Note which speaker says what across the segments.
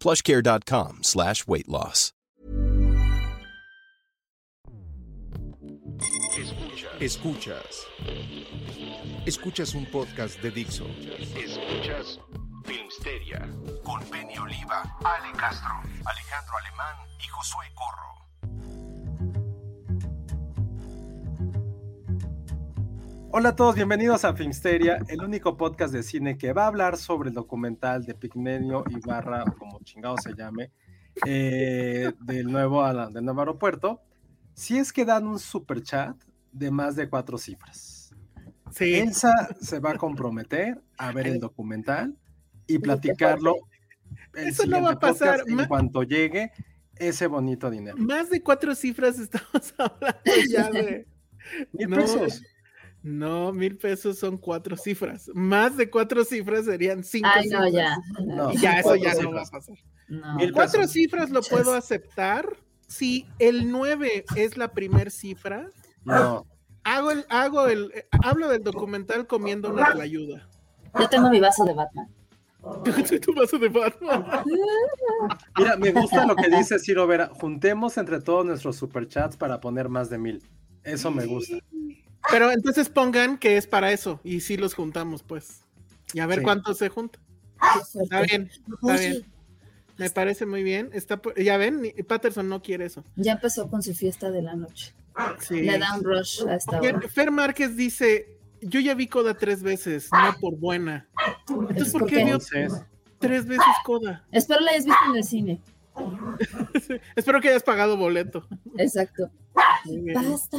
Speaker 1: plushcare.com slash weight loss.
Speaker 2: Escuchas. Escuchas. Escuchas un podcast de Dixo.
Speaker 3: Escuchas Filmsteria
Speaker 4: con Penny Oliva, Ale Castro, Alejandro Alemán y Josué Corro.
Speaker 5: Hola a todos, bienvenidos a Filmsteria, el único podcast de cine que va a hablar sobre el documental de Pigmenio Ibarra, o como chingado se llame, eh, del, nuevo, del nuevo aeropuerto. Si es que dan un super chat de más de cuatro cifras.
Speaker 6: Sí.
Speaker 5: Elsa se va a comprometer a ver el documental y platicarlo. el
Speaker 6: Eso no
Speaker 5: siguiente
Speaker 6: va a pasar.
Speaker 5: podcast En
Speaker 6: Ma-
Speaker 5: cuanto llegue ese bonito dinero.
Speaker 6: Más de cuatro cifras estamos hablando ya de.
Speaker 5: Mil
Speaker 6: No,
Speaker 5: pesos.
Speaker 6: No, mil pesos son cuatro cifras. Más de cuatro cifras serían cinco.
Speaker 7: Ay, no,
Speaker 6: cifras.
Speaker 7: ya.
Speaker 5: No,
Speaker 6: Y ya, eso
Speaker 5: cuatro
Speaker 6: ya no va a
Speaker 5: cifras.
Speaker 6: pasar.
Speaker 7: No.
Speaker 5: Mil
Speaker 6: Cuatro
Speaker 5: pesos.
Speaker 6: cifras lo puedo aceptar. Si el 9 es la primer cifra,
Speaker 5: No.
Speaker 6: hago el, hago el, eh, hablo del documental comiendo una
Speaker 7: Ah.
Speaker 6: tlayuda.
Speaker 7: Yo tengo mi vaso de Batman.
Speaker 6: Soy tu vaso de Batman.
Speaker 5: Mira, me gusta lo que dice Ciro Vera. Juntemos entre todos nuestros superchats para poner más de mil. Eso me gusta.
Speaker 6: Pero entonces pongan que es para eso. Y si los juntamos, pues. Y a ver
Speaker 5: Sí.
Speaker 6: cuántos se juntan. Está bien, está bien. Me parece muy bien. Está, pu- ya ven, ni- Patterson no quiere eso.
Speaker 7: Ya empezó con su fiesta de la noche.
Speaker 6: Sí.
Speaker 7: Le da un rush hasta
Speaker 6: Oigan,
Speaker 7: ahora.
Speaker 6: Fer Márquez dice, yo ya vi Coda tres veces, no por buena. Entonces, ¿por qué
Speaker 7: Porque-
Speaker 6: vio
Speaker 5: Entonces,
Speaker 6: tres veces Coda?
Speaker 7: Espero la hayas visto en el cine.
Speaker 6: Espero que hayas pagado boleto.
Speaker 7: Exacto.
Speaker 6: Muy bien.
Speaker 7: Basta.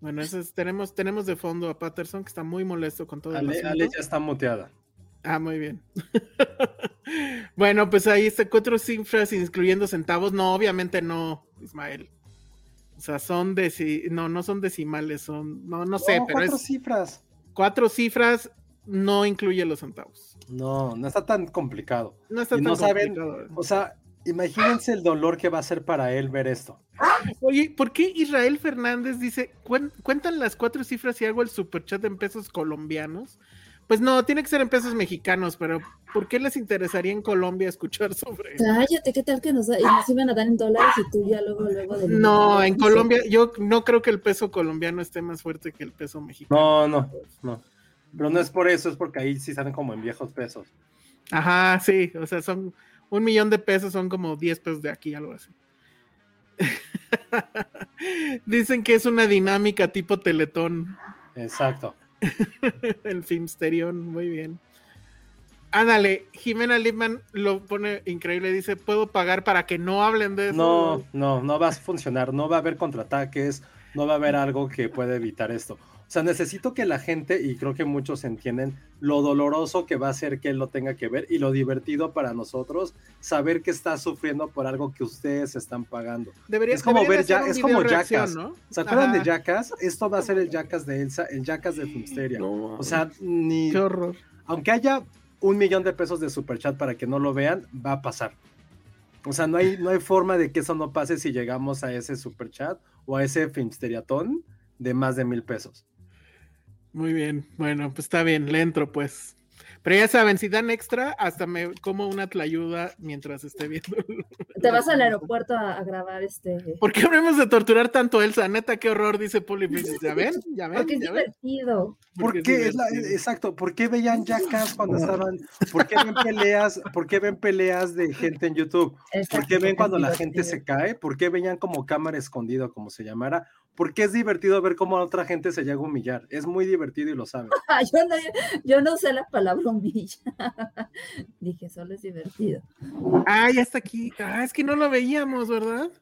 Speaker 6: Bueno, eso es- tenemos, tenemos de fondo a Patterson, que está muy molesto con todo el
Speaker 5: Ale,
Speaker 6: asunto.
Speaker 5: Ale ya está muteada.
Speaker 6: Ah, muy bien. bueno, pues ahí está cuatro cifras incluyendo centavos. No, obviamente no, Ismael. O sea, son deci no, no son decimales, son, no, no sé,
Speaker 5: No,
Speaker 6: pero
Speaker 5: cuatro
Speaker 6: es
Speaker 5: cifras.
Speaker 6: cuatro cifras no incluye los centavos.
Speaker 5: No, no está tan complicado.
Speaker 6: No está
Speaker 5: Y
Speaker 6: tan
Speaker 5: no saben-
Speaker 6: complicado.
Speaker 5: O sea, imagínense el dolor que va a ser para él ver esto.
Speaker 6: Oye, ¿por qué Israel Fernández dice, "Cuen- cuentan las cuatro cifras y hago el superchat en pesos colombianos? Pues no, tiene que ser en pesos mexicanos, pero ¿por qué les interesaría en Colombia escuchar sobre
Speaker 7: Cállate, ¿qué tal que nos, da- y nos iban a dar en dólares y tú ya luego, luego de
Speaker 6: No, en Colombia, yo no creo que el peso colombiano esté más fuerte que el peso mexicano.
Speaker 5: No, no, no. Pero no es por eso, es porque ahí sí salen como en viejos pesos.
Speaker 6: Ajá, sí, o sea, son un millón de pesos, son como 10 pesos de aquí, algo así. Dicen que es una dinámica tipo teletón,
Speaker 5: Exacto.
Speaker 6: el filmsterión, muy bien. Ándale, Jimena Lipman lo pone increíble, dice, puedo pagar para que no hablen de eso.
Speaker 5: No, no, no va a funcionar, no va a haber contraataques, no va a haber algo que pueda evitar esto. O sea, necesito que la gente, y creo que muchos entienden, lo doloroso que va a ser que él lo tenga que ver y lo divertido para nosotros saber que está sufriendo por algo que ustedes están pagando.
Speaker 6: Debería-
Speaker 5: es como
Speaker 6: deberían
Speaker 5: ver
Speaker 6: hacer
Speaker 5: ya-
Speaker 6: un
Speaker 5: es como
Speaker 6: video reacción,
Speaker 5: Jackass.
Speaker 6: ¿no?
Speaker 5: ¿Se acuerdan
Speaker 6: Ajá,
Speaker 5: de Jackass? Esto va a ser el Jackass de Elsa, el Jackass de Filmsteria. O sea, ni,
Speaker 6: Qué horror.
Speaker 5: aunque haya un millón de pesos de superchat para que no lo vean, va a pasar. O sea, no hay, no hay forma de que eso no pase si llegamos a ese superchat o a ese filmsteriatón de más de mil pesos.
Speaker 6: Muy bien, bueno, pues está bien, le entro pues. Pero ya saben, si dan extra, hasta me como una tlayuda mientras esté viendo.
Speaker 7: Te vas al aeropuerto a, a grabar este.
Speaker 6: ¿Por qué habremos de torturar tanto a Elsa? Neta, qué horror, dice Poli. Princess. ¿Ya ven? ¿Ya ven?
Speaker 7: Porque es
Speaker 6: ¿Ya ven?
Speaker 7: divertido.
Speaker 5: ¿Por
Speaker 6: Porque es
Speaker 5: qué? Es la-
Speaker 6: divertido.
Speaker 5: exacto, ¿por qué veían Jackass cuando estaban? ¿Por qué ven peleas? ¿Por qué ven peleas de gente en YouTube? ¿Por qué
Speaker 7: Exacto,
Speaker 5: ven
Speaker 7: es
Speaker 5: cuando la
Speaker 7: divertido.
Speaker 5: gente se cae? ¿Por qué veían como cámara escondido, como se llamara? Porque es divertido ver cómo a otra gente se llega a humillar. Es muy divertido y lo saben.
Speaker 7: Ah, yo, no, yo no usé la palabra humilla. Dije, solo es divertido.
Speaker 6: Ah, ya está aquí. Ah, es que no lo veíamos, ¿verdad?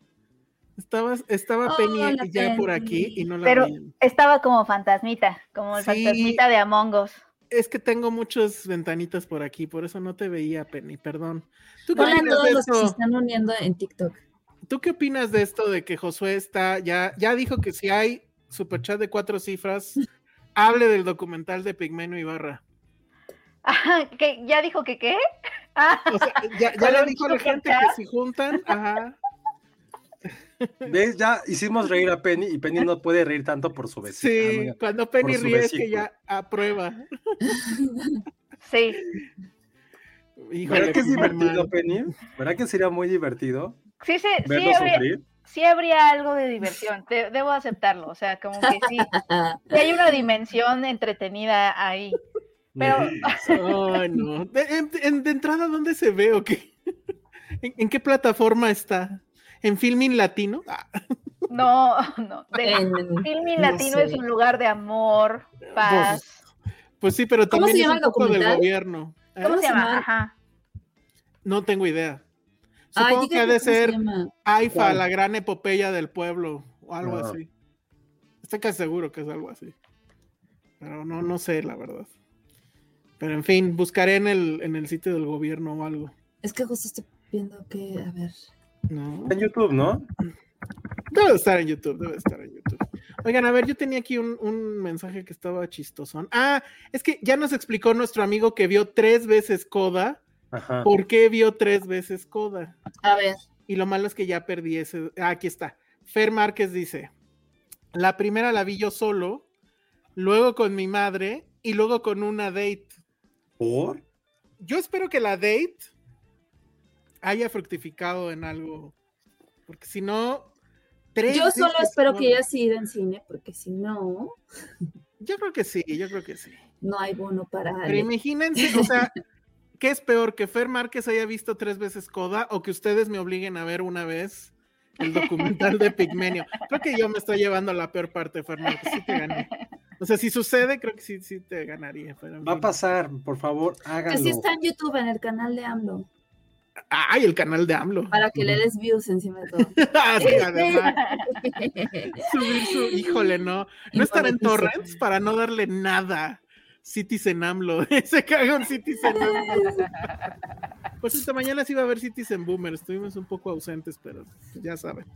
Speaker 6: Estabas, estaba
Speaker 7: Oh,
Speaker 6: Penny
Speaker 7: la
Speaker 6: ya por aquí
Speaker 7: Penny.
Speaker 6: y no la
Speaker 8: Pero-
Speaker 6: veíamos.
Speaker 8: Estaba como fantasmita, como el
Speaker 6: Sí.
Speaker 8: fantasmita de Among Us.
Speaker 6: Es que tengo muchas ventanitas por aquí, por eso no te veía, Penny, perdón. ¿Tú qué,
Speaker 7: Hola a
Speaker 6: opinas
Speaker 7: todos
Speaker 6: de
Speaker 7: los que se
Speaker 6: esto?
Speaker 7: están uniendo en TikTok.
Speaker 6: ¿Tú qué opinas de esto de que Josué está, ya, ya dijo que si hay superchat de cuatro cifras, hable del documental de Pigmeno Ibarra?
Speaker 8: Ajá, ¿qué? ¿Ya dijo que qué? Ah,
Speaker 6: O sea, ya, ya
Speaker 8: ¿Con
Speaker 6: le
Speaker 8: un
Speaker 6: dijo a la gente que
Speaker 8: superchat?
Speaker 6: si juntan, ajá.
Speaker 5: ¿Ves? Ya hicimos reír a Penny y Penny no puede reír tanto por su vecino.
Speaker 6: Sí, cuando Penny
Speaker 5: su
Speaker 6: ríe es que
Speaker 5: vesícula.
Speaker 6: ya aprueba.
Speaker 8: sí,
Speaker 6: Híjole,
Speaker 5: ¿Verdad que es
Speaker 6: qué mal.
Speaker 5: divertido, Penny? ¿Verdad que sería muy divertido
Speaker 8: sí, se- sí,
Speaker 5: verlo
Speaker 8: habría,
Speaker 5: sufrir?
Speaker 8: sí habría algo de diversión, de- debo aceptarlo, o sea, como que sí,
Speaker 7: Ah,
Speaker 8: sí hay una dimensión entretenida ahí. Pero
Speaker 6: Ay, no. De, en- en- de entrada, ¿dónde se ve o qué? ¿En, en qué plataforma está? ¿En Filming Latino? Ah,
Speaker 8: no, no. de-
Speaker 7: en-
Speaker 8: Filmin
Speaker 7: Eh, no
Speaker 8: Latino es
Speaker 7: sé.
Speaker 8: un lugar de amor, paz.
Speaker 6: pues sí, pero
Speaker 7: ¿Cómo se
Speaker 6: también es
Speaker 7: llama
Speaker 6: un
Speaker 7: el
Speaker 6: poco del
Speaker 7: documental?
Speaker 6: gobierno. ¿Eh?
Speaker 7: ¿Cómo
Speaker 8: ¿Cómo
Speaker 7: se
Speaker 8: se llama?
Speaker 7: llama?
Speaker 8: Ajá.
Speaker 6: No tengo idea.
Speaker 7: Ay,
Speaker 6: Supongo que ha
Speaker 7: díganme
Speaker 6: de
Speaker 7: cómo se
Speaker 6: ser
Speaker 7: llama.
Speaker 6: AIFA,
Speaker 5: ¿Cuál?
Speaker 6: la gran epopeya del pueblo, o algo
Speaker 5: Ah.
Speaker 6: así. Estoy casi seguro que es algo así. Pero no, no sé, la verdad. Pero en fin, buscaré en el, en el sitio del gobierno o algo.
Speaker 7: Es que justo estoy viendo que, a ver.
Speaker 6: No.
Speaker 5: En YouTube, ¿no?
Speaker 6: Debe de estar en YouTube, debe de estar en YouTube. Oigan, a ver, yo tenía aquí un, un mensaje que estaba chistosón. Ah, es que ya nos explicó nuestro amigo que vio tres veces Coda.
Speaker 5: Ajá.
Speaker 6: ¿Por qué vio tres veces Coda?
Speaker 7: A ver.
Speaker 6: Y lo malo es que ya perdí ese. Ah, aquí está. Fer Márquez dice: La primera la vi yo solo, luego con mi madre y luego con una date.
Speaker 5: ¿Por?
Speaker 6: Yo espero que la date haya fructificado en algo. Porque si no. tres
Speaker 7: Yo solo
Speaker 6: veces
Speaker 7: espero que
Speaker 6: Coda.
Speaker 7: ella sí ir en cine, porque si no,
Speaker 6: Yo creo que sí, yo creo que sí.
Speaker 7: no hay bono para.
Speaker 6: Pero imagínense, o sea, ¿qué es peor? ¿Que Fer Márquez haya visto tres veces Coda o que ustedes me obliguen a ver una vez el documental de Pigmenio? Creo que yo me estoy llevando la peor parte, Fer Márquez, sí te gané. O sea, si sucede, creo que sí, sí te ganaría. pero en
Speaker 5: Va a
Speaker 6: fin.
Speaker 5: pasar, por favor, háganlo.
Speaker 7: Que Pues sí está en YouTube, en el canal de AMLO,
Speaker 6: Ay, el canal de AMLO.
Speaker 7: para que le des views encima de todo.
Speaker 6: Ah, sí, además,
Speaker 7: Y
Speaker 6: subir su- Híjole, no. No estar en
Speaker 7: monetiza.
Speaker 6: torrents para no darle nada. Citizen AMLO. Se cagó en Citizen AMLO. Pues esta mañana sí iba a haber Citizen Boomer, estuvimos un poco ausentes, pero pues, ya saben.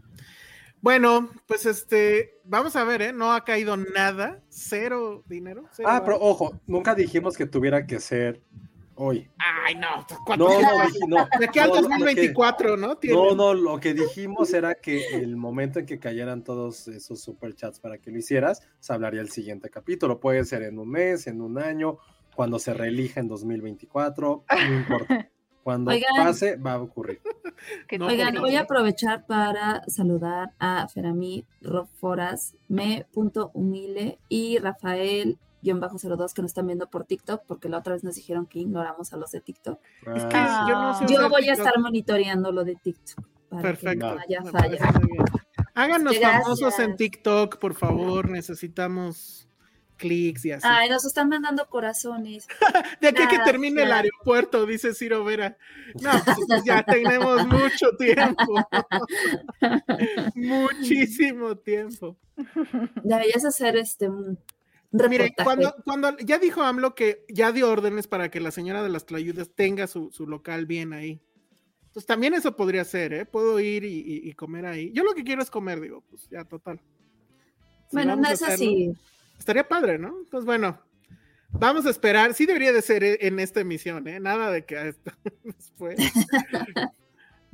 Speaker 6: Bueno, pues este, vamos a ver, ¿eh? No ha caído nada, cero dinero. cero
Speaker 5: Ah, pero
Speaker 6: baros.
Speaker 5: ojo, nunca dijimos que tuviera que ser hoy.
Speaker 6: Ay, no, pues,
Speaker 5: No,
Speaker 6: ¿cuánto?
Speaker 5: no, dije- no.
Speaker 6: De aquí al
Speaker 5: No, lo que-
Speaker 6: 2024, ¿no? Tiene-
Speaker 5: No, no, lo que dijimos era que el momento en que cayeran todos esos superchats para que lo hicieras, se hablaría el siguiente capítulo. Puede ser en un mes, en un año, cuando se reelija en 2024, no importa. Cuando
Speaker 7: Oigan.
Speaker 5: pase, va a ocurrir.
Speaker 8: que
Speaker 6: No,
Speaker 8: tú
Speaker 7: Oigan,
Speaker 6: no.
Speaker 8: dices.
Speaker 7: voy a aprovechar para saludar a Ferami Roforas, me.humile y Rafael-02 que nos están viendo por TikTok, porque la otra vez nos dijeron que ignoramos a los de TikTok.
Speaker 6: Es que
Speaker 5: Ah,
Speaker 6: yo no sé
Speaker 7: Yo
Speaker 6: usar
Speaker 7: voy a
Speaker 6: TikTok.
Speaker 7: estar monitoreando lo de TikTok. para que
Speaker 6: Perfecto.
Speaker 7: no haya
Speaker 6: me
Speaker 7: falla.
Speaker 6: parece muy bien. Háganos
Speaker 7: Gracias.
Speaker 6: famosos en TikTok, por favor. Necesitamos clics y así.
Speaker 7: Ay, nos están mandando corazones.
Speaker 6: De aquí a que
Speaker 7: Nada,
Speaker 6: termine el
Speaker 7: nada.
Speaker 6: aeropuerto, dice Ciro Vera. No, pues ya tenemos mucho tiempo. Muchísimo tiempo.
Speaker 7: Deberías hacer este un un
Speaker 6: Mire,
Speaker 7: reportaje.
Speaker 6: cuando, cuando ya dijo AMLO que ya dio órdenes para que la señora de las Tlayudas tenga su, su local bien ahí. Entonces también eso podría ser, ¿eh? Puedo ir y, y- y comer ahí. Yo lo que quiero es comer, digo, pues ya total. Si
Speaker 7: bueno,
Speaker 6: vamos
Speaker 7: no
Speaker 6: a
Speaker 7: es
Speaker 6: hacerlo,
Speaker 7: así.
Speaker 6: Estaría padre, ¿no? Entonces, bueno, vamos a esperar. Sí debería de ser eh, en esta emisión, ¿eh? Nada de que a esta- después.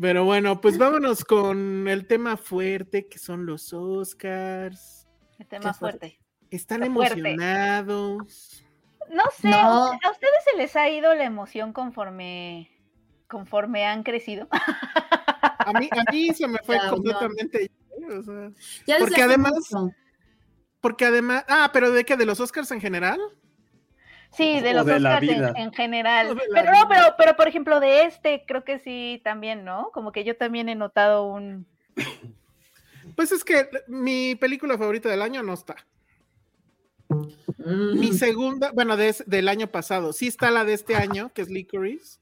Speaker 6: Pero bueno, pues vámonos con el tema fuerte que son los Oscars.
Speaker 8: El tema
Speaker 7: Qué fuerte.
Speaker 8: fuerte.
Speaker 6: Están
Speaker 8: Está fuerte.
Speaker 6: emocionados.
Speaker 8: No sé,
Speaker 7: No.
Speaker 8: ¿a usted- ¿a ustedes se les ha ido la emoción conforme conforme han crecido?
Speaker 6: A mí, a mí se me fue
Speaker 7: Ya, no.
Speaker 6: completamente. ¿eh? o sea,
Speaker 7: Ya
Speaker 6: Porque
Speaker 7: hace
Speaker 6: además-
Speaker 7: mucho.
Speaker 6: porque además. Ah, pero ¿de qué? ¿De los Oscars en general?
Speaker 8: Sí, de
Speaker 5: O
Speaker 8: los
Speaker 5: de la
Speaker 8: Oscars
Speaker 5: vida.
Speaker 8: en, en general.
Speaker 6: O de la
Speaker 8: Pero no,
Speaker 6: vida.
Speaker 8: pero, pero por ejemplo, de este creo que sí también, ¿no? Como que yo también he notado un.
Speaker 6: Pues es que mi película favorita del año no está.
Speaker 7: Mm.
Speaker 6: Mi segunda, bueno, de es- del año pasado. Sí está la de este año, que es Licorice.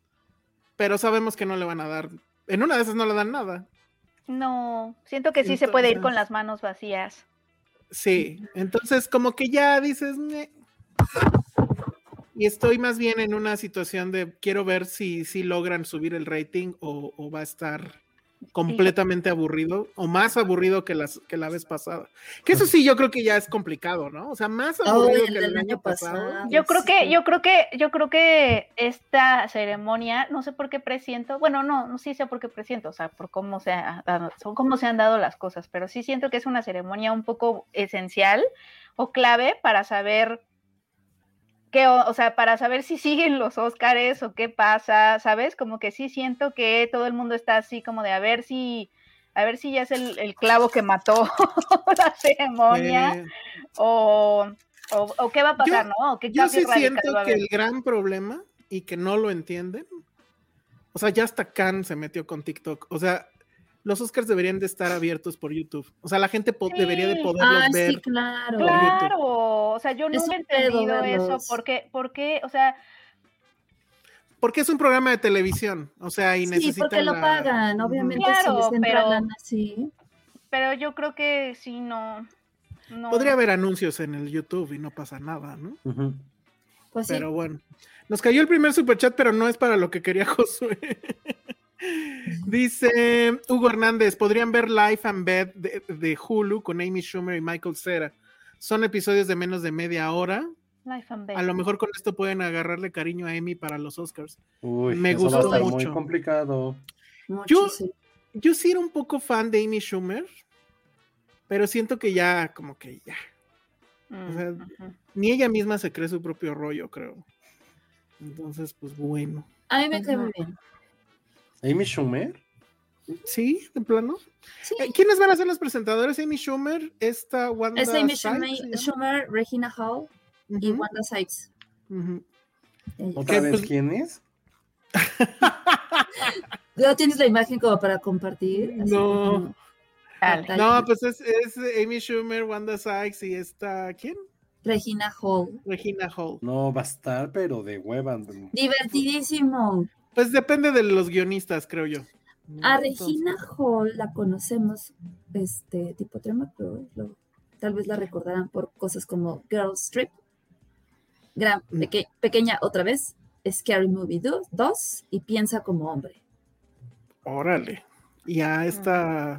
Speaker 6: Pero sabemos que no le van a dar. En una de esas no le dan nada.
Speaker 8: No, siento que sí se puede ir con
Speaker 6: Entonces-
Speaker 8: las manos vacías.
Speaker 6: Sí, entonces como que ya dices, "Meh". y estoy más bien en una situación de quiero ver si, si logran subir el rating o, o va a estar completamente aburrido o más aburrido que, las, que la vez pasada. Que eso sí, yo creo que ya es complicado, ¿no? O sea, más
Speaker 7: Ay,
Speaker 6: aburrido
Speaker 7: el
Speaker 6: que
Speaker 7: del
Speaker 6: el
Speaker 7: año
Speaker 6: año pasado. este,
Speaker 7: pasado.
Speaker 8: Yo creo que,
Speaker 7: Sí.
Speaker 8: yo creo que, yo creo que esta ceremonia, no sé por qué presiento, bueno, no, no sí sé por qué presiento, o sea, por cómo se ha dado, son cómo se han dado las cosas, pero sí siento que es una ceremonia un poco esencial o clave para saber que, o, o sea, para saber si siguen los Óscares o qué pasa, ¿sabes? Como que sí siento que todo el mundo está así como de a ver si, a ver si ya es el, el clavo que mató la ceremonia
Speaker 6: Eh,
Speaker 8: o, o, o qué va a pasar,
Speaker 6: Yo-
Speaker 8: ¿no? ¿O qué
Speaker 6: yo
Speaker 8: cambio
Speaker 6: sí
Speaker 8: radical
Speaker 6: siento
Speaker 8: va a
Speaker 6: que
Speaker 8: haber?
Speaker 6: el gran problema y que no lo entienden, o sea, ya hasta Khan se metió con TikTok, o sea, los Oscars deberían de estar abiertos por YouTube, o sea, la gente po- debería de
Speaker 8: Sí.
Speaker 6: poderlos
Speaker 7: Ah,
Speaker 6: ver.
Speaker 7: sí, claro.
Speaker 6: por YouTube.
Speaker 8: Claro, o sea, yo
Speaker 7: Es
Speaker 8: nunca he
Speaker 7: un pedo
Speaker 8: entendido eso,
Speaker 7: verlos.
Speaker 8: porque, porque, o sea,
Speaker 6: Porque es un programa de televisión, o sea, y
Speaker 7: Sí,
Speaker 6: necesitan
Speaker 7: porque lo
Speaker 6: la-
Speaker 7: pagan,
Speaker 6: Ujú.
Speaker 7: obviamente. si
Speaker 8: Claro,
Speaker 7: les entra
Speaker 8: pero-
Speaker 7: lana, sí.
Speaker 8: pero yo creo que sí, no, no.
Speaker 6: Podría haber anuncios en el YouTube y no pasa nada, ¿no?
Speaker 5: Ujú.
Speaker 7: Pues sí.
Speaker 6: Pero bueno, nos cayó el primer superchat, pero no es para lo que quería Josué. Dice Hugo Hernández, podrían ver Life and Bed de, de Hulu con Amy Schumer y Michael Cera. Son episodios de menos de media hora.
Speaker 8: Life and
Speaker 6: A
Speaker 8: Death.
Speaker 6: lo mejor con esto pueden agarrarle cariño a Amy para los Oscars.
Speaker 5: Uy,
Speaker 6: Me
Speaker 5: eso va a
Speaker 6: gustó
Speaker 5: estar
Speaker 6: mucho.
Speaker 5: muy complicado.
Speaker 7: Mucho,
Speaker 6: Yo-
Speaker 7: sí.
Speaker 6: Yo sí era un poco fan de Amy Schumer, pero siento que ya, como que ya.
Speaker 8: Mm,
Speaker 6: sea,
Speaker 8: ujú.
Speaker 6: Ni ella misma se cree su propio rollo, creo. Entonces, pues bueno.
Speaker 7: A mí me cae
Speaker 8: Ajá.
Speaker 7: muy bien.
Speaker 5: Amy Schumer.
Speaker 6: Sí, de plano.
Speaker 7: Sí.
Speaker 6: Eh, ¿Quiénes van a ser los presentadores? Amy Schumer, esta Wanda.
Speaker 7: Es Amy
Speaker 6: Sykes,
Speaker 7: Schumer,
Speaker 6: se llama?
Speaker 7: Schumer, Regina Hall y
Speaker 6: Ujú,
Speaker 7: Wanda Sykes.
Speaker 6: ujú.
Speaker 7: Ellas.
Speaker 5: ¿Otra
Speaker 6: Que,
Speaker 5: vez
Speaker 6: pues-
Speaker 5: quién es?
Speaker 7: ¿No tienes la imagen como para compartir? Así
Speaker 6: No.
Speaker 7: como
Speaker 8: Dale.
Speaker 7: pantalla.
Speaker 6: No, pues es, es Amy Schumer, Wanda Sykes y esta. ¿Quién?
Speaker 7: Regina Hall.
Speaker 6: Regina Hall.
Speaker 5: No, va a estar, pero de hueva.
Speaker 7: Divertidísimo.
Speaker 6: Pues depende de los guionistas, creo yo.
Speaker 7: A
Speaker 6: Entonces,
Speaker 7: Regina Hall la conocemos, este tipo tema, pero lo- tal vez la recordarán por cosas como Girls Trip, Gran,
Speaker 6: Mm.
Speaker 7: Peque- Pequeña otra vez, Scary Movie 2 y Piensa como hombre.
Speaker 6: Órale. Y a esta.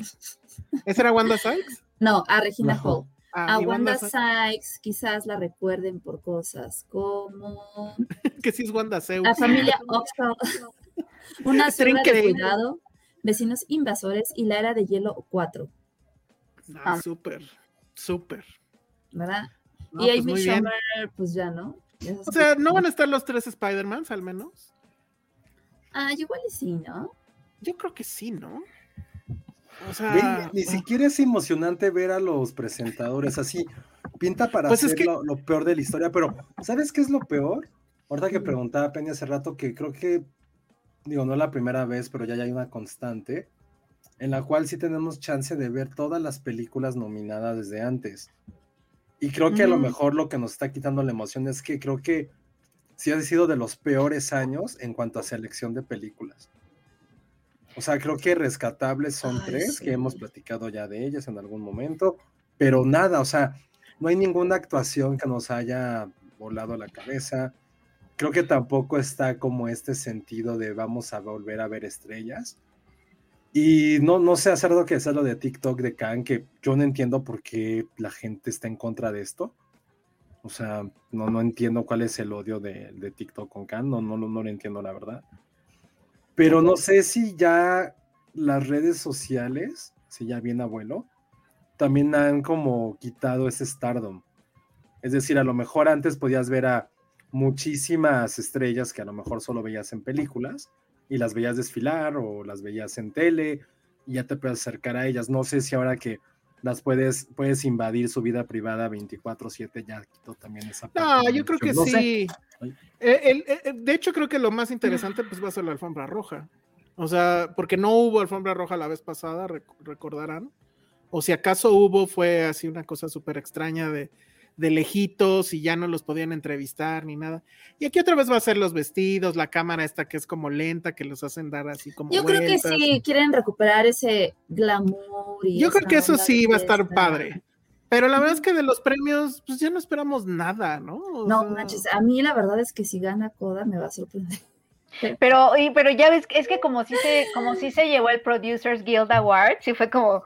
Speaker 6: ¿Esa era Wanda Sykes?
Speaker 7: No, a Regina
Speaker 5: Ajá.
Speaker 7: Hall.
Speaker 6: Ah,
Speaker 7: A
Speaker 6: y
Speaker 7: Wanda
Speaker 6: Sykes,
Speaker 7: Sykes quizás la recuerden por cosas como
Speaker 6: que sí es Wanda Sykes.
Speaker 7: la familia Oxford, una ciudad de
Speaker 6: Trinquete.
Speaker 7: cuidado, vecinos invasores y la era de hielo 4,
Speaker 6: Ah, súper, súper.
Speaker 7: ¿verdad?
Speaker 6: No,
Speaker 7: y
Speaker 6: pues,
Speaker 7: Amy
Speaker 6: muy bien.
Speaker 7: Schumer, pues ya, ¿no? Ya
Speaker 6: O sea, ¿no van a estar los tres Spider-Mans al menos?
Speaker 7: Ah, igual y sí, ¿no?
Speaker 6: Yo creo que sí, ¿no? O sea,
Speaker 5: ni siquiera es emocionante ver a los presentadores así. Pinta para
Speaker 6: Pues es
Speaker 5: hacer
Speaker 6: que-
Speaker 5: lo, lo peor de la historia, pero ¿sabes qué es lo peor? Ahorita que preguntaba a Penny hace rato que creo que, digo, no es la primera vez, pero ya, ya hay una constante en la cual sí tenemos chance de ver todas las películas nominadas desde antes. Y creo que a lo
Speaker 7: Ujú.
Speaker 5: mejor lo que nos está quitando la emoción es que creo que sí ha sido de los peores años en cuanto a selección de películas. O sea, creo que rescatables son
Speaker 7: Ay,
Speaker 5: tres,
Speaker 7: sí.
Speaker 5: que hemos platicado ya de ellas en algún momento, pero nada, o sea, no hay ninguna actuación que nos haya volado la cabeza. Creo que tampoco está como este sentido de vamos a volver a ver estrellas. Y no, no sé hacer lo que es lo de TikTok de Khan, que yo no entiendo por qué la gente está en contra de esto. O sea, no, no entiendo cuál es el odio de, de TikTok con Khan, no, no, no, no lo entiendo la verdad. Pero no sé si ya las redes sociales, si ya bien abuelo, también han como quitado ese stardom. Es decir, a lo mejor antes podías ver a muchísimas estrellas que a lo mejor solo veías en películas y las veías desfilar o las veías en tele
Speaker 9: y ya te puedes acercar a ellas. No sé si ahora que las puedes, puedes invadir su vida privada 24/7, ya quitó también esa
Speaker 6: No,
Speaker 9: parte
Speaker 6: yo
Speaker 9: del
Speaker 6: creo que
Speaker 9: show. No sé.
Speaker 6: sí. Eh, el- eh, eh, de hecho, creo que lo más interesante pues va a ser la alfombra roja. O sea, porque no hubo alfombra roja la vez pasada, rec- recordarán. O si acaso hubo, fue así una cosa súper extraña de, de lejitos y ya no los podían entrevistar ni nada. Y aquí otra vez va a ser los vestidos, la cámara esta que es como lenta, que los hacen dar así como
Speaker 7: Yo creo que
Speaker 6: vueltas.
Speaker 7: sí quieren recuperar ese glamour. y
Speaker 6: Yo creo
Speaker 7: esa
Speaker 6: que eso
Speaker 7: onda
Speaker 6: sí
Speaker 7: de
Speaker 6: va a estar
Speaker 7: fiesta.
Speaker 6: padre. Pero la verdad es que de los premios, pues ya no esperamos nada, ¿no? O
Speaker 7: No,
Speaker 6: sea,
Speaker 7: manches, a mí la verdad es que si gana Coda me va a sorprender.
Speaker 8: Pero, y- pero ya ves, que- es que como si se, como si se llevó el Producers Guild Award, sí fue como,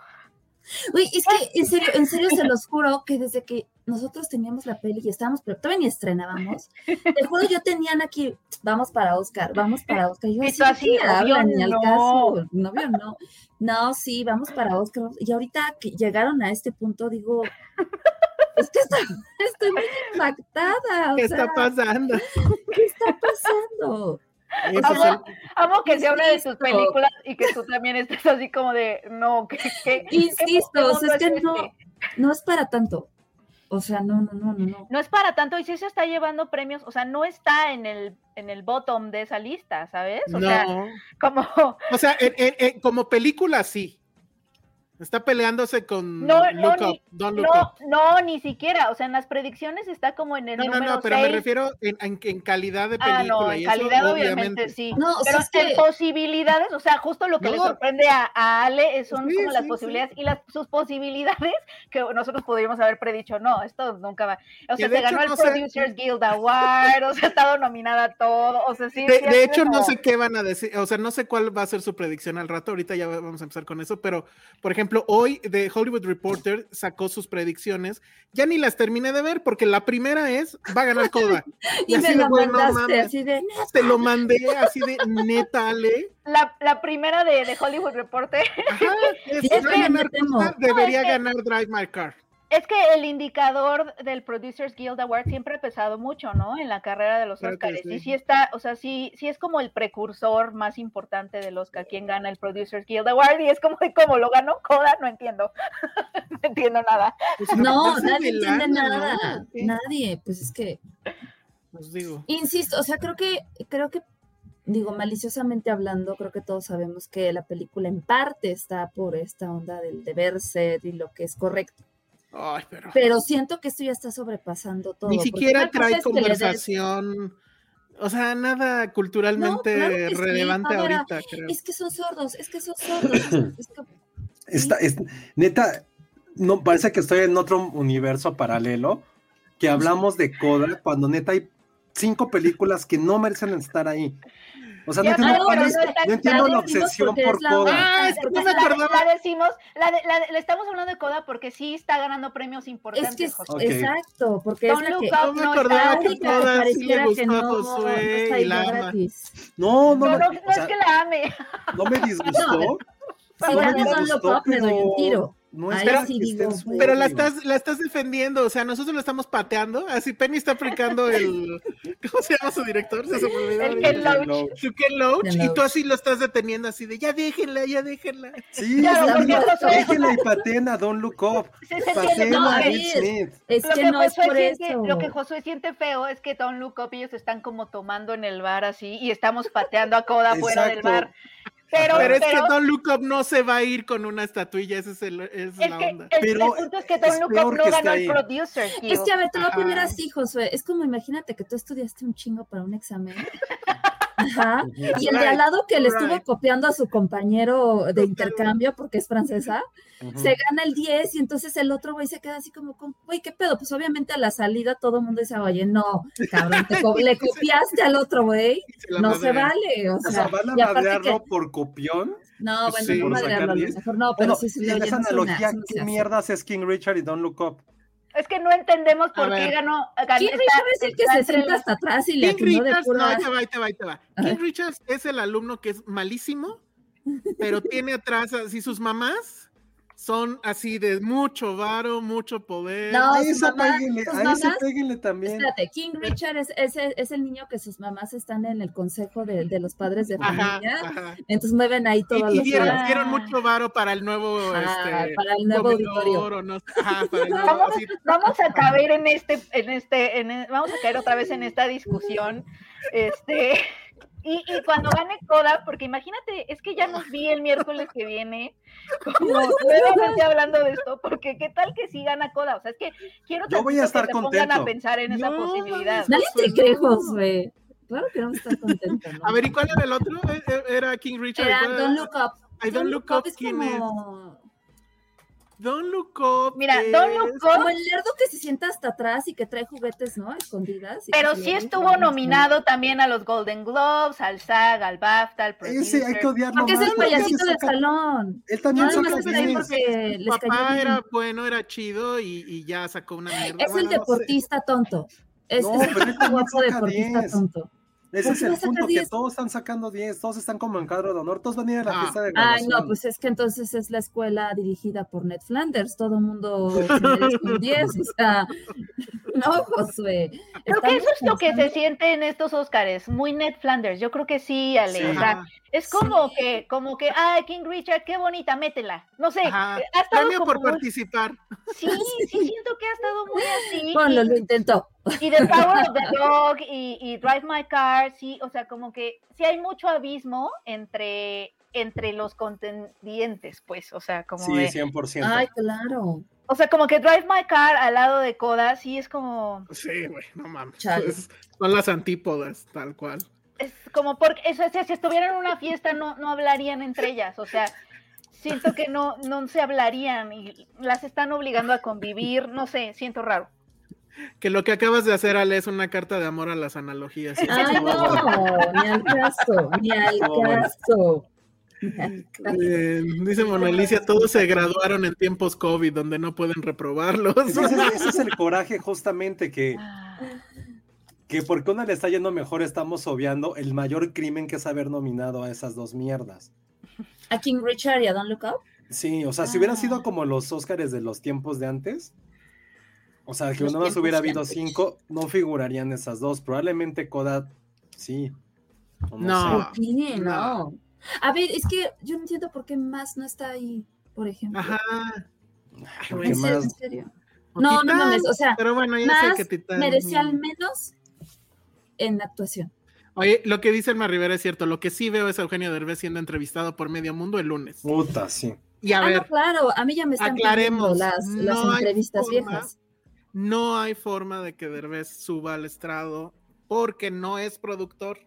Speaker 7: Uy, es que en serio, en serio se los juro que desde que nosotros teníamos la peli y estábamos, pero todavía ni estrenábamos, te juro yo tenían aquí, vamos para Oscar, vamos para Oscar. Yo
Speaker 8: Y
Speaker 7: así,
Speaker 8: tú así,
Speaker 7: "¿De qué
Speaker 8: obvio
Speaker 7: hablan? ni al
Speaker 8: no".
Speaker 7: caso, no, obvio no. No, sí, vamos para Oscar. vamos- Y ahorita que llegaron a este punto, digo, es que estoy, estoy muy impactada. o
Speaker 6: ¿Qué
Speaker 7: sea,
Speaker 6: está pasando?
Speaker 7: ¿Qué está pasando?
Speaker 6: Ese es
Speaker 8: Amo- amo que
Speaker 7: ¿Qué
Speaker 8: sea
Speaker 7: es
Speaker 8: una de tus
Speaker 7: esto?
Speaker 8: películas y que tú también estés así como de, no, que, que- ¿qué
Speaker 7: Insisto, o sea,
Speaker 8: mundo
Speaker 7: es que
Speaker 8: este?".
Speaker 7: no, no es para tanto. O sea, no, no, no, no, no.
Speaker 8: No es para tanto, y sí se está llevando premios, o sea, no está en el, en el bottom de esa lista, ¿sabes?
Speaker 6: el-
Speaker 8: O
Speaker 6: no.
Speaker 8: sea, como,
Speaker 6: O sea, en- en- en- como película sí. Está peleándose con
Speaker 8: No, no,
Speaker 6: Look
Speaker 8: ni-
Speaker 6: Up, Don't Look
Speaker 8: no,
Speaker 6: Up.
Speaker 8: no, ni siquiera, o sea, en las predicciones está como en el
Speaker 6: No, no,
Speaker 8: número
Speaker 6: no, pero me
Speaker 8: seis.
Speaker 6: refiero en, en- en calidad de película.
Speaker 8: Ah, no, en
Speaker 6: y eso,
Speaker 8: calidad obviamente, sí.
Speaker 7: No, o sea,
Speaker 8: Pero
Speaker 7: es que-
Speaker 8: en posibilidades, o sea, justo lo que le
Speaker 6: No.
Speaker 8: sorprende a, a Ale es- son
Speaker 6: Sí,
Speaker 8: como
Speaker 6: sí,
Speaker 8: las
Speaker 6: sí.
Speaker 8: posibilidades y las, sus posibilidades que nosotros podríamos haber predicho, no, esto nunca va. O sea,
Speaker 6: de
Speaker 8: se
Speaker 6: hecho
Speaker 8: ganó el
Speaker 6: no sé-
Speaker 8: Producers Guild Award, o sea, ha estado nominada a todo, o sea, sí.
Speaker 6: De,
Speaker 8: sí ha
Speaker 6: de
Speaker 8: sido
Speaker 6: hecho, no
Speaker 8: como-
Speaker 6: sé qué van a decir, o sea, no sé cuál va a ser su predicción al rato, ahorita ya vamos a empezar con eso, pero, por ejemplo, hoy The Hollywood Reporter sacó sus predicciones, ya ni las terminé de ver, porque la primera es, va a ganar Coda.
Speaker 7: Y
Speaker 6: así de,
Speaker 7: me lo
Speaker 6: güey, no
Speaker 7: mandaste
Speaker 6: mames.
Speaker 7: así de, "No,
Speaker 6: Te lo mandé así de neta, Ale.
Speaker 8: La, la primera de, de Hollywood Reporter
Speaker 6: Ajá, es,
Speaker 7: es
Speaker 6: va a
Speaker 7: que
Speaker 6: ganar
Speaker 7: me temo.
Speaker 6: Coda, debería
Speaker 8: No, es que-
Speaker 6: ganar Drive My Car.
Speaker 8: es que el indicador del Producers Guild Award siempre ha pesado mucho, ¿no? En la carrera de los
Speaker 6: Claro que
Speaker 8: Oscars.
Speaker 6: sí.
Speaker 8: Y sí está, o sea, sí, sí es como el precursor más importante del Oscar, quien gana el Producers Guild Award. Y es como, de cómo lo ganó Coda? No entiendo. no entiendo nada.
Speaker 6: Pues,
Speaker 7: No,
Speaker 6: aparte
Speaker 7: nadie
Speaker 6: de
Speaker 7: entiende
Speaker 6: lana, ¿no?
Speaker 7: nada.
Speaker 6: Sí,
Speaker 7: Nadie, pues es que,
Speaker 6: pues digo.
Speaker 7: insisto, o sea, creo que, creo que, digo, maliciosamente hablando, creo que todos sabemos que la película en parte está por esta onda del deber ser y lo que es correcto.
Speaker 6: Ay, pero
Speaker 7: Pero siento que esto ya está sobrepasando todo.
Speaker 6: ni
Speaker 7: porque
Speaker 6: siquiera
Speaker 7: una cosa
Speaker 6: trae
Speaker 7: es que le des-
Speaker 6: conversación. O sea, nada culturalmente
Speaker 7: No, claro que sí,
Speaker 6: relevante
Speaker 7: Bárbara,
Speaker 6: ahorita, creo.
Speaker 7: Es que son sordos, es que son sordos. es que- es que-
Speaker 9: Está, es, neta, no, parece que estoy en otro universo paralelo que hablamos de Coda cuando neta hay cinco películas que no merecen estar ahí. O sea, no
Speaker 8: Ya,
Speaker 9: entiendo,
Speaker 8: claro,
Speaker 9: cuál es-
Speaker 8: pero no está-
Speaker 9: no entiendo
Speaker 7: la
Speaker 9: la
Speaker 7: decimos
Speaker 9: obsesión
Speaker 7: porque
Speaker 9: por
Speaker 7: es la
Speaker 9: Coda.
Speaker 7: más-
Speaker 6: Ah, es que no me
Speaker 8: la,
Speaker 6: acordaba.
Speaker 8: la decimos, la, de- la de- le estamos hablando de Coda porque sí está ganando premios importantes.
Speaker 7: Es que es
Speaker 8: José.
Speaker 9: Ok.
Speaker 7: exacto, porque
Speaker 8: Don't
Speaker 7: es la
Speaker 8: look
Speaker 7: que
Speaker 8: up,
Speaker 6: No me
Speaker 8: está-
Speaker 7: la
Speaker 6: acordaba que
Speaker 7: única que
Speaker 6: Coda sí le
Speaker 7: pareciera que
Speaker 6: gustó a
Speaker 7: no, no
Speaker 6: Josué
Speaker 7: está
Speaker 6: y
Speaker 7: ahí
Speaker 6: la ama.
Speaker 7: gratis.
Speaker 9: No, no,
Speaker 8: No, no,
Speaker 9: no,
Speaker 8: no
Speaker 9: o sea,
Speaker 8: es que la ame.
Speaker 9: no me disgustó.
Speaker 7: Si
Speaker 9: no me
Speaker 7: gana Don't Look
Speaker 9: disgustó,
Speaker 7: Up, me doy un
Speaker 9: pero
Speaker 7: tiro.
Speaker 9: No es
Speaker 7: Ahí
Speaker 9: para
Speaker 7: sí
Speaker 9: que esté en
Speaker 7: digo,
Speaker 9: su
Speaker 6: Pero la
Speaker 9: órbita.
Speaker 6: estás, la estás defendiendo, o sea, nosotros la estamos pateando. Así Penny está aplicando el. ¿Cómo se llama su director? Se me olvidó
Speaker 8: El
Speaker 6: ahorita.
Speaker 8: Ken Loach.
Speaker 6: Su Ken Loach,
Speaker 7: Ken
Speaker 6: y
Speaker 7: Loach.
Speaker 6: tú así lo estás deteniendo, así de ya déjenla, ya déjenla.
Speaker 9: Sí,
Speaker 8: Claro,
Speaker 9: sí,
Speaker 8: porque
Speaker 9: no,
Speaker 8: Josué-
Speaker 9: déjenla y patena, don't look up.
Speaker 8: Sí, se entiende,
Speaker 9: Patena
Speaker 8: no,
Speaker 9: a
Speaker 8: es-
Speaker 9: Will Smith.
Speaker 7: Es
Speaker 8: Lo
Speaker 7: que,
Speaker 8: que,
Speaker 7: no es
Speaker 8: Josué
Speaker 7: por
Speaker 8: siente,
Speaker 7: eso.
Speaker 8: lo que Josué siente feo es que Don Look Up ellos están como tomando en el bar así y estamos pateando a coda fuera del
Speaker 9: Exacto.
Speaker 8: bar. Pero,
Speaker 6: Pero es
Speaker 8: pero-
Speaker 6: que Don Look Up no se va a ir con una estatuilla, esa es, el- esa es
Speaker 8: es
Speaker 6: la
Speaker 8: que
Speaker 6: onda.
Speaker 8: el-
Speaker 9: Pero
Speaker 8: el punto es que
Speaker 9: es
Speaker 8: Don Look
Speaker 9: peor
Speaker 8: Up no
Speaker 9: que esté
Speaker 8: ganó el
Speaker 9: ahí.
Speaker 8: producer.
Speaker 7: Es que, a ver, te lo voy a poner
Speaker 6: Ajá.
Speaker 7: así, Josué. Es como, imagínate que tú estudiaste un chingo para un examen. Ajá. Y el de al lado que le estuvo
Speaker 6: Right.
Speaker 7: copiando a su compañero de intercambio, porque es francesa, se gana el 10 y entonces el otro güey se queda así como, con, güey, ¿qué pedo? Pues obviamente a la salida todo el mundo dice, oye, no, cabrón, te co- le copiaste al otro güey,
Speaker 6: Y la
Speaker 7: no se
Speaker 6: madrean.
Speaker 7: vale. O
Speaker 9: O
Speaker 7: sea,
Speaker 9: sea, van a
Speaker 7: y aparte que-
Speaker 9: madrearlo por copión.
Speaker 7: No,
Speaker 6: Pues
Speaker 7: bueno,
Speaker 6: sí,
Speaker 7: no
Speaker 6: por
Speaker 7: madrearlo,
Speaker 9: sacar
Speaker 7: a lo
Speaker 9: 10.
Speaker 7: mejor no, pero
Speaker 9: Bueno,
Speaker 7: sí, sí,
Speaker 9: y
Speaker 7: no,
Speaker 9: en
Speaker 7: ya
Speaker 9: esa
Speaker 7: no es una,
Speaker 9: analogía,
Speaker 7: eso no se
Speaker 9: ¿qué
Speaker 7: hace.
Speaker 9: mierdas es King Richard y Don't Look Up?
Speaker 8: Es que no entendemos por
Speaker 6: A
Speaker 8: qué
Speaker 6: ver.
Speaker 8: ganó. gan-
Speaker 7: ¿Quién
Speaker 8: está-
Speaker 7: Richard es el que
Speaker 8: está
Speaker 7: se
Speaker 8: entre
Speaker 7: sienta
Speaker 8: los-
Speaker 7: hasta atrás y le
Speaker 6: King
Speaker 7: atinó de
Speaker 6: Richards, no,
Speaker 7: pura...
Speaker 6: ahí te va, ahí te va, ahí te va. King Richards es el alumno que es malísimo, pero tiene atrás así sus mamás, son así de mucho varo, mucho poder.
Speaker 7: No,
Speaker 5: A
Speaker 7: sus
Speaker 5: esa
Speaker 7: mamás-
Speaker 5: péguenle,
Speaker 7: sus
Speaker 5: a esa
Speaker 7: mamás-
Speaker 5: péguenle también.
Speaker 7: Espérate, King Richard es, es, es el niño que sus mamás están en el consejo de, de los padres de
Speaker 6: Ajá,
Speaker 7: familia.
Speaker 6: ajá.
Speaker 7: Entonces mueven ahí
Speaker 6: Y,
Speaker 7: todos
Speaker 6: y
Speaker 7: los
Speaker 6: dieron,
Speaker 7: días.
Speaker 6: dieron mucho varo para el nuevo,
Speaker 7: Ajá,
Speaker 6: este,
Speaker 7: para el nuevo
Speaker 6: comedor pues,
Speaker 7: auditorio.
Speaker 6: o no sé, ajá, para el nuevo-
Speaker 8: Vamos,
Speaker 6: sí,
Speaker 8: vamos a caer en este, en este, en- vamos a caer otra vez en esta discusión. Este, y, y cuando gane Coda, porque imagínate, es que ya nos vi el miércoles que viene, como nuevamente hablando de esto, porque qué tal que sí gana Coda, o sea, es que quiero
Speaker 5: Yo voy a
Speaker 8: tantito que
Speaker 5: estar
Speaker 8: se pongan
Speaker 5: contento.
Speaker 8: a pensar en esa
Speaker 6: No,
Speaker 8: posibilidad.
Speaker 7: Nadie te
Speaker 6: Pues
Speaker 7: cree,
Speaker 6: no.
Speaker 7: Josué. Claro que no está contento. ¿no?
Speaker 6: A ver, ¿y cuál era el otro? Eh, eh, Era King Richard. ¿y
Speaker 7: Era
Speaker 6: cuál era?
Speaker 7: Don't Look Up.
Speaker 6: Ay, Don't Look Up,
Speaker 7: es
Speaker 6: ¿quién es?
Speaker 7: como,
Speaker 6: Don't Look Up.
Speaker 8: Mira, Don't
Speaker 6: es-
Speaker 8: Look Up,
Speaker 7: como el lerdo que se sienta hasta atrás y que trae juguetes, ¿no? Escondidas. y
Speaker 8: pero
Speaker 7: que-
Speaker 8: sí estuvo nominado también a los Golden Globes, al SAG, al BAFTA, al
Speaker 5: Ese hay que
Speaker 8: Producer.
Speaker 5: odiarlo
Speaker 7: Porque es
Speaker 5: más,
Speaker 7: el
Speaker 5: porque ese
Speaker 7: payasito del
Speaker 5: saca-
Speaker 7: salón.
Speaker 5: Él
Speaker 7: No,
Speaker 5: también
Speaker 7: nada
Speaker 5: saca
Speaker 7: más está ahí
Speaker 5: memes.
Speaker 7: porque les
Speaker 6: Papá
Speaker 7: cayó bien.
Speaker 6: era bueno, era chido y, y ya sacó una mierda.
Speaker 7: Es el
Speaker 6: Bueno, no sé.
Speaker 7: deportista tonto. Es,
Speaker 5: No,
Speaker 7: es
Speaker 5: pero
Speaker 7: el
Speaker 5: él también
Speaker 7: famoso
Speaker 5: saca
Speaker 7: deportista
Speaker 5: 10.
Speaker 7: tonto.
Speaker 5: Ese
Speaker 7: ¿Por
Speaker 5: es
Speaker 7: qué va
Speaker 5: el
Speaker 7: a sacar
Speaker 5: punto, que
Speaker 7: 10?
Speaker 5: todos están sacando 10, todos están como en cuadro de honor, todos van a ir a la
Speaker 6: Ah.
Speaker 5: fiesta de
Speaker 7: Ay,
Speaker 5: graduación.
Speaker 7: no, pues es que entonces es la escuela dirigida por Ned Flanders. Todo el mundo se merece un 10. O sea, no, Josué.
Speaker 8: Creo que
Speaker 7: estamos
Speaker 8: eso es lo que se
Speaker 7: pensando-
Speaker 8: siente en estos Óscares, muy Ned Flanders. Yo creo que sí, Ale.
Speaker 6: Sí.
Speaker 8: o sea,
Speaker 6: Ajá.
Speaker 8: es como que, como que, ah, King Richard, qué bonita, métela. No sé,
Speaker 6: Ajá.
Speaker 8: ha estado
Speaker 6: Premio
Speaker 8: como
Speaker 6: por
Speaker 8: muy-
Speaker 6: participar.
Speaker 8: sí, sí siento que ha estado muy así.
Speaker 7: Ponlo, lo
Speaker 8: y-
Speaker 7: intentó.
Speaker 8: y, The Power of the Dog y, y Drive My Car, sí, o sea, como que sí hay mucho abismo entre, entre los contendientes, pues, o sea, como
Speaker 5: Sí,
Speaker 8: de-
Speaker 5: 100%.
Speaker 7: Ay, claro.
Speaker 8: o sea, como que Drive My Car al lado de Coda, sí es como,
Speaker 6: Sí, güey, no mames.
Speaker 7: Chale.
Speaker 6: Es- son las antípodas, tal cual.
Speaker 8: es como porque eso es, si estuvieran en una fiesta no, no hablarían entre ellas, o sea, siento que no, no se hablarían y las están obligando a convivir, no sé, siento raro.
Speaker 6: Que lo que acabas de hacer, Ale, es una carta de amor a las analogías. y eso
Speaker 7: Ay,
Speaker 6: estuvo bueno.
Speaker 7: no, ni al caso, ni al caso. Ni al caso.
Speaker 6: Eh, dice Mona Alicia, todos se graduaron en tiempos COVID, donde no pueden reprobarlos.
Speaker 5: Es que Ese, ese es el coraje justamente que, que porque una le está yendo mejor estamos obviando el mayor crimen que es haber nominado a esas dos mierdas.
Speaker 7: A King Richard y a Don Look Up.
Speaker 5: Sí, o sea, si hubieran
Speaker 7: Ah.
Speaker 5: sido como los Óscares de los tiempos de antes, o sea, que
Speaker 7: Los
Speaker 5: nada más
Speaker 7: tiempos
Speaker 5: hubiera
Speaker 7: de
Speaker 5: habido
Speaker 7: antes.
Speaker 5: cinco, no figurarían esas dos. Probablemente Koda, sí. o
Speaker 6: No.
Speaker 5: sé.
Speaker 7: Sí,
Speaker 6: no.
Speaker 7: no. A ver, es que yo no entiendo por qué más no está ahí, por ejemplo.
Speaker 6: Ajá. Ay, güey.
Speaker 7: ¿En serio?
Speaker 5: más?
Speaker 7: en serio.
Speaker 6: O
Speaker 7: No, no
Speaker 6: Titán.
Speaker 7: mames, o sea,
Speaker 6: Pero bueno, ya sé
Speaker 7: más
Speaker 6: que Titán.
Speaker 7: merecía al menos en actuación.
Speaker 6: Oye, lo que dice Elma Rivera es cierto. Lo que sí veo es a Eugenio Derbez siendo entrevistado por Medio Mundo el lunes.
Speaker 5: Puta, sí.
Speaker 6: Y a
Speaker 7: ah, no,
Speaker 6: ver,
Speaker 7: claro, a mí ya me están
Speaker 6: aclaremos,
Speaker 7: pidiendo las,
Speaker 6: no
Speaker 7: las
Speaker 6: hay
Speaker 7: entrevistas
Speaker 6: forma.
Speaker 7: viejas.
Speaker 6: no hay forma de que Derbez suba al estrado porque no es productor.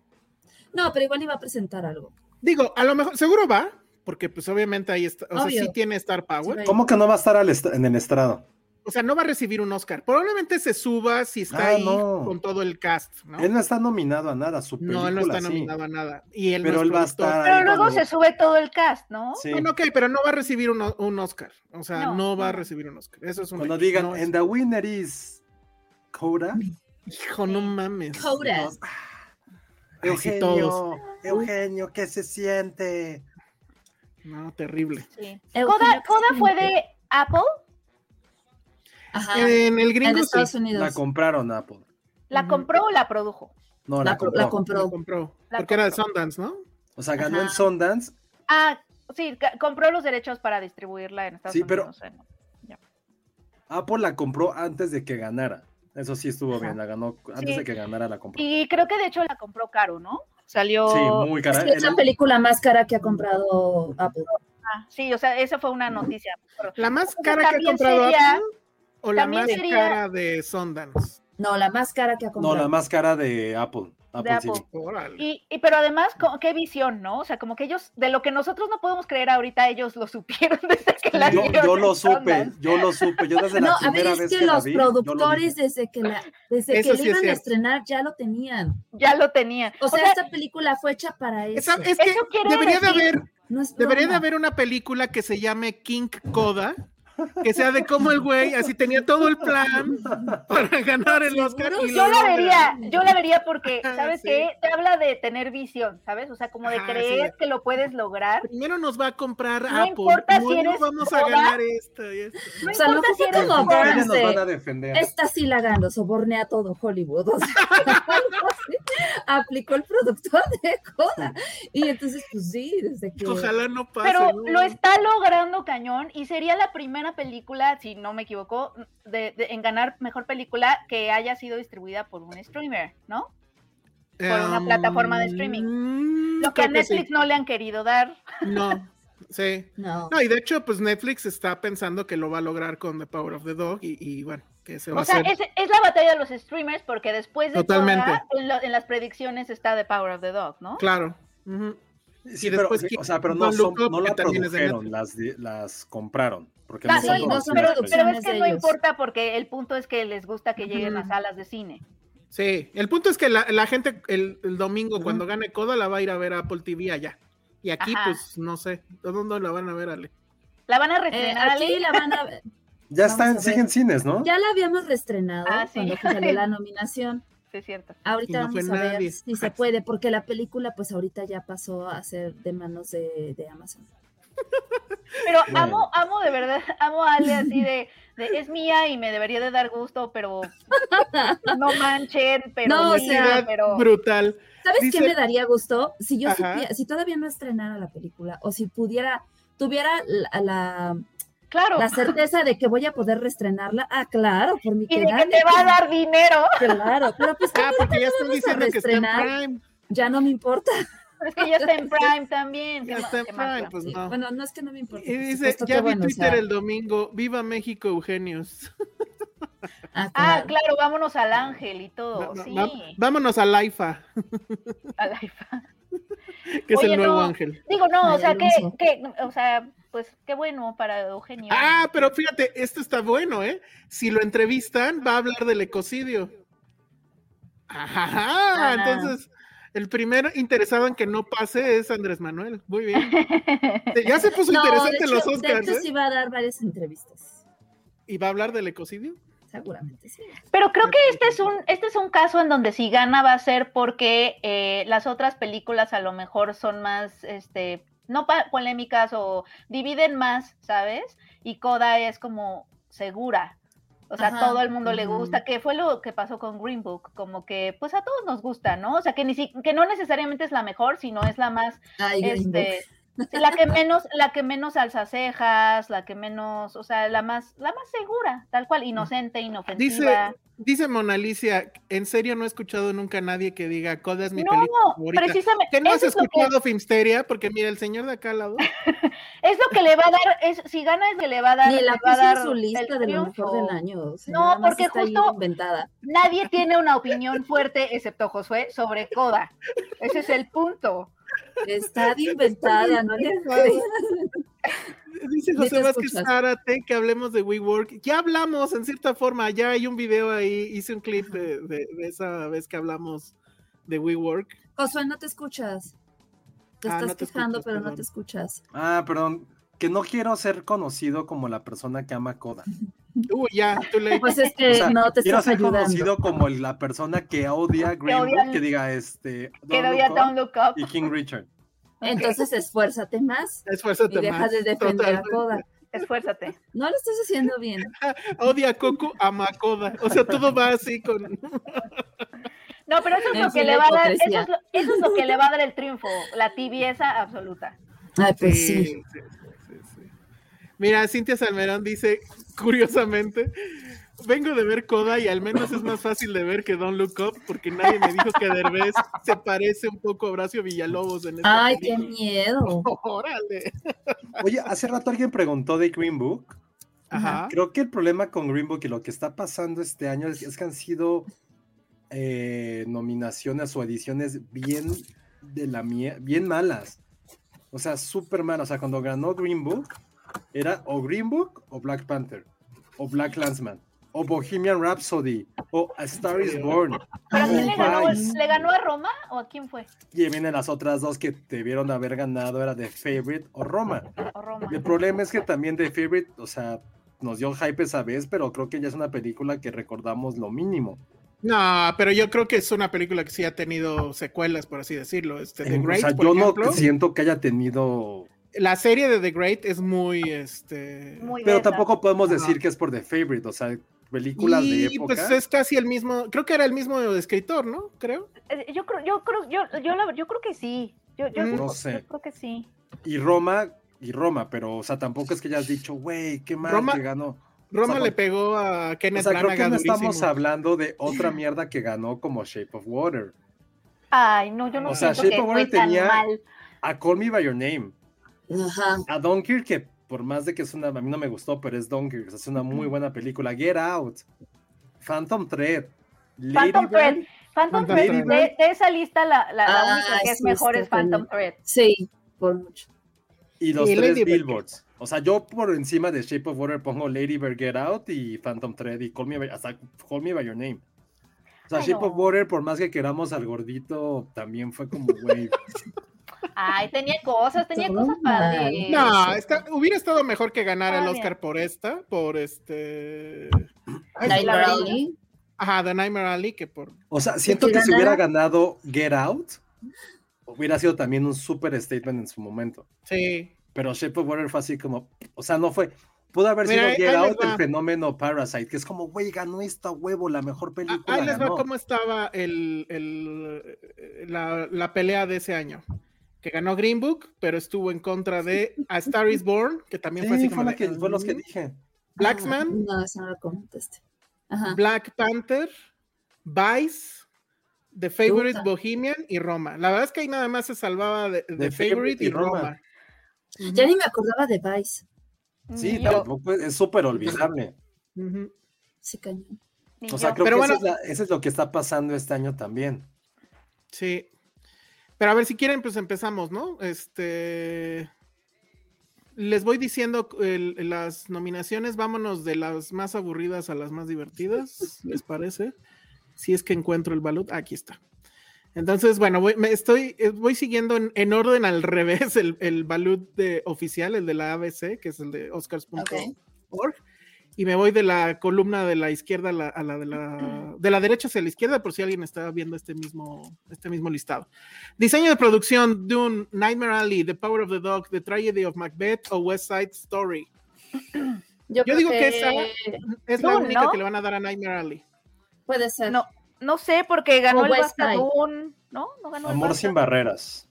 Speaker 7: No, pero igual iba a presentar algo.
Speaker 6: Digo, a lo mejor, seguro va, porque pues obviamente ahí está, o
Speaker 7: Obvio.
Speaker 6: sea, sí tiene Star Power.
Speaker 7: Sí,
Speaker 5: ¿Cómo que no va a estar al est- en el estrado?
Speaker 6: O sea, no va a recibir un Oscar. Probablemente se suba si está
Speaker 5: Ah,
Speaker 6: ahí
Speaker 5: no.
Speaker 6: con todo el cast, ¿no?
Speaker 5: Él no está nominado a nada, su película,
Speaker 6: no, él no está
Speaker 5: sí.
Speaker 6: nominado a nada. Y él no
Speaker 5: Pero
Speaker 6: es
Speaker 5: él va a
Speaker 6: productor.
Speaker 5: estar-
Speaker 8: Pero luego se sube todo el cast, ¿no?
Speaker 5: Sí.
Speaker 6: Bueno, ok, pero no va a recibir un, o- un Oscar. O sea, no,
Speaker 8: No,
Speaker 6: va a
Speaker 8: no.
Speaker 6: recibir un Oscar. Eso es un.
Speaker 5: Cuando
Speaker 6: hecho,
Speaker 5: digan,
Speaker 6: no es-
Speaker 5: and the winner is Koda,
Speaker 6: Hijo, no mames.
Speaker 7: Coda.
Speaker 6: Ay, sí, todos.
Speaker 5: "Ah, Eugenio, Eugenio, ¿qué se siente?
Speaker 6: No, terrible.
Speaker 8: Sí.
Speaker 7: Eugenio
Speaker 8: Coda, Coda fue
Speaker 7: Castañeda.
Speaker 8: de Apple,
Speaker 7: Ajá.
Speaker 6: En el
Speaker 7: en
Speaker 6: Eh, gringo sí,
Speaker 7: Estados Unidos.
Speaker 5: La compraron Apple.
Speaker 8: la
Speaker 6: Ujú.
Speaker 8: compró o la produjo.
Speaker 5: No, la,
Speaker 7: La co-
Speaker 5: compró.
Speaker 7: la
Speaker 6: lo
Speaker 7: compró.
Speaker 6: compró.
Speaker 8: La
Speaker 6: porque era de
Speaker 8: compró.
Speaker 6: Sundance, ¿no?
Speaker 5: O sea, ganó en
Speaker 7: Ajá.
Speaker 5: Sundance.
Speaker 8: Ah, sí, ca- compró los derechos para distribuirla en Estados
Speaker 5: Sí, pero-
Speaker 8: Unidos. en-
Speaker 5: Apple la compró antes de que ganara. Eso sí estuvo bien, la ganó antes
Speaker 8: Sí.
Speaker 5: de que ganara la compró.
Speaker 8: Y creo que de hecho la compró caro, ¿no? Salió.
Speaker 5: Sí, muy
Speaker 7: Es
Speaker 5: cara. ¿eh?
Speaker 7: que es la
Speaker 5: El-
Speaker 7: película más cara que ha comprado Apple.
Speaker 8: ah, sí, o sea, esa fue una noticia. me acuerdo.
Speaker 6: La más
Speaker 8: Entonces,
Speaker 6: cara que ha
Speaker 8: también
Speaker 6: comprado
Speaker 8: sería-
Speaker 6: Apple o la
Speaker 8: también
Speaker 6: más
Speaker 8: sería-
Speaker 6: cara de Sundance.
Speaker 7: No, la más cara que ha
Speaker 5: No,
Speaker 7: comprado.
Speaker 5: la más cara de Apple. Apple,
Speaker 8: Apple.
Speaker 5: TV.
Speaker 6: Órale.
Speaker 8: Y, y- pero además, co- qué visión, ¿no? O sea, como que ellos, de lo que nosotros no podemos creer ahorita, ellos lo supieron desde que la
Speaker 5: Yo,
Speaker 8: vieron
Speaker 5: yo
Speaker 8: en
Speaker 5: lo supe,
Speaker 8: Sundance.
Speaker 5: yo lo supe. Yo desde
Speaker 7: No,
Speaker 5: la
Speaker 7: a ver,
Speaker 5: primera
Speaker 7: es
Speaker 5: vez
Speaker 7: que,
Speaker 5: que la
Speaker 7: los
Speaker 5: vi, yo lo
Speaker 7: productores
Speaker 5: dije.
Speaker 7: desde que la, desde
Speaker 6: Eso
Speaker 7: que
Speaker 6: sí es
Speaker 7: la iban a
Speaker 6: cierto.
Speaker 7: estrenar ya lo tenían.
Speaker 8: Ya lo tenía.
Speaker 7: O sea, esta película fue hecha para eso.
Speaker 6: Esa- es que
Speaker 8: Eso quiere
Speaker 6: debería de
Speaker 8: decir-
Speaker 6: haber
Speaker 7: No es
Speaker 6: Debería de
Speaker 7: broma.
Speaker 6: haber una película que se llame King Coda que sea de cómo el güey así tenía todo el plan para ganar el Oscar. y
Speaker 8: Yo
Speaker 6: lo
Speaker 8: la
Speaker 6: logra.
Speaker 8: vería, yo la vería porque, ¿sabes
Speaker 6: Sí.
Speaker 8: qué? Te habla de tener visión, ¿sabes? O sea, como de
Speaker 6: Ajá, sí,
Speaker 8: creer
Speaker 6: de-
Speaker 8: que lo puedes lograr.
Speaker 6: Primero nos va a comprar
Speaker 8: No
Speaker 6: Apple.
Speaker 8: importa
Speaker 6: como
Speaker 8: si
Speaker 6: no
Speaker 8: eres
Speaker 6: vamos a
Speaker 8: gorda.
Speaker 6: ganar esto y esto.
Speaker 8: No
Speaker 7: O sea, no
Speaker 8: importa si
Speaker 7: fue
Speaker 8: eres
Speaker 7: como
Speaker 8: gorda.
Speaker 7: Burns.
Speaker 9: Ustedes nos van a
Speaker 7: sí.
Speaker 9: defender.
Speaker 7: Está silagando, sobornea todo Hollywood. o sea, algo así. aplicó el productor de Coda. Y entonces, pues sí, desde que.
Speaker 6: Ojalá no pase.
Speaker 8: Pero
Speaker 6: ¿no?
Speaker 8: lo está logrando cañón y sería la primera película, si no me equivoco, de, de- en ganar mejor película que haya sido distribuida por un streamer, ¿no? por una
Speaker 6: Em,
Speaker 8: plataforma de streaming.
Speaker 6: mm,
Speaker 8: Lo que a
Speaker 6: creo que sí.
Speaker 8: Netflix no le han querido dar.
Speaker 6: No, sí.
Speaker 7: No.
Speaker 6: No, y de hecho, pues Netflix está pensando que lo va a lograr con The Power of the Dog y, y bueno, que se va
Speaker 8: O sea,
Speaker 6: a hacer.
Speaker 8: es, es la batalla de los streamers porque después de
Speaker 6: Totalmente.
Speaker 8: toda, en, lo- en las predicciones está The Power of the Dog, ¿no?
Speaker 6: Claro. ujú.
Speaker 9: Sí,
Speaker 6: y
Speaker 9: pero,
Speaker 6: después
Speaker 9: o sea, pero
Speaker 6: Don't
Speaker 9: no, son,
Speaker 6: Look Up,
Speaker 9: no la
Speaker 6: que también es de
Speaker 9: produjeron, las,
Speaker 6: Netflix.
Speaker 9: di- las compraron. Porque
Speaker 8: Ah,
Speaker 7: Sí,
Speaker 8: no,
Speaker 7: no
Speaker 8: no,
Speaker 7: son
Speaker 8: pero,
Speaker 9: producidas por
Speaker 8: pero es
Speaker 7: producciones
Speaker 8: que
Speaker 7: de
Speaker 8: no
Speaker 7: ellos.
Speaker 8: importa porque el punto es que les gusta que lleguen a
Speaker 6: Ujú.
Speaker 8: salas de cine.
Speaker 6: Sí, el punto es que la, la gente el, el domingo
Speaker 9: Ujú.
Speaker 6: cuando gane Coda la va a ir a ver a Apple TV allá. Y aquí,
Speaker 8: Ajá.
Speaker 6: pues no sé, ¿a ¿dónde la van a ver, Ale?
Speaker 8: La van a
Speaker 7: Eh,
Speaker 8: reestrenar
Speaker 7: aquí
Speaker 8: Ale?
Speaker 7: la van a ver.
Speaker 9: Ya está
Speaker 7: Vamos
Speaker 9: en,
Speaker 7: a
Speaker 9: sigue
Speaker 7: ver.
Speaker 9: en cines, ¿no?
Speaker 7: Ya la habíamos reestrenado
Speaker 8: Ah, sí.
Speaker 7: cuando salió la nominación.
Speaker 8: Sí, es cierto.
Speaker 7: Ahorita
Speaker 6: Y no fue
Speaker 7: vamos a ver
Speaker 6: nadie.
Speaker 7: si se puede, porque la película, pues ahorita ya pasó a ser de manos de, de Amazon.
Speaker 8: Pero
Speaker 9: Bueno.
Speaker 8: amo, amo de verdad, amo a Ale así de, de, es mía y me debería de dar gusto, pero no manchen, pero
Speaker 7: No, o
Speaker 8: mía,
Speaker 7: sea,
Speaker 8: pero
Speaker 6: Brutal.
Speaker 7: ¿Sabes
Speaker 6: Dice-
Speaker 7: qué me daría gusto? Si yo
Speaker 6: Ajá.
Speaker 7: supiera- si todavía no estrenara la película o si pudiera, tuviera la, la-
Speaker 8: claro.
Speaker 7: la certeza de que voy a poder reestrenarla. Ah, claro, por mi
Speaker 8: Y de que
Speaker 7: dale,
Speaker 8: te va a dar dinero.
Speaker 7: Claro, pero pues
Speaker 6: Ah, porque ya están
Speaker 7: vamos
Speaker 6: diciendo
Speaker 7: a
Speaker 6: que está en
Speaker 7: reestrenar.
Speaker 6: Prime.
Speaker 7: ya no me importa.
Speaker 8: Pero es que ya está en Prime también.
Speaker 6: Ya
Speaker 8: ¿qué
Speaker 6: está
Speaker 8: más-
Speaker 6: en
Speaker 8: qué más
Speaker 6: Prime,
Speaker 8: da?
Speaker 6: pues
Speaker 7: Sí,
Speaker 6: no.
Speaker 7: Bueno, no es que no me importa.
Speaker 6: Y
Speaker 7: por
Speaker 6: dice,
Speaker 7: supuesto, qué
Speaker 6: ya vi
Speaker 7: bueno, o sea,
Speaker 6: Twitter el domingo, viva México, Eugenius.
Speaker 7: ah,
Speaker 8: Ah,
Speaker 7: claro.
Speaker 8: claro, vámonos al ángel y todo.
Speaker 6: Va-
Speaker 8: sí.
Speaker 6: va- vámonos al AIFA,
Speaker 8: a la IFA.
Speaker 6: que es
Speaker 8: Oye,
Speaker 6: el nuevo
Speaker 8: no.
Speaker 6: ángel.
Speaker 8: Digo, no, o
Speaker 7: Ay,
Speaker 8: sea, que,
Speaker 7: Alonso.
Speaker 8: que, o sea, pues qué bueno para Eugenio.
Speaker 6: Ah, pero fíjate, esto está bueno, ¿eh? Si lo entrevistan, va a hablar del ecocidio. Ajá,
Speaker 7: Ah.
Speaker 6: entonces el primer interesado en que no pase es Andrés Manuel. Muy bien. Ya se puso
Speaker 7: No,
Speaker 6: interesante
Speaker 7: de hecho,
Speaker 6: los
Speaker 7: de
Speaker 6: Oscars,
Speaker 7: hecho
Speaker 6: ¿eh?
Speaker 7: sí va a dar varias entrevistas.
Speaker 6: ¿Y va a hablar del ecocidio?
Speaker 7: Seguramente sí.
Speaker 8: Pero creo que este es un, este es un caso en donde si gana va a ser porque eh, las otras películas a lo mejor son más, este, no pa- polémicas o dividen más, ¿sabes? Y Coda es como segura. O sea,
Speaker 7: Ajá.
Speaker 8: todo el mundo le gusta,
Speaker 7: Ujú.
Speaker 8: que fue lo que pasó con Green Book, como que pues a todos nos gusta, ¿no? O sea, que ni si- que no necesariamente es la mejor, sino es la más
Speaker 7: Ay, Green Book.
Speaker 8: este, la que menos, la que menos alzacejas, la que menos, o sea, la más, la más segura, tal cual, inocente,
Speaker 6: Mm. Dice,
Speaker 8: inofensiva.
Speaker 6: dice Mona Alicia, en serio no he escuchado nunca a nadie que diga, Coda es mi película
Speaker 8: no,
Speaker 6: favorita.
Speaker 8: precisamente,
Speaker 6: Que no has
Speaker 8: eso es lo que,
Speaker 6: escuchado Filmsteria, porque mira, el señor de acá al lado.
Speaker 8: es lo que le va a dar, es, si gana es que le va a dar,
Speaker 7: Ni la
Speaker 8: le va a
Speaker 7: puso en
Speaker 8: dar
Speaker 7: su lista
Speaker 8: el
Speaker 7: de lo mejor
Speaker 8: triunfo.
Speaker 7: del año. o sea,
Speaker 8: No,
Speaker 7: nada más
Speaker 8: porque
Speaker 7: está ahí
Speaker 8: justo-
Speaker 7: inventada.
Speaker 8: Nadie tiene una opinión fuerte, excepto Josué, sobre Coda. Ese es el punto.
Speaker 7: Está de inventada, no le
Speaker 6: inventada.
Speaker 7: creas.
Speaker 6: Dice
Speaker 7: Ni
Speaker 6: José
Speaker 7: te
Speaker 6: Vázquez
Speaker 7: escuchas.
Speaker 6: Zárate que hablemos de WeWork. Ya hablamos, en cierta forma, ya hay un video ahí, hice un clip de, de- de esa vez que hablamos de WeWork.
Speaker 7: Josué, no te escuchas. Te
Speaker 6: Ah,
Speaker 7: estás
Speaker 6: no te
Speaker 7: quejando,
Speaker 6: escuchas,
Speaker 7: pero no
Speaker 6: perdón.
Speaker 7: te escuchas.
Speaker 9: Ah, perdón. Que no quiero ser conocido como la persona que ama Coda.
Speaker 6: Uy, ya, tú le
Speaker 7: Pues es que
Speaker 9: O sea,
Speaker 7: no te
Speaker 9: quiero
Speaker 7: estás
Speaker 9: ser
Speaker 7: ayudando.
Speaker 9: conocido como el- la persona que odia Green Book,
Speaker 8: odian-
Speaker 9: que diga este
Speaker 8: Que
Speaker 9: Don't
Speaker 8: no había
Speaker 9: Look Up
Speaker 8: Down Look Up.
Speaker 9: y King Richard.
Speaker 7: Entonces esfuérzate más y
Speaker 6: esfuérzate
Speaker 7: deja
Speaker 6: más.
Speaker 7: de defender a
Speaker 6: Totalmente.
Speaker 7: Coda.
Speaker 8: Esfuérzate.
Speaker 7: No lo estás haciendo bien.
Speaker 6: Odia a Coco, ama a Coda. O sea, todo va así con.
Speaker 8: No, pero eso es
Speaker 7: En
Speaker 8: lo que
Speaker 7: fin,
Speaker 8: le
Speaker 7: la
Speaker 8: va a dar, eso
Speaker 7: hipocresía.
Speaker 8: es lo- eso es lo que le va a dar el triunfo, la tibieza absoluta.
Speaker 7: Ay, pues
Speaker 6: Sí,
Speaker 7: sí.
Speaker 6: sí, sí, sí. Mira, Cintia Salmerón dice, curiosamente, vengo de ver Coda y al menos es más fácil de ver que Don Look Up porque nadie me dijo que Derbez se parece un poco a Horacio Villalobos en esta
Speaker 7: Ay, qué
Speaker 6: película".
Speaker 7: miedo.
Speaker 6: ¡Órale!
Speaker 9: Oye, hace rato alguien preguntó de Green Book.
Speaker 6: Ajá.
Speaker 9: Creo que el problema con Green Book y lo que está pasando este año es, es que han sido eh, nominaciones o ediciones bien de la mie- bien malas. O sea, súper malas. O sea, cuando ganó Green Book, era o Green Book o Black Panther, o Black Landsman, o Bohemian Rhapsody, o A Star is Born.
Speaker 8: ¿Pero a
Speaker 7: Ay,
Speaker 8: quién le ganó?
Speaker 9: Vice.
Speaker 8: ¿Le ganó a Roma o a quién fue?
Speaker 9: Y ahí vienen las otras dos que debieron de haber ganado, era The Favorite o Roma.
Speaker 8: O Roma.
Speaker 9: El problema es que también The Favorite, o sea,
Speaker 5: nos dio hype esa vez, pero creo que ya es una película que recordamos lo mínimo.
Speaker 6: No, pero yo creo que es una película que sí ha tenido secuelas, por así decirlo. Este, The
Speaker 5: En-
Speaker 6: Great,
Speaker 5: Eh, o sea,
Speaker 6: por
Speaker 5: yo
Speaker 6: ejemplo.
Speaker 5: no siento que haya tenido.
Speaker 6: La serie de The Great es muy, este...
Speaker 8: Muy
Speaker 5: Pero
Speaker 8: beta.
Speaker 5: tampoco podemos decir que es por The Favorite, o sea, películas de
Speaker 6: Y
Speaker 5: época.
Speaker 6: pues es casi el mismo, creo que era el mismo escritor, ¿no? Creo.
Speaker 8: Eh, Yo creo, yo creo, yo, yo, la- yo creo que sí. Yo, yo,
Speaker 6: Mm.
Speaker 5: No
Speaker 8: yo
Speaker 5: sé.
Speaker 8: creo que sí.
Speaker 5: Y Roma, y Roma, pero, o sea, tampoco es que hayas dicho, güey, qué mal
Speaker 6: Roma-
Speaker 5: que ganó.
Speaker 6: Roma
Speaker 5: O sea,
Speaker 6: le pegó a
Speaker 5: O
Speaker 6: Kenneth
Speaker 5: sea, creo que
Speaker 6: Branagh
Speaker 5: no estamos
Speaker 6: durísimo.
Speaker 5: hablando de otra mierda que ganó como Shape of Water.
Speaker 8: Ay, no, yo no
Speaker 6: O sea,
Speaker 8: siento
Speaker 5: Shape
Speaker 8: que
Speaker 5: of
Speaker 8: fue
Speaker 5: Water
Speaker 8: tan
Speaker 5: tenía-
Speaker 8: mal.
Speaker 5: A Call Me By Your Name.
Speaker 7: Ajá.
Speaker 5: A Dunkirk, que por más de que es una, a mí no me gustó, pero es Dunkirk, o sea, es una muy buena película. Get Out, Phantom Thread, Lady
Speaker 8: Phantom Thread.
Speaker 5: Bird,
Speaker 8: Phantom
Speaker 6: Phantom
Speaker 8: Thread,
Speaker 5: Thread.
Speaker 8: de, de esa lista la, la, la
Speaker 7: Ah,
Speaker 8: única que es
Speaker 7: sí,
Speaker 8: mejor
Speaker 7: está
Speaker 8: es Phantom
Speaker 7: cañón.
Speaker 8: Thread.
Speaker 7: Sí, por mucho.
Speaker 5: y los
Speaker 6: Y
Speaker 5: tres
Speaker 6: Lady Bird.
Speaker 5: Billboards. O sea, yo por encima de Shape of Water pongo Lady Bird, Get Out y Phantom Thread y Call Me By, hasta Call Me By Your Name. O sea,
Speaker 8: Ay,
Speaker 5: Shape of
Speaker 8: no.
Speaker 5: Water, por más que queramos al gordito, también fue como, güey,
Speaker 8: Ay, tenía cosas, tenía
Speaker 7: Todo
Speaker 8: cosas
Speaker 7: mal.
Speaker 8: padres.
Speaker 6: No,
Speaker 7: Eso.
Speaker 6: está- hubiera estado mejor que ganara el
Speaker 8: Está
Speaker 6: Oscar por esta, por este... Ay,
Speaker 8: La
Speaker 6: ¿cómo se llama?
Speaker 8: Alley.
Speaker 7: Sí.
Speaker 6: Ajá, The Nightmare Alley, que por...
Speaker 5: O sea, siento
Speaker 7: que
Speaker 5: que si
Speaker 7: ganara-
Speaker 5: hubiera ganado Get Out, hubiera sido también un super statement en su momento.
Speaker 6: Sí.
Speaker 5: Pero Shape of Water fue así como, o sea, no fue. Pudo haber sido
Speaker 6: Mira, ahí-
Speaker 5: Get
Speaker 6: ahí les
Speaker 5: Out el
Speaker 6: va.
Speaker 5: fenómeno Parasite, que es como, güey, ganó esta huevo, la mejor
Speaker 6: Ah,
Speaker 5: película.
Speaker 6: Ahí les va
Speaker 5: ganó".
Speaker 6: cómo estaba el, el- eh, la, la pelea de ese año. Que ganó Green Book, pero estuvo en contra de A Star is Born, que también
Speaker 5: Sí,
Speaker 6: fue así
Speaker 5: fue,
Speaker 6: como
Speaker 5: la
Speaker 6: de,
Speaker 5: que, fue los que
Speaker 6: "Mm".
Speaker 5: dije.
Speaker 6: Blacksman,
Speaker 7: Ah, no, eso no lo comentaste. Ajá.
Speaker 6: Black Panther, Vice, The Favorite,
Speaker 7: Puta.
Speaker 6: Bohemian y Roma. La verdad es que ahí nada más se salvaba de,
Speaker 5: The
Speaker 6: de Favorite y Roma. Ujú,
Speaker 7: Ya ni me acordaba de Vice.
Speaker 6: Mm.
Speaker 5: Sí,
Speaker 8: Ni yo,
Speaker 5: tampoco es es súper olvidable.
Speaker 6: ujú.
Speaker 7: Sí, cañón.
Speaker 8: ni
Speaker 5: O sea,
Speaker 8: yo.
Speaker 5: creo
Speaker 6: Pero
Speaker 5: que
Speaker 6: bueno.
Speaker 5: eso, es la- eso es lo que está pasando este año también.
Speaker 6: Sí. Pero a ver, si quieren, pues empezamos, ¿no? Este. Les voy diciendo el- las nominaciones. Vámonos de las más aburridas a las más divertidas, ¿les parece? Si es que encuentro el balot. aquí está. Entonces, bueno, voy, me estoy, eh, voy siguiendo en, en orden al revés el, el balut de, oficial, el de la ABC, que es el de oscars.org. Y me voy de la columna de la izquierda a la, a la de la de la derecha hacia la izquierda, por si alguien está viendo este mismo, este mismo listado. Diseño de producción, Dune, Nightmare Alley, The Power of the Dog, The Tragedy of Macbeth o West Side Story.
Speaker 7: Yo,
Speaker 6: Yo
Speaker 7: creo
Speaker 6: digo que
Speaker 7: que
Speaker 6: esa- Es la
Speaker 8: Dune,
Speaker 6: única
Speaker 8: ¿no?
Speaker 6: que le van a dar a Nightmare Alley.
Speaker 7: puede ser.
Speaker 8: No, no sé, porque ganó
Speaker 7: O
Speaker 8: el
Speaker 7: West Side.
Speaker 8: Bastadún, ¿no? No ganó el
Speaker 5: Amor sin
Speaker 8: Bastadún.
Speaker 5: barreras.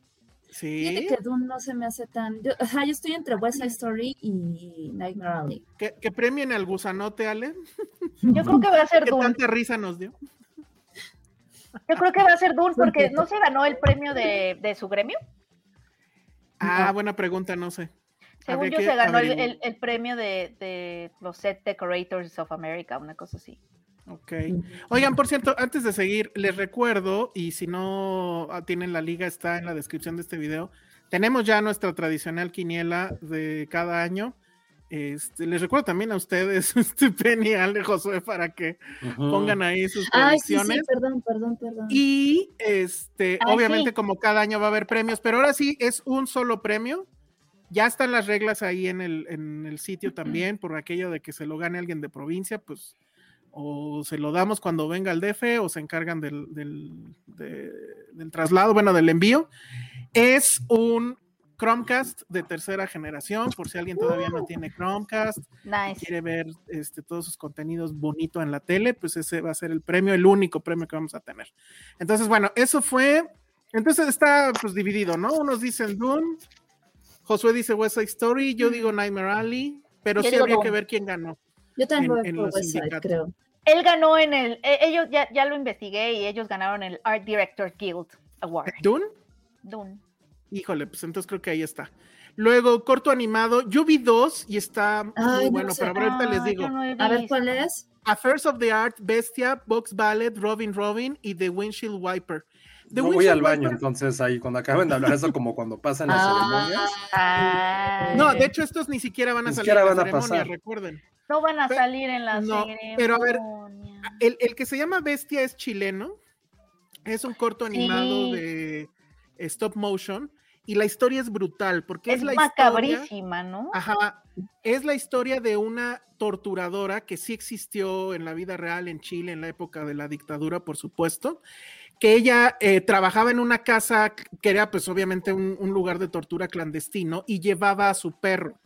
Speaker 6: Sí,
Speaker 7: Fíjate que Dune no se me hace tan. Yo, ajá, yo estoy entre West Side Story y Nightmare Alley.
Speaker 6: que, que premien al gusanote, Ale,
Speaker 8: Yo creo que va a ser
Speaker 6: que
Speaker 8: Dune.
Speaker 6: tanta risa nos dio.
Speaker 8: Yo creo que va a ser Dune porque no se ganó el premio de, de su gremio.
Speaker 6: Ah,
Speaker 7: No.
Speaker 6: buena pregunta, no sé.
Speaker 8: Según
Speaker 6: Habría
Speaker 8: yo,
Speaker 6: que
Speaker 8: se ganó el,
Speaker 6: averiguar.
Speaker 8: el- el premio de, de los Set Decorators of America, una cosa así.
Speaker 6: Ok. Oigan, por cierto, antes de seguir, les recuerdo, y si no ah, tienen la liga, está en la descripción de este video. Tenemos ya nuestra tradicional quiniela de cada año. Este, les recuerdo también a ustedes, este Penny, Ale, Josué, para que
Speaker 5: Ujú.
Speaker 6: pongan ahí sus
Speaker 7: Ay, sí,
Speaker 6: predicciones.
Speaker 7: sí, perdón, perdón, perdón.
Speaker 6: Y este,
Speaker 8: Ay,
Speaker 6: obviamente,
Speaker 8: sí.
Speaker 6: como cada año va a haber premios, pero ahora sí es un solo premio. Ya están las reglas ahí en el, en el sitio también, por aquello de que se lo gane alguien de provincia, pues o se lo damos cuando venga el DF o se encargan del, del- de- del traslado, bueno, del envío. Es un Chromecast de tercera generación, por si alguien todavía
Speaker 8: Uh.
Speaker 6: no tiene Chromecast y
Speaker 8: Nice.
Speaker 6: quiere ver este, todos sus contenidos bonito en la tele, pues ese va a ser el premio, el único premio que vamos a tener. Entonces, bueno, eso fue. Entonces está pues dividido, ¿no? Unos dicen Doom, Josué dice West Side Story, yo digo Nightmare Alley, pero
Speaker 7: Yo
Speaker 6: sí
Speaker 7: digo
Speaker 6: habría
Speaker 7: Doom.
Speaker 6: que ver quién ganó.
Speaker 7: yo también
Speaker 6: en-
Speaker 7: voy
Speaker 6: en
Speaker 7: por
Speaker 6: los
Speaker 7: West Side,
Speaker 6: sindicatos.
Speaker 7: creo.
Speaker 8: Él ganó en el. eh, ellos ya, ya lo investigué y ellos ganaron el Art Director Guild Award.
Speaker 6: Dune,
Speaker 8: Dune.
Speaker 6: híjole, pues entonces creo que ahí está. Luego, corto animado, yo vi dos y está
Speaker 7: Ay,
Speaker 6: muy
Speaker 7: no
Speaker 6: bueno,
Speaker 7: sé.
Speaker 6: pero ahorita les
Speaker 8: Ah, yo
Speaker 6: digo.
Speaker 8: no he
Speaker 7: A ver
Speaker 8: visto.
Speaker 7: cuál es.
Speaker 6: Affairs of the Art, Bestia, Box Ballet, Robin Robin y The Windshield Wiper. The
Speaker 5: Yo voy al
Speaker 6: Windshield
Speaker 5: baño,
Speaker 6: Wiper-
Speaker 5: entonces ahí cuando acaben de hablar eso, como cuando pasan las
Speaker 8: Ah,
Speaker 5: ceremonias.
Speaker 8: Ay,
Speaker 6: No, de hecho estos ni siquiera van a
Speaker 5: Ni
Speaker 6: salir en
Speaker 5: siquiera
Speaker 6: la
Speaker 5: van a
Speaker 6: ceremonia,
Speaker 5: pasar.
Speaker 6: recuerden.
Speaker 8: no van a
Speaker 6: pe-
Speaker 8: salir en la
Speaker 6: no,
Speaker 8: ceremonia.
Speaker 6: pero a ver, El, el que se llama Bestia es chileno, es un corto animado
Speaker 8: Sí.
Speaker 6: de stop motion y la historia es brutal, porque es,
Speaker 8: Es
Speaker 6: la historia...
Speaker 8: macabrísima, ¿no?
Speaker 6: Ajá, es la historia de una torturadora que sí existió en la vida real en Chile en la época de la dictadura, por supuesto, que ella eh, trabajaba en una casa que era pues obviamente un, un lugar de tortura clandestino y llevaba a su perro.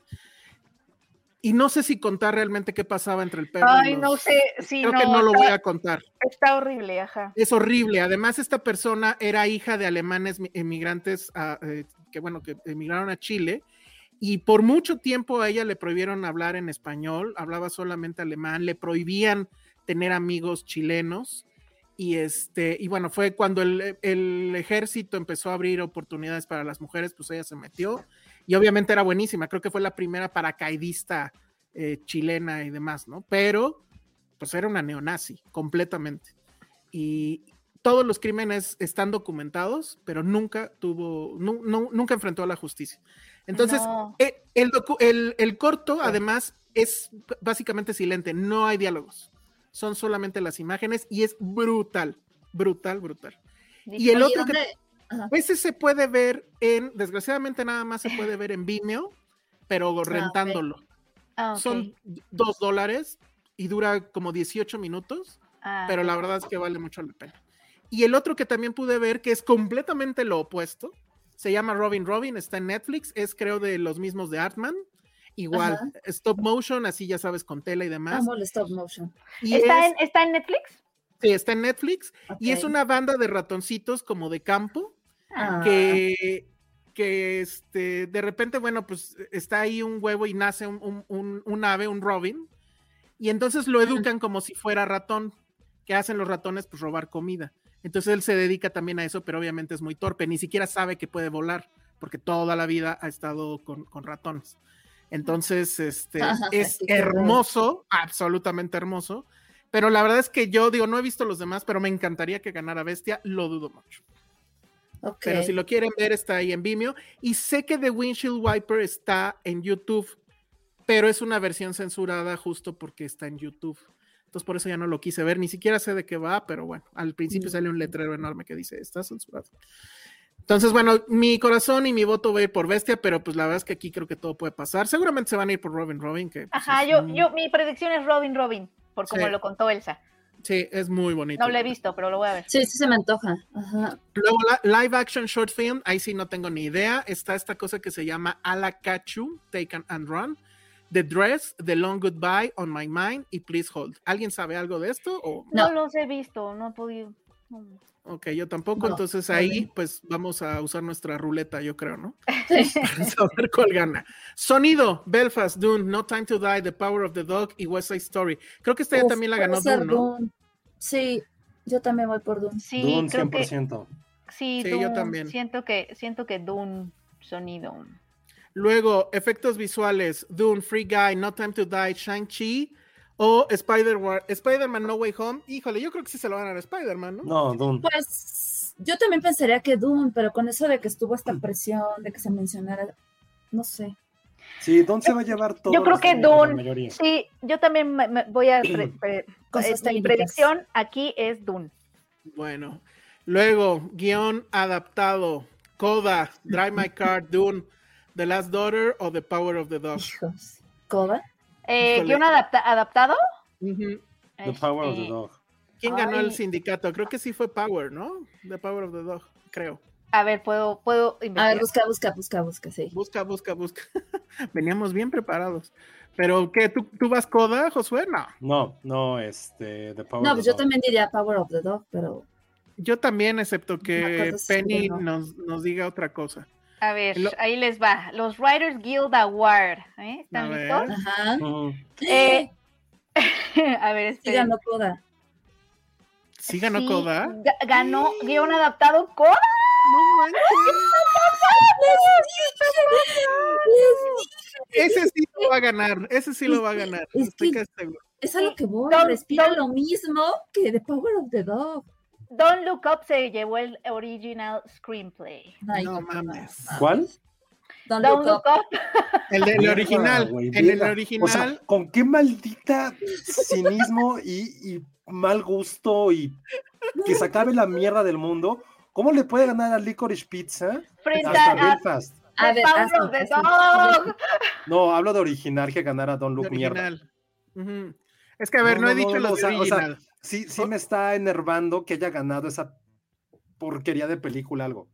Speaker 6: Y no sé si contar realmente qué pasaba entre el perro. y
Speaker 8: Ay,
Speaker 6: los-
Speaker 8: no sé, sí,
Speaker 6: Creo
Speaker 8: no,
Speaker 6: que no lo
Speaker 8: está,
Speaker 6: voy a contar.
Speaker 8: está horrible, ajá.
Speaker 6: Es horrible. Además, esta persona era hija de alemanes mi- emigrantes a, eh, que, bueno, que emigraron a Chile y por mucho tiempo a ella le prohibieron hablar en español, hablaba solamente alemán, le prohibían tener amigos chilenos y este y bueno, fue cuando el, el ejército empezó a abrir oportunidades para las mujeres, pues ella se metió y obviamente era buenísima, creo que fue la primera paracaidista eh, chilena y demás, ¿no? Pero pues era una neonazi completamente y todos los crímenes están documentados, pero nunca tuvo, nu- nu- nunca enfrentó a la justicia. Entonces,
Speaker 8: No.
Speaker 6: eh, el, docu- el- el corto, además, es b- básicamente silente, no hay diálogos, son solamente las imágenes y es brutal, brutal, brutal. Y el
Speaker 7: Oye,
Speaker 6: otro que-
Speaker 7: ¿dónde-
Speaker 6: Ese se puede ver en, desgraciadamente nada más se puede ver en Vimeo, pero rentándolo.
Speaker 8: Ah, ok.
Speaker 6: Son dos dólares y dura como 18 minutos
Speaker 8: Ah,
Speaker 6: pero la verdad es que vale mucho la pena. Y el otro que también pude ver, que es completamente lo opuesto, se llama Robin Robin, está en Netflix, es creo de los mismos de Artman, igual,
Speaker 7: Ajá.
Speaker 6: stop motion, así ya sabes, con tela y demás.
Speaker 7: Amo el stop motion.
Speaker 6: Y
Speaker 8: Ah,
Speaker 6: es-
Speaker 8: ¿Está, en, ¿Está en Netflix?
Speaker 6: sí, está en Netflix y es
Speaker 7: Ok.
Speaker 6: una banda de ratoncitos como de campo,
Speaker 7: Ah,
Speaker 6: que, que este, de repente, bueno, pues está ahí un huevo y nace un, un- un- un ave, un robin, y entonces lo educan como si fuera ratón, que hacen los ratones, pues robar comida. Entonces él se dedica también a eso, pero obviamente es muy torpe, ni siquiera sabe que puede volar, porque toda la vida ha estado con, con ratones. Entonces, este, es
Speaker 7: Qué horror.
Speaker 6: hermoso, absolutamente hermoso. Pero la verdad es que yo digo, no he visto los demás, pero me encantaría que ganara Bestia, lo dudo mucho.
Speaker 7: ok.
Speaker 6: Pero si lo quieren ver, está ahí en Vimeo. Y sé que The Windshield Wiper está en YouTube, pero es una versión censurada justo porque está en YouTube. Entonces por eso ya no lo quise ver, ni siquiera sé de qué va, pero bueno, al principio sale
Speaker 8: Mm.
Speaker 6: un letrero enorme que dice, está censurado. Entonces, bueno, mi corazón y mi voto va a ir por Bestia, pero pues la verdad es que aquí creo que todo puede pasar. Seguramente se van a ir por Robin Robin, que pues,
Speaker 8: Ajá,
Speaker 6: es
Speaker 8: yo,
Speaker 6: muy-
Speaker 8: yo, mi predicción es Robin Robin, por como
Speaker 6: Sí.
Speaker 8: lo contó Elsa.
Speaker 6: Sí, es muy bonito.
Speaker 8: No lo he visto, pero lo voy a ver.
Speaker 7: Sí, sí se me antoja. Ajá.
Speaker 6: Luego, la- live action short film, ahí sí no tengo ni idea. Está esta cosa que se llama Alakachu, Take and- and Run, The Dress, The Long Goodbye, On My Mind y Please Hold. ¿Alguien sabe algo de esto? O,
Speaker 8: No.
Speaker 7: No.
Speaker 8: los he visto, no he podido. no.
Speaker 6: ok, yo tampoco.
Speaker 7: No,
Speaker 6: Entonces
Speaker 7: no
Speaker 6: ahí, pues vamos a usar nuestra ruleta, yo creo, ¿no? Para saber cuál gana. Sonido, Belfast, Dune, No Time to Die, The Power of the Dog y West Side Story. Creo que esta ya
Speaker 7: Uf,
Speaker 6: también la
Speaker 7: puede
Speaker 6: ganó
Speaker 7: ser
Speaker 6: Dune, ¿no?
Speaker 7: Dune. Sí, yo también voy por Dune.
Speaker 8: Sí,
Speaker 9: Dune,
Speaker 8: creo
Speaker 9: 100%.
Speaker 8: que sí,
Speaker 6: Sí, yo
Speaker 8: Dune,
Speaker 6: también.
Speaker 8: Siento que siento que Dune sonido.
Speaker 6: Luego, efectos visuales, Dune, Free Guy, No Time to Die, Shang-Chi o Spider-War- Spider-Man No Way Home. Híjole, yo creo que sí se lo van a dar a Spider-Man, ¿no?
Speaker 9: No, Dune.
Speaker 7: Pues yo también pensaría que Dune, pero con eso de que estuvo
Speaker 6: Mm.
Speaker 7: esta presión, de que se mencionara, no sé.
Speaker 9: Sí, Dune se va a llevar todo.
Speaker 8: creo
Speaker 9: los
Speaker 8: que
Speaker 9: premios, la
Speaker 8: Dune.
Speaker 9: mayoría.
Speaker 8: Sí, yo también me- me voy a pre- pre-
Speaker 7: Cosas
Speaker 8: este, mi
Speaker 7: técnicas.
Speaker 8: predicción aquí es Dune.
Speaker 6: Bueno. Luego, guión adaptado, Coda, Drive My Car, Dune, The Last Daughter o The Power of the Dog.
Speaker 7: Hijos. ¿Coda?
Speaker 8: Eh,
Speaker 6: Híjole.
Speaker 8: guión adapta- adaptado.
Speaker 6: Ujú.
Speaker 9: The Power of the
Speaker 8: Este,
Speaker 9: Dog.
Speaker 6: ¿Quién ganó
Speaker 8: Ay.
Speaker 6: el sindicato? Creo que sí fue Power, ¿no? The Power of the Dog, creo.
Speaker 8: A ver, puedo
Speaker 7: A
Speaker 8: puedo
Speaker 7: ver,
Speaker 8: investigar.
Speaker 7: busca, busca, busca, busca, sí.
Speaker 6: Busca, busca, busca. Veníamos bien preparados. Pero, ¿qué? ¿Tú, tú vas Coda, Josué? No.
Speaker 9: No, no, este, The Power
Speaker 7: No,
Speaker 9: of
Speaker 7: pues
Speaker 9: the
Speaker 7: yo
Speaker 9: Dog.
Speaker 7: también diría Power of the Dog, pero
Speaker 6: Yo también, excepto que
Speaker 7: cosa es que
Speaker 6: Penny
Speaker 7: no.
Speaker 6: nos, nos diga otra cosa.
Speaker 8: A ver,
Speaker 6: Lo-
Speaker 8: ahí les va. Los Writers Guild Award. ¿eh?
Speaker 6: A
Speaker 8: ¿Están
Speaker 6: ver.
Speaker 8: listos?
Speaker 7: ajá.
Speaker 9: Ujú.
Speaker 5: Mm,
Speaker 8: Eh, a ver,
Speaker 7: Sí,
Speaker 8: esperen.
Speaker 7: ganó Coda.
Speaker 6: Sí ganó
Speaker 8: Sí,
Speaker 6: Coda.
Speaker 8: ga- Ganó guión adaptado Coda.
Speaker 6: No manches.
Speaker 7: Les dije,
Speaker 6: Ese sí lo va a ganar. Ese sí lo va a ganar.
Speaker 7: Es
Speaker 6: estoy
Speaker 7: que-
Speaker 6: casi seguro.
Speaker 7: Es a lo que voy,
Speaker 8: Dom-
Speaker 7: respira
Speaker 8: Dom-
Speaker 7: lo mismo que The Power of the Dog.
Speaker 8: Don't Look Up se llevó el original screenplay.
Speaker 7: Ay,
Speaker 6: No
Speaker 7: papá.
Speaker 6: mames.
Speaker 9: ¿Cuál?
Speaker 7: Don't look
Speaker 8: Don't Look
Speaker 7: up.
Speaker 8: Up.
Speaker 6: El del
Speaker 9: Mierda,
Speaker 6: original.
Speaker 9: güey,
Speaker 6: en el
Speaker 9: mierda. O sea,
Speaker 6: original.
Speaker 9: con qué maldita cinismo y, y mal gusto y que se acabe la mierda del mundo
Speaker 5: ¿Cómo le puede ganar a Licorice Pizza?
Speaker 8: Frente
Speaker 5: Hasta
Speaker 8: a-
Speaker 5: Belfast.
Speaker 7: A ver,
Speaker 8: Power
Speaker 7: hazlo,
Speaker 8: of the
Speaker 7: hazlo.
Speaker 8: Dog.
Speaker 5: No, hablo de original que ganara Don Luke Mierda.
Speaker 6: original. Ujú. Es que, a ver, no,
Speaker 5: No,
Speaker 6: he
Speaker 5: no,
Speaker 6: dicho
Speaker 5: no, no,
Speaker 6: los
Speaker 5: o sea,
Speaker 6: de
Speaker 5: o sea,
Speaker 6: original.
Speaker 5: Sí, sí me está enervando que haya ganado esa porquería de película algo.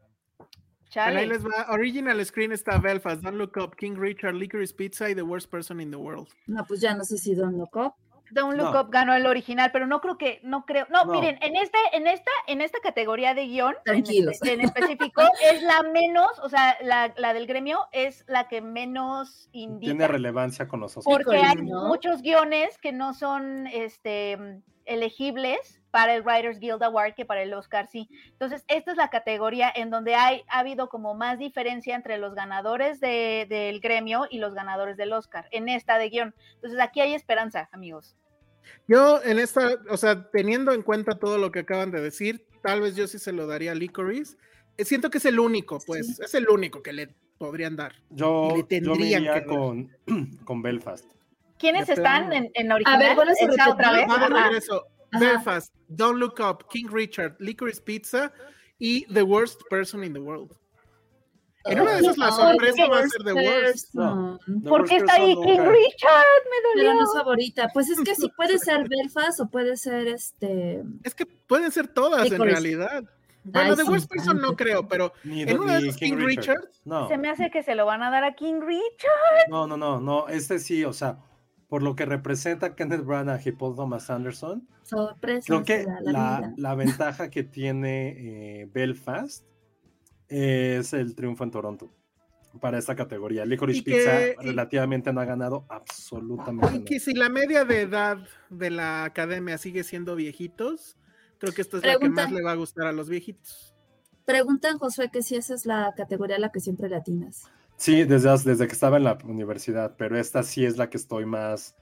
Speaker 6: Pero ahí
Speaker 8: Chale.
Speaker 6: les va. Original screen está Belfast, Don't Look Up, King Richard, Licorice Pizza y The Worst Person in the World.
Speaker 7: No, pues ya no sé si Don Loco.
Speaker 8: Don't Look
Speaker 5: No.
Speaker 8: Up ganó el original, pero no creo que, no creo, no,
Speaker 5: No.
Speaker 8: miren, en este, en esta, en esta categoría de guión, en
Speaker 7: Tranquilos.
Speaker 8: espe- en, específico, es la menos, o sea, la, la del gremio es la que menos
Speaker 5: Tiene
Speaker 8: indica,
Speaker 5: relevancia con nosotros.
Speaker 8: porque hay
Speaker 7: Híjole, ¿no?
Speaker 8: muchos guiones que no son, este, mm, elegibles para el Writers Guild Award que para el Oscar, sí. Entonces, esta es la categoría en donde hay, ha habido como más diferencia entre los ganadores de- del gremio y los ganadores del Oscar, en esta de guión. Entonces, aquí hay esperanza, amigos.
Speaker 6: Yo en esta, o sea, teniendo en cuenta todo lo que acaban de decir, tal vez yo sí se lo daría a Licorice. Eh, Siento que es el único, pues, es el único que le podrían dar.
Speaker 5: Yo,
Speaker 6: Y le
Speaker 5: yo me
Speaker 6: tendrían
Speaker 5: iría
Speaker 6: que
Speaker 5: con, con Belfast.
Speaker 8: ¿Quiénes
Speaker 6: De
Speaker 8: están
Speaker 6: plano.
Speaker 8: en, en original?
Speaker 7: ver, ¿cuál es su
Speaker 8: Esa otra vez?
Speaker 7: repertorio?
Speaker 6: Va de
Speaker 8: Ajá.
Speaker 6: regreso.
Speaker 7: Ajá.
Speaker 6: Belfast, Don't Look Up, King Richard, Licorice Pizza y The Worst Person in the World. En una de esas la
Speaker 7: Ay,
Speaker 6: sorpresa va a
Speaker 7: Ah. worst
Speaker 6: ser The Worst.
Speaker 7: person.
Speaker 5: The
Speaker 8: ¿Por
Speaker 5: Worst
Speaker 8: qué está
Speaker 5: Person
Speaker 8: ahí King
Speaker 5: Nunca.
Speaker 8: Richard? Me
Speaker 7: Pero
Speaker 8: dolió.
Speaker 7: no es favorita. Pues es que sí puede ser Belfast o puede ser este.
Speaker 6: Es que pueden ser todas en
Speaker 7: Licorice.
Speaker 6: realidad. Bueno,
Speaker 7: Ay,
Speaker 6: The
Speaker 7: sí,
Speaker 6: Worst Person no
Speaker 7: tanto.
Speaker 6: creo, pero
Speaker 5: Ni,
Speaker 6: en una de
Speaker 5: ni
Speaker 6: esas King Richard.
Speaker 5: No,
Speaker 8: Se me hace que se lo van a dar a King Richard.
Speaker 5: no, no, no, no, este sí, o sea, por lo que representa Kenneth Branagh y Paul Thomas Anderson,
Speaker 7: Sorpresa.
Speaker 5: creo que
Speaker 7: será la
Speaker 5: la,
Speaker 7: vida.
Speaker 5: la ventaja que tiene eh, Belfast es el triunfo en Toronto para esta categoría. Licorice
Speaker 6: Y
Speaker 5: Pizza
Speaker 6: que- y-
Speaker 5: relativamente no ha ganado absolutamente
Speaker 6: Y
Speaker 5: nada.
Speaker 6: que si la media de edad de la academia sigue siendo viejitos, creo que esta es
Speaker 7: Pregunta.
Speaker 6: la que más le va a gustar a los viejitos.
Speaker 7: Preguntan, Josué, que si esa es la categoría a la que siempre latinas.
Speaker 5: Sí, desde, hace- desde que estaba en la universidad, pero esta sí es la que estoy más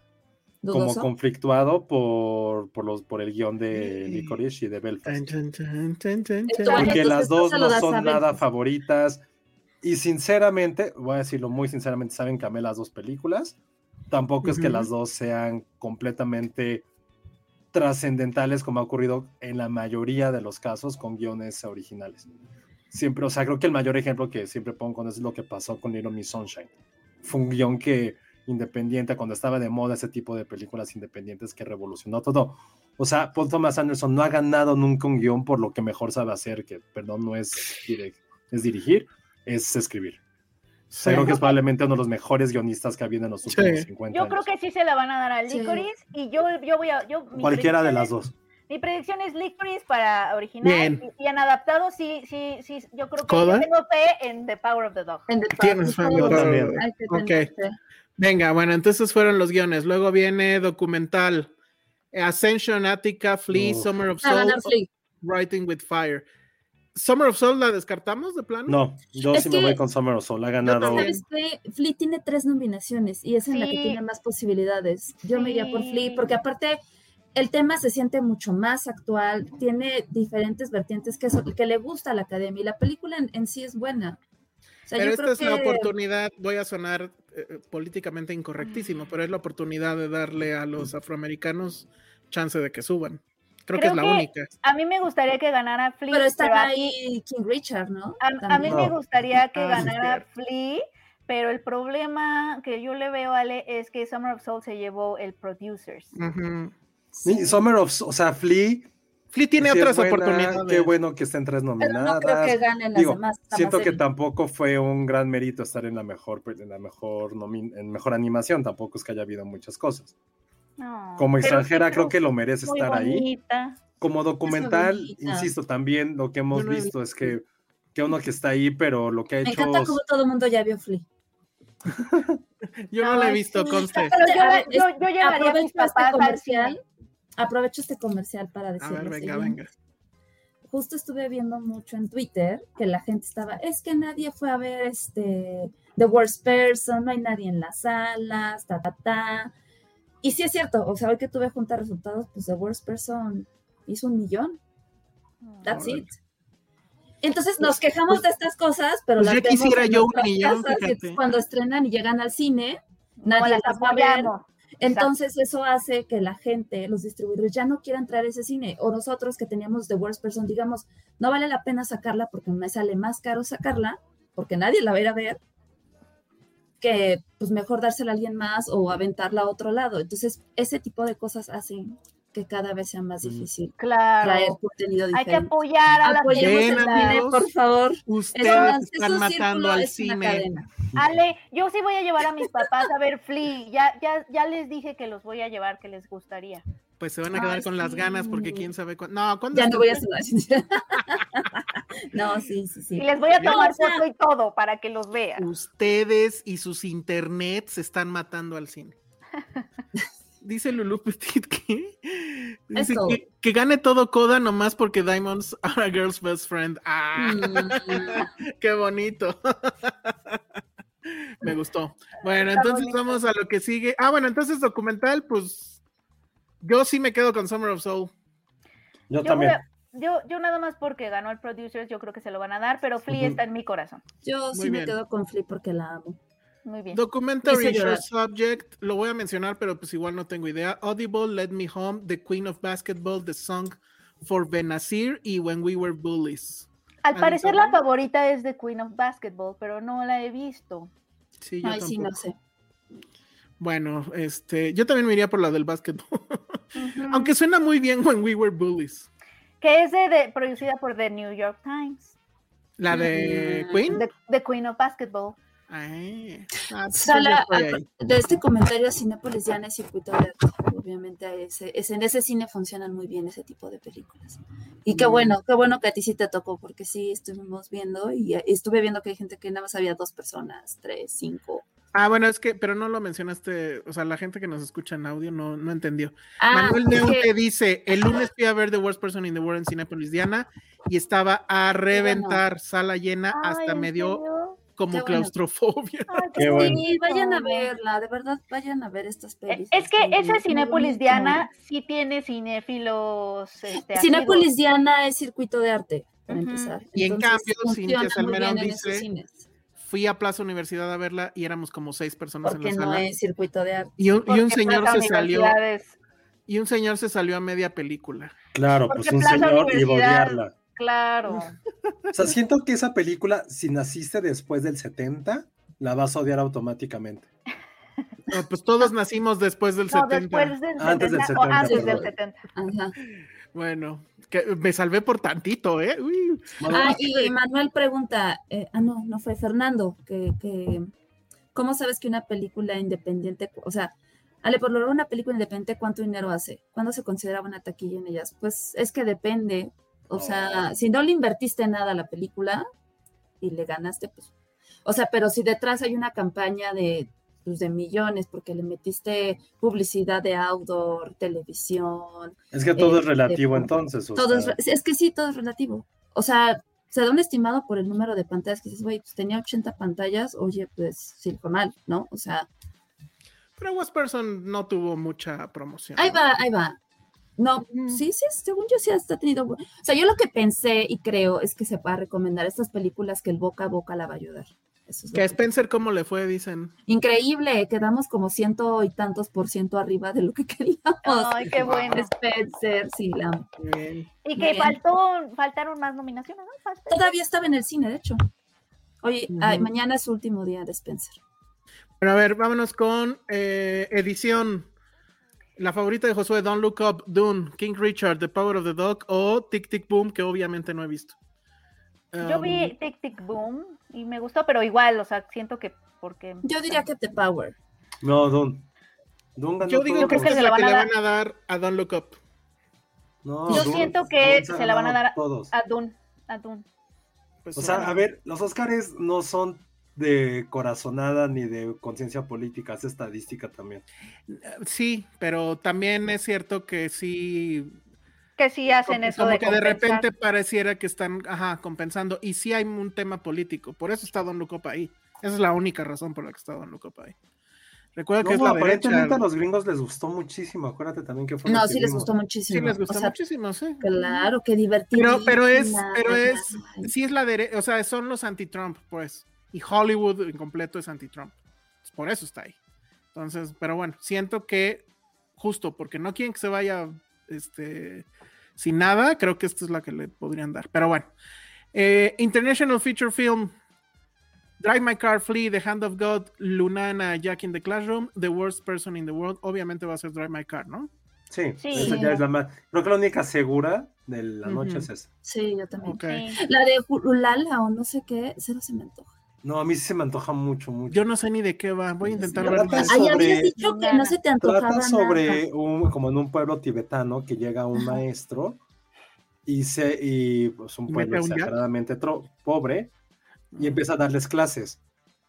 Speaker 5: como
Speaker 7: Dudoso.
Speaker 5: conflictuado por, por, los, por el guión de
Speaker 6: Sí.
Speaker 5: Licorice y de Belfast.
Speaker 6: Tan, tan, tan, tan, tan,
Speaker 7: Esto
Speaker 6: tan.
Speaker 7: Bueno,
Speaker 5: porque
Speaker 7: entonces
Speaker 5: las
Speaker 7: tú
Speaker 5: dos
Speaker 7: se lo
Speaker 5: no
Speaker 7: das a
Speaker 5: son nada
Speaker 7: Belfast.
Speaker 5: favoritas. Y sinceramente, voy a decirlo muy sinceramente, saben que amé las dos películas. Tampoco es que
Speaker 6: Ujú.
Speaker 5: las dos sean completamente trascendentales como ha ocurrido en la mayoría de los casos con guiones originales. Siempre, o sea, creo que el mayor ejemplo que siempre pongo con eso es lo que pasó con Little Miss Sunshine. Fue un guión que independiente, cuando estaba de moda ese tipo de películas independientes que revolucionó todo. O sea, Paul Thomas Anderson no ha ganado nunca un guión por lo que mejor sabe hacer, que perdón, no es, direc- es dirigir, es escribir. O sea,
Speaker 6: Sí.
Speaker 5: creo que es probablemente uno de los mejores guionistas que ha habido en los últimos
Speaker 6: Sí.
Speaker 5: 50
Speaker 8: Yo creo
Speaker 5: años.
Speaker 8: que sí se la van a dar a
Speaker 7: Sí.
Speaker 8: Licorice y yo, yo voy a. Yo, mi
Speaker 5: Cualquiera de
Speaker 8: predicción
Speaker 5: las
Speaker 8: es-
Speaker 5: dos.
Speaker 8: Mi predicción es Licorice para original
Speaker 6: Bien.
Speaker 8: y, y en adaptado, sí, sí, sí. Yo creo que
Speaker 6: ¿Coda?
Speaker 8: yo tengo fe en The Power of the Dog.
Speaker 7: En The
Speaker 6: Tienes
Speaker 7: Power.
Speaker 6: razón.
Speaker 5: también.
Speaker 7: Hay que
Speaker 6: Ok.
Speaker 7: tener fe.
Speaker 6: Venga, bueno, entonces fueron los guiones. Luego viene documental. eh, Ascension, Attica, Flea,
Speaker 5: Uf.
Speaker 6: Summer of
Speaker 7: Va a
Speaker 6: Soul,
Speaker 7: ganar Ah, Flea.
Speaker 6: Writing with Fire. ¿Summer of Soul la descartamos de plano?
Speaker 5: No, yo
Speaker 7: Es
Speaker 5: sí
Speaker 7: que-
Speaker 5: me voy con Summer of Soul. Ha
Speaker 6: Yo
Speaker 5: ganado.
Speaker 6: también.
Speaker 7: ¿Sabes qué? Flea tiene tres nominaciones y es en la que
Speaker 8: Sí.
Speaker 7: tiene más posibilidades. Yo me iría por Flea
Speaker 8: Sí.
Speaker 7: porque aparte el tema se siente mucho más actual, tiene diferentes vertientes que, eso- que le gusta a la academia y la película en, en sí es buena. O sea,
Speaker 6: Pero
Speaker 7: yo
Speaker 6: esta
Speaker 7: creo
Speaker 6: es la
Speaker 7: que-
Speaker 6: oportunidad, voy a sonar eh, eh, políticamente incorrectísimo, pero es la oportunidad de darle a los afroamericanos chance de que suban. Creo, que
Speaker 8: Creo
Speaker 6: es la
Speaker 8: que-
Speaker 6: única.
Speaker 8: A mí me gustaría que ganara Flea.
Speaker 7: Pero está
Speaker 8: pero a-
Speaker 7: ahí King Richard, ¿no?
Speaker 8: A, a mí
Speaker 7: También.
Speaker 8: me
Speaker 5: No.
Speaker 8: gustaría que
Speaker 6: Ah, sí,
Speaker 8: ganara
Speaker 6: cierto.
Speaker 8: Flea, pero el problema que yo le veo, Ale, es que Summer of Soul se llevó el Producers.
Speaker 5: Mm.
Speaker 6: Ujú.
Speaker 5: Sí, Summer of Soul, o sea, Flea.
Speaker 6: Flea tiene
Speaker 5: sí es
Speaker 6: otras
Speaker 5: buena,
Speaker 6: oportunidades.
Speaker 5: Qué bueno que estén tres
Speaker 7: Pero
Speaker 5: nominadas.
Speaker 7: no creo que ganen las
Speaker 5: Digo,
Speaker 7: demás. está
Speaker 5: Siento
Speaker 7: más
Speaker 5: que
Speaker 7: cerca.
Speaker 5: tampoco fue un gran mérito estar en la mejor, pues, en la mejor, nomin- en mejor animación, tampoco es que haya habido muchas cosas.
Speaker 8: No,
Speaker 5: Como
Speaker 8: pero sí
Speaker 5: extranjera
Speaker 8: estuvo
Speaker 5: creo que lo merece
Speaker 8: muy
Speaker 5: estar ahí.
Speaker 8: bonita.
Speaker 5: Como documental,
Speaker 7: bonita.
Speaker 5: insisto, también lo que hemos
Speaker 6: Yo no he
Speaker 5: visto es que, que uno que está ahí, pero lo que ha
Speaker 7: Me
Speaker 5: hecho...
Speaker 7: encanta cómo todo el mundo ya vio Flea.
Speaker 6: Yo no, la he
Speaker 7: Ay,
Speaker 6: visto,
Speaker 7: sí.
Speaker 6: conste.
Speaker 8: Pero yo,
Speaker 7: A ver,
Speaker 8: yo,
Speaker 7: es-
Speaker 8: yo llevaría a mis
Speaker 7: Aprovecho este
Speaker 8: papás al cine.
Speaker 7: comercial. Aprovecho este comercial para
Speaker 6: A
Speaker 7: decirles.
Speaker 6: ver, venga,
Speaker 7: siguiente.
Speaker 6: venga.
Speaker 7: justo estuve viendo mucho en Twitter que la gente estaba, es que nadie fue a ver este The Worst Person, no hay nadie en las salas, ta, ta, ta. Y sí es cierto, o sea, hoy que tuve junta de resultados, pues The Worst Person hizo un millón. That's
Speaker 6: Órale.
Speaker 7: it. Entonces nos quejamos de estas cosas, pero
Speaker 6: Pues
Speaker 7: las
Speaker 6: ya
Speaker 7: vemos
Speaker 6: quisiera
Speaker 7: en
Speaker 6: yo un
Speaker 7: nuestras
Speaker 6: millón,
Speaker 7: casas, y
Speaker 6: fíjate.
Speaker 7: cuando estrenan y llegan al cine,
Speaker 8: No,
Speaker 7: nadie
Speaker 8: las
Speaker 7: las va a ver.
Speaker 8: apoyamos.
Speaker 7: Entonces eso hace que la gente, los distribuidores, ya no quieran traer ese cine. O nosotros que teníamos The Worst Person, digamos, no vale la pena sacarla porque me sale más caro sacarla, porque nadie la va a ir a ver, que pues mejor dársela a alguien más o aventarla a otro lado. Entonces ese tipo de cosas hacen que cada vez sea más difícil
Speaker 8: Claro.
Speaker 7: traer contenido
Speaker 8: Hay
Speaker 7: diferente.
Speaker 8: que apoyar a la
Speaker 7: Apoyemos
Speaker 6: Ven,
Speaker 7: el cine,
Speaker 6: amigos.
Speaker 7: por favor. Es una-
Speaker 6: Ustedes
Speaker 7: es
Speaker 6: están
Speaker 7: un
Speaker 6: matando
Speaker 7: círculo,
Speaker 6: al
Speaker 7: es una
Speaker 6: cine.
Speaker 7: cadena.
Speaker 8: Ale, yo sí voy a llevar a mis papás a ver Flea. Ya, ya, ya les dije que los voy a llevar, que les gustaría.
Speaker 6: Pues se van a quedar
Speaker 7: Ay,
Speaker 6: con las
Speaker 7: sí.
Speaker 6: ganas porque quién sabe cuándo. No, ¿cuándo
Speaker 7: Ya
Speaker 6: es
Speaker 7: no
Speaker 6: que-
Speaker 7: voy a saludar. no, sí, sí, sí.
Speaker 8: Y les voy a
Speaker 7: No,
Speaker 8: tomar
Speaker 7: o sea,
Speaker 8: foto y todo para que los vean.
Speaker 6: Ustedes y sus internets están matando al cine. Dice Lulu Petit que, dice
Speaker 7: Eso.
Speaker 6: que, que gane todo Coda nomás porque Diamonds are a girl's best friend. Ah,
Speaker 7: mm,
Speaker 6: qué bonito. Me gustó. Bueno, entonces vamos a lo que sigue. Ah, bueno, entonces documental, pues yo sí me quedo con Summer of Soul.
Speaker 9: Yo,
Speaker 8: Yo,
Speaker 9: también.
Speaker 8: creo- yo, yo nada más porque ganó el Producers, yo creo que se lo van a dar, pero Flea
Speaker 9: Ujú.
Speaker 8: está en mi corazón.
Speaker 7: yo sí
Speaker 6: Muy
Speaker 7: me
Speaker 6: bien.
Speaker 7: quedo con Flip porque la amo.
Speaker 8: Muy bien.
Speaker 6: Documentary
Speaker 7: Hice llorar.
Speaker 6: Short Subject, lo voy a mencionar, pero pues igual no tengo idea. Audible, Let Me Home, The Queen of Basketball, The Song for Benazir y When We Were Bullies.
Speaker 8: Al
Speaker 6: Maldita
Speaker 8: parecer la
Speaker 6: madre.
Speaker 8: favorita es de Queen of Basketball, pero no la he visto.
Speaker 6: Sí, yo
Speaker 7: Ay, sí, no
Speaker 6: tampoco.
Speaker 7: sé.
Speaker 6: Bueno, este, yo también me iría por la del básquetbol.
Speaker 7: Mm.
Speaker 6: Aunque suena muy bien When We Were Bullies.
Speaker 8: Que es de, de- producida por The New York Times.
Speaker 6: La de
Speaker 7: Mm,
Speaker 6: Queen.
Speaker 8: The, The Queen of Basketball.
Speaker 6: Ay, ah, pues
Speaker 7: Sala,
Speaker 6: yo estoy ahí.
Speaker 7: a- de este comentario a Cinépolis ya en el circuito de arte, obviamente a ese- es- en ese cine funcionan muy bien ese tipo de películas. Y qué
Speaker 6: Mm.
Speaker 7: bueno, qué bueno que a ti sí te tocó, porque sí estuvimos viendo y, y estuve viendo que hay gente que nada más había dos personas, tres, cinco.
Speaker 6: Ah, bueno, es que, pero no lo mencionaste, o sea, la gente que nos escucha en audio no, no entendió.
Speaker 7: Ah,
Speaker 6: Manuel
Speaker 7: es
Speaker 6: Neón
Speaker 7: que-
Speaker 6: te dice, el lunes fui a ver The Worst Person in the World en Cinepolis Diana y estaba a reventar, sala llena,
Speaker 8: Ay,
Speaker 6: Ah, hasta
Speaker 8: ¿en
Speaker 6: me dio
Speaker 8: serio?
Speaker 6: como
Speaker 7: Qué bueno.
Speaker 6: claustrofobia.
Speaker 8: Ay, pues
Speaker 9: Qué bueno.
Speaker 7: Sí,
Speaker 8: bonito.
Speaker 7: vayan a verla, de verdad, vayan a ver estas
Speaker 8: Eh,
Speaker 7: películas.
Speaker 8: Es que esa Cinépolis Diana sí tiene cinéfilos. Este,
Speaker 7: Cinépolis Diana es circuito de arte, para
Speaker 8: Ujú.
Speaker 7: empezar.
Speaker 6: Y en cambio, Cintia
Speaker 7: funciona muy
Speaker 6: Salmerón
Speaker 7: bien en esos
Speaker 6: dice-
Speaker 7: cines,
Speaker 6: Fui a Plaza Universidad a verla y éramos como seis personas en
Speaker 7: porque
Speaker 6: la
Speaker 7: no
Speaker 6: sala.
Speaker 7: es circuito de arte.
Speaker 6: Y un, y
Speaker 8: porque
Speaker 6: un señor
Speaker 8: Plaza
Speaker 6: se salió,
Speaker 8: Universidades-
Speaker 6: y un señor se salió a media película.
Speaker 4: Claro,
Speaker 8: Porque
Speaker 4: pues un
Speaker 8: Plaza
Speaker 4: señor y
Speaker 8: Universidad-
Speaker 4: odiarla.
Speaker 8: Claro.
Speaker 9: O sea, siento que esa película, si naciste después del 70, la vas a odiar automáticamente.
Speaker 6: No, pues todos nacimos después del
Speaker 8: No,
Speaker 6: 70.
Speaker 8: después del
Speaker 6: Ah,
Speaker 8: 70.
Speaker 9: Antes del
Speaker 8: o
Speaker 9: 70,
Speaker 8: antes del
Speaker 9: perdón.
Speaker 8: 70.
Speaker 7: Ajá.
Speaker 6: Bueno, que me salvé por tantito, ¿eh? Uy.
Speaker 7: Ah, y Manuel pregunta, eh, ah, no, no fue Fernando, que, que, ¿cómo sabes que una película independiente, o sea, Ale, por lograr una película independiente, ¿cuánto dinero hace? ¿Cuándo se considera una taquilla en ellas? Pues es que depende, o sea, si no le invertiste nada a la película y le ganaste, pues, o sea, pero si detrás hay una campaña de, pues, de millones, porque le metiste publicidad de outdoor, televisión,
Speaker 9: Es que todo
Speaker 7: eh,
Speaker 9: es
Speaker 8: este,
Speaker 9: relativo
Speaker 7: de-
Speaker 9: entonces. o
Speaker 7: todo es,
Speaker 9: sea,
Speaker 7: re- es que sí, todo es relativo. O sea, se da un estimado por el número de pantallas que dices, güey, pues tenía 80 pantallas, oye, pues sí, fue mal, ¿no? O sea,
Speaker 6: Pero West Person no tuvo mucha promoción.
Speaker 7: ahí va, ahí va. No,
Speaker 6: Ujú.
Speaker 7: sí, sí, según yo sí hasta ha tenido. bu- O sea, yo lo que pensé y creo es que se va a recomendar estas películas que el boca a boca la va a ayudar. Eso es lo
Speaker 6: Que a
Speaker 7: que-
Speaker 6: Spencer, ¿cómo le fue? Dicen.
Speaker 7: Increíble, quedamos como ciento y tantos por ciento arriba de lo que queríamos.
Speaker 8: Ay, qué bueno.
Speaker 7: Spencer, sí, la amo.
Speaker 8: Y que
Speaker 7: pues, Bien.
Speaker 8: faltó, faltaron más nominaciones, ¿no? Falta-
Speaker 7: Todavía estaba en el cine, de hecho. Oye, ay,
Speaker 6: Ujú.
Speaker 7: mañana es su último día de Spencer.
Speaker 6: Bueno, a ver, vámonos con eh, edición. La favorita de Josué, Don't Look Up, Dune, King Richard, The Power of the Dog o Tic Tic Boom, que obviamente no he visto.
Speaker 8: Yo
Speaker 6: Um,
Speaker 8: vi Tic Tic Boom y me gustó, pero igual, o sea, siento que porque
Speaker 7: Yo diría que The Power.
Speaker 9: No, Dun. Dun ganó
Speaker 6: Yo digo
Speaker 9: todo
Speaker 6: que
Speaker 8: creo
Speaker 9: por-
Speaker 6: esta es
Speaker 8: se la
Speaker 6: la que
Speaker 8: van
Speaker 6: le
Speaker 8: a
Speaker 6: van a dar a Don't Look Up.
Speaker 9: No,
Speaker 8: Yo
Speaker 9: Dun-
Speaker 8: siento que
Speaker 9: Dun
Speaker 8: se la van a
Speaker 9: ganó
Speaker 8: dar a-
Speaker 9: todos.
Speaker 8: a Dune, a Dune.
Speaker 6: Pues,
Speaker 9: O sea,
Speaker 6: bueno.
Speaker 9: a ver, los Óscares no son de corazonada ni de conciencia política, es estadística también.
Speaker 6: Eh, Sí, pero también es cierto que sí.
Speaker 8: Que sí hacen eso
Speaker 6: como
Speaker 8: de
Speaker 6: que de
Speaker 8: compensar.
Speaker 6: repente pareciera que están ajá, compensando. Y sí hay un tema político. Por eso está Don Lucopa ahí. Esa es la única razón por la que está Don Lucopa ahí. Recuerda que es
Speaker 9: No,
Speaker 6: la
Speaker 9: aparentemente
Speaker 6: derecha.
Speaker 9: a los gringos les gustó muchísimo, acuérdate también que fue lo
Speaker 7: No,
Speaker 9: que
Speaker 7: sí les
Speaker 9: vimos.
Speaker 7: gustó muchísimo.
Speaker 6: Sí, les gusta
Speaker 7: O sea,
Speaker 6: muchísimo, sí.
Speaker 7: Claro, qué divertido.
Speaker 6: Pero, pero es, pero es, sí es la derecha, o sea, son los anti-Trump, pues. Y Hollywood en completo es anti-Trump. Por eso está ahí. Entonces, pero bueno, siento que justo porque no quieren que se vaya este, sin nada, creo que esta es la que le podrían dar. Pero bueno, eh, International Feature Film, Drive My Car, Flee, The Hand of God, Lunana, Jack in the Classroom, The Worst Person in the World, obviamente va a ser Drive My Car, ¿no?
Speaker 5: Sí,
Speaker 8: Sí.
Speaker 5: esa ya es la más. Creo que la única segura de la noche
Speaker 6: Ujú.
Speaker 5: es esa.
Speaker 7: Sí, yo también.
Speaker 6: Ok.
Speaker 8: Sí.
Speaker 7: La de Ulala o no sé qué, cero se me antoja.
Speaker 5: No, a mí sí se me antoja mucho, mucho.
Speaker 6: Yo no sé ni de qué va, voy a intentar
Speaker 5: Sí,
Speaker 6: verla.
Speaker 5: ahora
Speaker 7: Ay,
Speaker 5: Sobre-
Speaker 7: habías dicho que no se te antojaba.
Speaker 5: Trata
Speaker 7: nada.
Speaker 5: sobre un, como en un pueblo tibetano que llega un maestro y se, y pues un
Speaker 6: ¿Y
Speaker 5: pueblo
Speaker 6: mete a un jack?
Speaker 5: exageradamente tro- pobre y empieza a darles clases.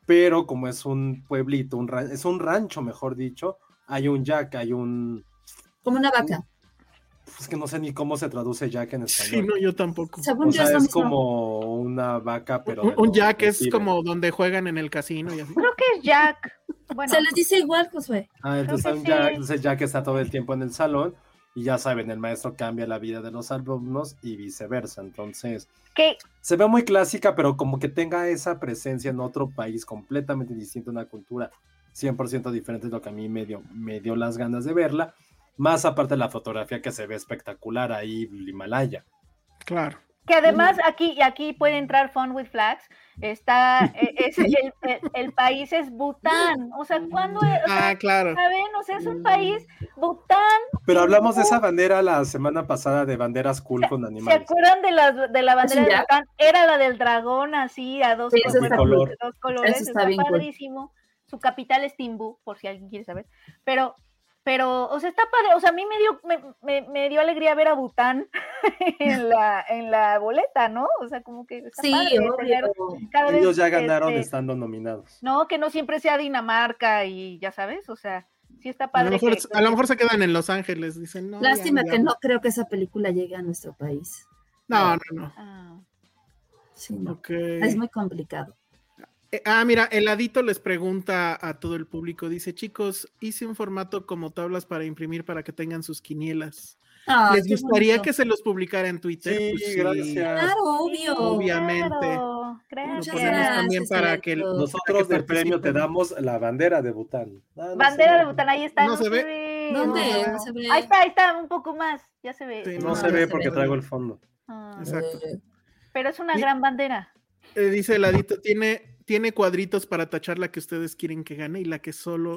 Speaker 5: Pero como es un pueblito, un ran- es un rancho, mejor dicho, hay un jack, hay un,
Speaker 7: Como una vaca.
Speaker 5: es que no sé ni cómo se traduce jack en
Speaker 6: Sí,
Speaker 5: español.
Speaker 6: no, yo tampoco.
Speaker 7: Según
Speaker 5: O
Speaker 7: yo,
Speaker 5: sea,
Speaker 7: es lo
Speaker 5: es
Speaker 7: mismo.
Speaker 5: como una vaca, pero...
Speaker 6: Un,
Speaker 5: de
Speaker 6: un
Speaker 5: los
Speaker 6: Jack
Speaker 5: de
Speaker 6: es
Speaker 5: Tíbet.
Speaker 6: como donde juegan en el casino y así.
Speaker 8: Creo que es Jack. Bueno,
Speaker 7: Se les dice igual, Josué.
Speaker 5: Ah, entonces
Speaker 8: Creo que
Speaker 5: un Jack,
Speaker 8: sí.
Speaker 5: entonces Jack está todo el tiempo en el salón y ya saben, el maestro cambia la vida de los alumnos y viceversa. Entonces,
Speaker 8: que
Speaker 5: se ve muy clásica, pero como que tenga esa presencia en otro país completamente distinto, una cultura 100% diferente es lo que a mí me dio, me dio las ganas de verla. Más aparte de la fotografía que se ve espectacular ahí, el Himalaya.
Speaker 6: Claro.
Speaker 8: Que además aquí, y aquí puede entrar Fun with Flags, está, eh, es el, el- el país es Bután. O sea, cuando
Speaker 6: Ah, claro.
Speaker 8: saben? O sea, es un país, Bután,
Speaker 5: Pero hablamos de esa bandera la semana pasada de banderas cool con
Speaker 8: ¿se
Speaker 5: animales.
Speaker 8: acuerdan de la, de la bandera
Speaker 7: un
Speaker 8: de
Speaker 7: ya?
Speaker 8: Bután? Era la del dragón, así, a dos,
Speaker 7: Sí, eso
Speaker 8: colores,
Speaker 7: está
Speaker 5: cool.
Speaker 8: de dos colores,
Speaker 7: Eso
Speaker 8: está,
Speaker 7: está bien cool.
Speaker 8: padrísimo. Su capital es Timbú, por si alguien quiere saber. Pero, pero, o sea, está padre, o sea, a mí me dio, me, me- me dio alegría ver a Bután en la, en la boleta, ¿no? O sea, como que está
Speaker 7: Sí,
Speaker 8: padre tener
Speaker 7: obvio.
Speaker 8: cada vez,
Speaker 5: Ellos ya ganaron
Speaker 8: este,
Speaker 5: estando nominados.
Speaker 8: No, que no siempre sea Dinamarca y ya sabes, o sea, sí está
Speaker 6: A
Speaker 8: padre.
Speaker 6: lo, mejor,
Speaker 8: que-
Speaker 6: a lo mejor se quedan en Los Ángeles, dicen. No, ya,
Speaker 7: Lástima
Speaker 6: ya.
Speaker 7: que no creo que esa película llegue a nuestro país.
Speaker 6: No, no,
Speaker 8: Ah,
Speaker 7: Sí,
Speaker 6: no.
Speaker 7: no.
Speaker 6: Ok.
Speaker 7: Es muy complicado.
Speaker 6: Eh, ah, mira, el Adito les pregunta a todo el público. Dice, chicos, hice un formato como tablas para imprimir para que tengan sus quinielas.
Speaker 7: Ay,
Speaker 6: ¿Les
Speaker 7: Ah, qué
Speaker 6: gustaría
Speaker 7: bonito.
Speaker 6: que se los publicara en Twitter?
Speaker 5: Sí,
Speaker 6: Pues
Speaker 5: gracias.
Speaker 7: Claro,
Speaker 8: sí,
Speaker 7: obvio.
Speaker 6: Obvio. obviamente. Pues,
Speaker 8: claro,
Speaker 6: Lo
Speaker 8: gracias.
Speaker 7: Muchas
Speaker 6: ponemos también
Speaker 7: gracias,
Speaker 6: para que...
Speaker 7: Adito.
Speaker 5: Nosotros
Speaker 6: para
Speaker 5: del
Speaker 6: que
Speaker 5: premio te
Speaker 6: participen.
Speaker 5: damos la bandera de Bután. Ah, no
Speaker 8: Bandera
Speaker 5: sé.
Speaker 8: de Bután, ahí está.
Speaker 6: No se ve.
Speaker 7: ¿Dónde?
Speaker 8: no se
Speaker 7: No se ve.
Speaker 8: Ahí está, ahí está, un poco más, ya se ve.
Speaker 6: Sí,
Speaker 5: No se
Speaker 7: No,
Speaker 5: ve
Speaker 7: no se
Speaker 5: porque
Speaker 7: ve.
Speaker 5: traigo el fondo.
Speaker 8: Ah,
Speaker 6: Exacto.
Speaker 7: Eh,
Speaker 8: pero es una
Speaker 6: Y-
Speaker 8: gran bandera.
Speaker 6: Eh, dice el Adito, tiene, tiene cuadritos para tachar la que ustedes quieren que gane y la que solo...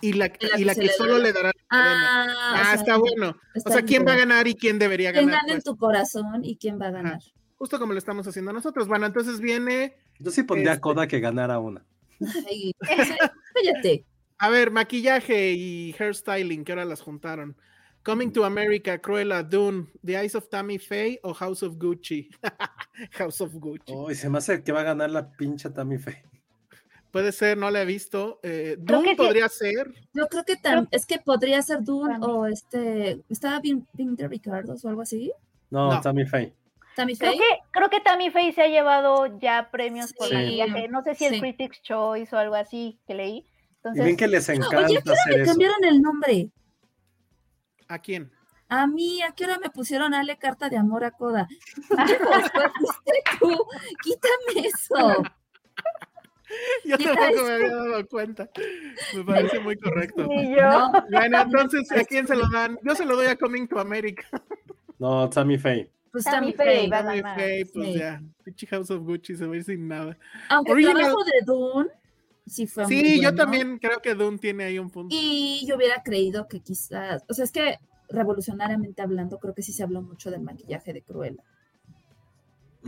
Speaker 6: Y la,
Speaker 7: Y la
Speaker 6: y
Speaker 7: que
Speaker 6: la
Speaker 7: se
Speaker 6: que
Speaker 7: le
Speaker 6: solo
Speaker 7: da.
Speaker 6: le dará... la gana.
Speaker 7: Ah, o
Speaker 6: Ah,
Speaker 7: sea,
Speaker 6: está bueno.
Speaker 7: está
Speaker 6: O sea,
Speaker 7: bien
Speaker 6: ¿quién va a
Speaker 7: bueno.
Speaker 6: ganar y quién debería
Speaker 7: ¿Quién
Speaker 6: ganar?
Speaker 7: gana en
Speaker 6: pues?
Speaker 7: tu corazón y quién va a ganar?
Speaker 6: Justo como lo estamos haciendo nosotros. Bueno, entonces viene...
Speaker 5: Yo sí pondría
Speaker 6: Este.
Speaker 5: a Coda que ganara una.
Speaker 7: Ay, cállate.
Speaker 6: A ver, maquillaje y hairstyling, que ahora las juntaron. Coming to America, Cruella, Dune, The Eyes of Tammy Faye o House of Gucci. House of Gucci.
Speaker 5: Uy, se me hace que va a ganar la pincha Tammy Faye.
Speaker 6: Puede ser, no la he visto. Eh,
Speaker 8: Creo
Speaker 6: Dune
Speaker 8: que sí.
Speaker 6: podría ser.
Speaker 7: Yo creo que tam-
Speaker 8: Creo-
Speaker 7: es que podría ser Dune
Speaker 8: Tammy.
Speaker 7: o este. ¿Estaba bien de Ricardo o algo así?
Speaker 5: No,
Speaker 6: No.
Speaker 5: Tammy Faye.
Speaker 7: Tammy
Speaker 8: Creo
Speaker 7: Faye.
Speaker 8: que, creo que Tammy Faye se ha llevado ya premios por
Speaker 7: Sí.
Speaker 8: maquillaje. No sé si el
Speaker 7: Sí.
Speaker 8: Critics Choice o algo así que leí.
Speaker 5: Y ven
Speaker 8: Entonces,
Speaker 5: que les encanta
Speaker 7: Oye, ¿a qué hora
Speaker 5: hacer
Speaker 7: me
Speaker 5: eso.
Speaker 7: cambiaron el nombre?
Speaker 6: ¿A quién?
Speaker 7: A mí, ¿a qué hora me pusieron Ale Carta de Amor a Coda? Chicos, pues, fuiste tú. Quítame eso.
Speaker 6: Yo
Speaker 7: ¿Qué
Speaker 6: tampoco
Speaker 7: tal?
Speaker 6: me había dado cuenta. Me parece muy correcto.
Speaker 8: ni yo.
Speaker 7: No,
Speaker 6: Bueno, entonces, ¿a quién se lo dan? Yo se lo doy a Coming to America.
Speaker 5: No, Tammy Faye.
Speaker 7: pues Tammy
Speaker 8: Tammy Faye,
Speaker 7: Faye.
Speaker 8: va a
Speaker 6: Tammy
Speaker 8: ganar.
Speaker 6: Faye, pues
Speaker 7: Sí.
Speaker 6: ya. Pinche House of Gucci se va a ir sin nada.
Speaker 7: Aunque
Speaker 6: Original.
Speaker 7: el trabajo de Dune sí fue muy
Speaker 6: Sí, yo
Speaker 7: bueno.
Speaker 6: también creo que Dune tiene ahí un punto.
Speaker 7: Y yo hubiera creído que quizás, o sea, es que revolucionariamente hablando, creo que sí se habló mucho del maquillaje de Cruella.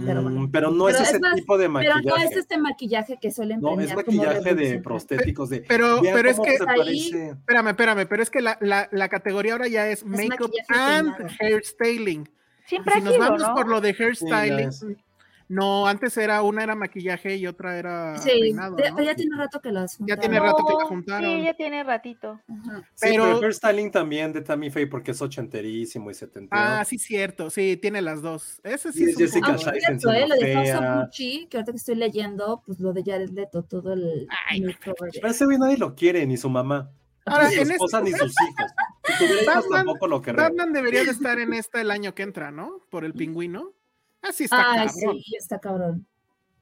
Speaker 7: Pero
Speaker 5: Mm,
Speaker 7: bueno.
Speaker 5: Pero no es
Speaker 7: Pero es
Speaker 5: ese
Speaker 7: más-
Speaker 5: tipo de
Speaker 7: Pero
Speaker 5: maquillaje.
Speaker 7: no es este maquillaje que suelen premiar como
Speaker 5: maquillaje de
Speaker 7: revolucionario.
Speaker 5: prostéticos. De,
Speaker 6: Pero,
Speaker 5: vean
Speaker 6: pero es
Speaker 5: cómo
Speaker 6: que
Speaker 5: se
Speaker 7: ahí-
Speaker 5: parece.
Speaker 6: Espérame, espérame, pero es que la, la- la categoría ahora ya es makeup
Speaker 7: maquillaje
Speaker 6: and
Speaker 7: peinado.
Speaker 6: hairstyling.
Speaker 8: Siempre
Speaker 6: Si
Speaker 8: ha
Speaker 6: nos
Speaker 8: sido,
Speaker 6: vamos
Speaker 8: ¿no?
Speaker 6: por lo de hairstyling,
Speaker 5: Sí,
Speaker 6: no, antes era una era maquillaje y otra era
Speaker 7: Sí,
Speaker 6: Ah, peinado,
Speaker 7: de-
Speaker 6: ¿no?
Speaker 7: ya tiene rato que las
Speaker 6: Ya
Speaker 7: juntaron.
Speaker 6: tiene rato que la
Speaker 8: No,
Speaker 6: juntaron.
Speaker 8: Sí, ya tiene ratito.
Speaker 7: Ajá.
Speaker 5: Sí, pero...
Speaker 6: pero-
Speaker 5: el hairstyling también de Tammy Faye porque es ochenterísimo y setentero.
Speaker 6: Ah, sí, cierto, sí, tiene las dos. Ese sí
Speaker 5: Y
Speaker 6: es un
Speaker 5: Jessica
Speaker 6: punto.
Speaker 7: Aunque
Speaker 5: Chastain
Speaker 7: cierto, eh, lo de House of
Speaker 5: fea.
Speaker 7: Gucci, que ahorita que estoy leyendo, pues lo de Jared Leto, todo el...
Speaker 6: Ay,
Speaker 7: el-
Speaker 5: Pero ese güey nadie lo quiere, ni su mamá,
Speaker 6: Ahora,
Speaker 5: ni su
Speaker 6: en
Speaker 5: esposa, ni
Speaker 6: este-
Speaker 5: sus hijos. Si tuviera hijos
Speaker 6: Batman-
Speaker 5: tampoco lo querría.
Speaker 6: Batman debería de estar en esta el año que entra, ¿no? Por el pingüino. Así Ah, está
Speaker 8: Ah,
Speaker 7: Ay,
Speaker 6: cabrón,
Speaker 7: sí, está cabrón.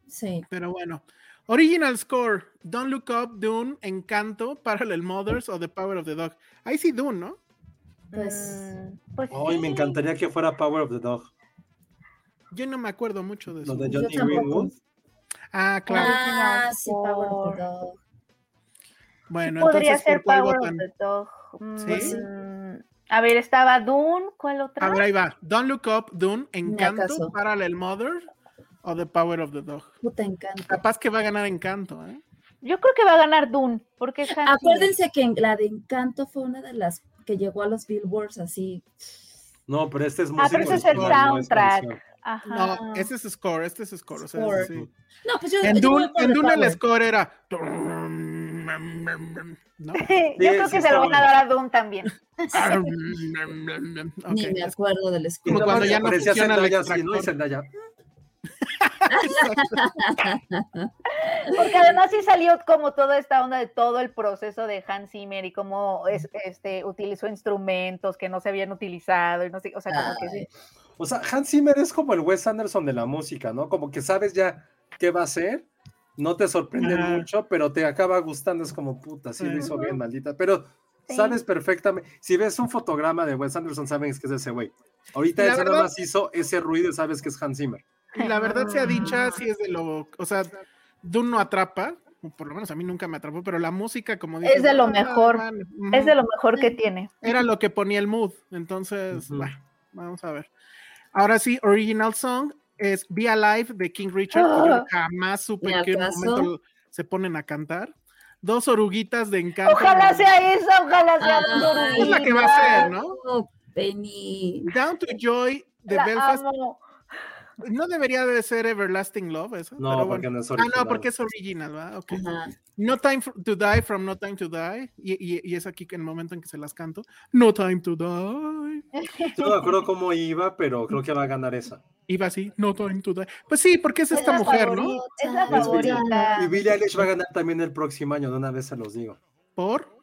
Speaker 7: Sí.
Speaker 6: pero bueno. Original score, Don't Look Up, Dune, Encanto, Parallel Mothers o The Power of the Dog. Ahí sí Dune, ¿no?
Speaker 7: Pues
Speaker 6: Mm.
Speaker 8: Pues
Speaker 9: Ay,
Speaker 8: sí.
Speaker 9: me encantaría que fuera Power of the Dog.
Speaker 6: Yo no me acuerdo mucho de
Speaker 9: Lo
Speaker 6: eso.
Speaker 9: de
Speaker 7: yo
Speaker 9: Johnny
Speaker 7: tampoco.
Speaker 9: Greenwood.
Speaker 6: Ah, claro.
Speaker 7: Ah,
Speaker 8: Original
Speaker 7: sí, Power of the Dog.
Speaker 6: bueno,
Speaker 8: Podría
Speaker 6: entonces
Speaker 8: ser
Speaker 6: ¿por cuál
Speaker 8: Power of
Speaker 6: votan?
Speaker 8: the Dog.
Speaker 6: ¿Sí?
Speaker 8: Mm, A ver, estaba Dune, ¿cuál otra?
Speaker 6: A ver, ahí va. Don't Look Up, Dune,
Speaker 7: acaso.
Speaker 6: Encanto, Parallel Mother o The Power of the Dog.
Speaker 7: Puta encanto.
Speaker 6: Capaz que va a ganar Encanto, ¿eh?
Speaker 8: Yo creo que va a ganar Dune, porque es así.
Speaker 7: Acuérdense que en- la de Encanto fue una de las que llegó a los Billboards así.
Speaker 9: No, pero este es música.
Speaker 8: Ah, pero ese es el
Speaker 9: original, no es
Speaker 8: soundtrack.
Speaker 9: canción.
Speaker 8: Ajá.
Speaker 6: No, ese es score, este es score. o sea,
Speaker 7: Score.
Speaker 6: ese sí.
Speaker 7: No, pues yo.
Speaker 6: En
Speaker 7: yo
Speaker 6: Dune,
Speaker 7: voy por
Speaker 6: en
Speaker 7: The
Speaker 6: Dune el
Speaker 7: Power.
Speaker 6: score era. ¿No?
Speaker 8: Yo
Speaker 9: Sí,
Speaker 8: creo
Speaker 9: sí
Speaker 8: que se
Speaker 9: está
Speaker 8: lo van a
Speaker 9: bueno.
Speaker 8: dar a Dune también.
Speaker 6: Ok,
Speaker 7: Ni me acuerdo del
Speaker 9: Y
Speaker 7: score.
Speaker 6: Como
Speaker 9: nomás
Speaker 6: cuando ya no
Speaker 9: aparecía
Speaker 6: funciona el
Speaker 9: Zendaya así, ¿no? Y
Speaker 6: extractor.
Speaker 9: Zendaya.
Speaker 8: Porque además sí salió como toda esta onda de todo el proceso de Hans Zimmer y cómo es- este, utilizó instrumentos que no se habían utilizado y no sé, o sea, como que sí.
Speaker 9: O sea, Hans Zimmer es como el Wes Anderson de la música, ¿no? Como que sabes ya qué va a ser, no te sorprende
Speaker 6: Ajá.
Speaker 9: mucho, pero te acaba gustando, es como puta, sí lo hizo bien, maldita. Pero
Speaker 8: Sí.
Speaker 9: sabes perfectamente, si ves un fotograma de Wes Anderson, sabes que es ese güey. Ahorita
Speaker 6: La
Speaker 9: ese nada
Speaker 6: verdad-
Speaker 9: más hizo ese ruido, y sabes que es Hans Zimmer.
Speaker 6: Y la verdad sea dicha, sí es de lo. O sea, Dune no atrapa, o por lo menos a mí nunca me atrapó, pero la música, como dices.
Speaker 8: Es de lo
Speaker 6: "Ah,
Speaker 8: mejor,
Speaker 6: man", ujú,
Speaker 8: es de lo mejor que tiene.
Speaker 6: Era lo que ponía el mood. Entonces,
Speaker 9: Ujú.
Speaker 6: bah, vamos a ver. Ahora sí, original song es Be Alive de King Richard. que yo
Speaker 8: Ah.
Speaker 6: jamás supe
Speaker 7: Ni
Speaker 6: en
Speaker 7: al
Speaker 6: qué
Speaker 7: caso.
Speaker 6: momento se ponen a cantar. Dos oruguitas de encanto.
Speaker 8: Ojalá sea eso, ojalá sea
Speaker 7: Ay,
Speaker 8: Dune.
Speaker 6: Es la que va a ser, ¿no?
Speaker 7: Oh, Penny.
Speaker 6: Down to Joy de
Speaker 8: La
Speaker 6: Belfast.
Speaker 8: amo.
Speaker 6: No debería de ser Everlasting Love eso.
Speaker 9: No,
Speaker 6: pero
Speaker 9: porque
Speaker 6: bueno.
Speaker 9: no es
Speaker 6: Ah,
Speaker 9: original.
Speaker 6: no, porque es original, ¿verdad? Ok.
Speaker 7: Ajá.
Speaker 6: No Time for- to Die from No Time to Die. Y, y- y es aquí que en el momento en que se las canto. No Time to Die.
Speaker 9: Yo no me acuerdo cómo iba, pero creo que va a ganar esa.
Speaker 6: Iba así, No Time to Die. Pues sí, porque es esta
Speaker 8: la
Speaker 6: mujer, ¿no?
Speaker 8: favorita, Es la
Speaker 7: Es Billie-
Speaker 6: Ah.
Speaker 8: favorita.
Speaker 9: Y Billie Eilish va a ganar también el próximo año, de una vez se los digo.
Speaker 6: ¿Por?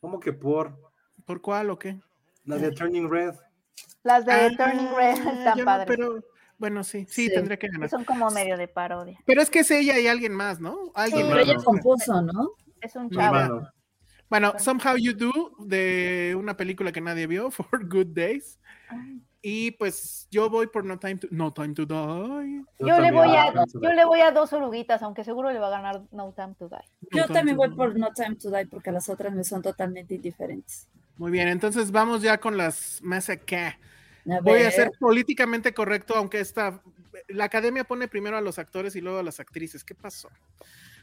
Speaker 9: ¿Cómo que por
Speaker 6: ¿Por cuál o qué?
Speaker 9: la de Turning Red?
Speaker 8: Las de
Speaker 6: Ah,
Speaker 8: Turning Red
Speaker 6: yo
Speaker 8: están
Speaker 6: no,
Speaker 8: padres.
Speaker 6: Pero bueno, sí, sí,
Speaker 7: Sí.
Speaker 6: tendría que ganar.
Speaker 8: Son como medio de parodia.
Speaker 6: Pero es que es ella y alguien más, ¿no? Alguien
Speaker 7: Pero ella
Speaker 9: Claro.
Speaker 7: compuso, ¿no?
Speaker 8: Es un
Speaker 6: Mi
Speaker 8: chavo.
Speaker 6: mano.
Speaker 9: Bueno,
Speaker 6: Bueno, Somehow You Do, de una película que nadie vio, For Good Days. Y pues yo voy por No Time to, no Time to Die.
Speaker 8: Yo le
Speaker 9: también
Speaker 8: voy
Speaker 5: ah,
Speaker 8: a,
Speaker 9: voy
Speaker 8: yo le voy a dos oruguitas, aunque seguro le va a ganar No Time to Die.
Speaker 7: Yo
Speaker 6: Time
Speaker 7: también
Speaker 6: to
Speaker 7: voy
Speaker 6: Die.
Speaker 7: por No Time to Die porque las otras me son totalmente indiferentes.
Speaker 6: Muy bien, entonces vamos ya con las más acá.
Speaker 7: A
Speaker 6: Voy a
Speaker 7: ver.
Speaker 6: ser políticamente correcto, aunque esta. La academia pone primero a los actores y luego a las actrices. ¿Qué pasó?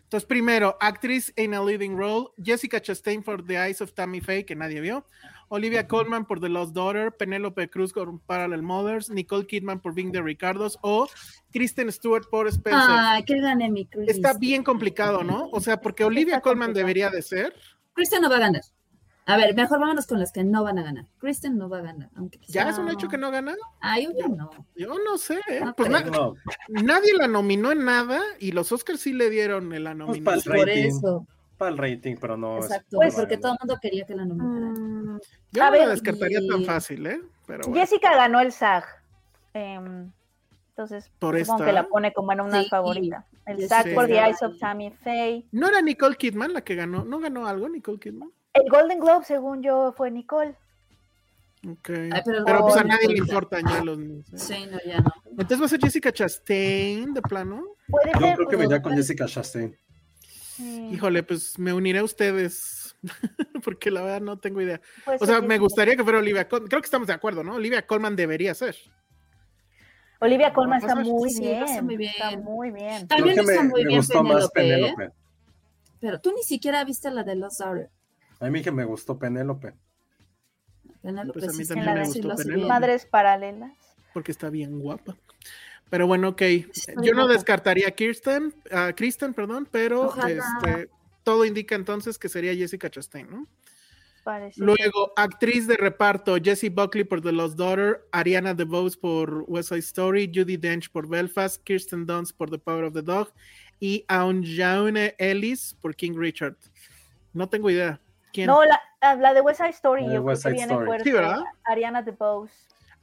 Speaker 6: Entonces, primero, actriz in a leading role, Jessica Chastain for The Eyes of Tammy Faye, que nadie vio, Olivia Colman por The Lost Daughter, Penélope Cruz por Parallel Mothers, Nicole Kidman por Being the Ricardos o Kristen Stewart por Spencer.
Speaker 7: Ay, Ah, que gane mi Chris.
Speaker 6: Está bien complicado, ¿no? O sea, porque Olivia
Speaker 8: Está
Speaker 6: Colman
Speaker 8: complicado.
Speaker 6: debería de ser.
Speaker 7: Kristen no va a ganar. A ver, mejor vámonos con las que no van a ganar. Kristen no va a ganar, aunque
Speaker 6: ¿Ya
Speaker 7: quisiera.
Speaker 6: es un hecho que no gana?
Speaker 7: Ay, obvio no.
Speaker 6: Yo no sé. ¿eh?
Speaker 7: Ah. No
Speaker 6: Pues
Speaker 7: creo.
Speaker 6: na- nadie la nominó en nada y los Oscars sí le dieron la
Speaker 9: para
Speaker 6: nominación.
Speaker 9: el
Speaker 7: Por
Speaker 9: rating,
Speaker 7: eso,
Speaker 9: para el rating, pero
Speaker 5: Oh,
Speaker 9: no. es-
Speaker 7: exacto, pues,
Speaker 9: no va a
Speaker 7: porque
Speaker 9: ganar.
Speaker 7: todo el mundo quería que la nominaran.
Speaker 6: Yo
Speaker 8: A
Speaker 6: no
Speaker 8: ver,
Speaker 6: la descartaría
Speaker 7: y-
Speaker 6: tan fácil, ¿eh? Pero Mm, bueno.
Speaker 8: Jessica ganó el SAG. em, entonces,
Speaker 6: Por
Speaker 8: supongo
Speaker 6: esta.
Speaker 8: que la pone como en una
Speaker 7: Sí,
Speaker 8: favorita. El
Speaker 7: Jessica
Speaker 8: SAG por The
Speaker 7: ganó.
Speaker 8: Eyes of Tammy Faye.
Speaker 6: ¿No era Nicole Kidman la que ganó? ¿No ganó algo Nicole Kidman?
Speaker 8: El Golden Globe, según yo, fue Nicole.
Speaker 6: Ok.
Speaker 7: pero
Speaker 6: pero pues a
Speaker 7: no,
Speaker 6: nadie le
Speaker 7: Nicole.
Speaker 6: importan ya los niños, ¿eh?
Speaker 7: Sí, no, ya no.
Speaker 6: Entonces va a ser Jessica Chastain, de plano.
Speaker 8: Puede
Speaker 9: Yo
Speaker 8: ser.
Speaker 9: creo que
Speaker 8: pues,
Speaker 9: me iría con Jessica Chastain.
Speaker 8: sí,
Speaker 6: Híjole, pues me uniré a ustedes. Porque la verdad no tengo idea.
Speaker 8: puede
Speaker 6: O
Speaker 8: ser
Speaker 6: sea, me
Speaker 8: Jessica.
Speaker 6: gustaría que fuera Olivia Colman. Creo que estamos de acuerdo, ¿no? Olivia Colman debería ser.
Speaker 8: Olivia Colman
Speaker 6: Vas a
Speaker 8: está
Speaker 6: ver,
Speaker 8: muy,
Speaker 7: sí,
Speaker 8: bien,
Speaker 7: está muy bien.
Speaker 8: Está muy
Speaker 9: Creo
Speaker 8: bien.
Speaker 7: También
Speaker 9: que
Speaker 7: está
Speaker 9: me,
Speaker 7: muy
Speaker 9: me
Speaker 7: bien
Speaker 9: gustó más
Speaker 7: Penélope, ¿eh?
Speaker 9: Penélope.
Speaker 7: pero tú ni siquiera viste la de Los Daughter.
Speaker 9: A mí que me gustó
Speaker 7: Ah,
Speaker 9: Penélope.
Speaker 7: Penélope
Speaker 6: Pues a mí
Speaker 7: sí se
Speaker 6: también
Speaker 8: me
Speaker 7: sí
Speaker 6: gustó
Speaker 7: lo hace
Speaker 6: Penélope.
Speaker 7: bien.
Speaker 8: Madres paralelas.
Speaker 6: Porque está bien guapa. Pero bueno, ok. Yo no
Speaker 7: guapa.
Speaker 6: descartaría a Kirsten, a Kristen, perdón, pero
Speaker 7: Ojalá.
Speaker 6: este, todo indica entonces que sería Jessica Chastain, ¿no?
Speaker 8: Parece.
Speaker 6: Luego, actriz de reparto, Jessie Buckley por The Lost Daughter, Ariana DeBose por West Side Story, Judy Dench por Belfast, Kirsten Dunst por The Power of the Dog y Aunjaune Ellis por King Richard. No tengo idea. ¿Quién?
Speaker 8: No, la, la de West Side Story.
Speaker 9: La de
Speaker 8: yo creo
Speaker 9: West
Speaker 8: que
Speaker 9: Side
Speaker 8: viene
Speaker 9: Story.
Speaker 8: fuerte.
Speaker 6: Sí, ¿verdad?
Speaker 8: Ariana DeBose.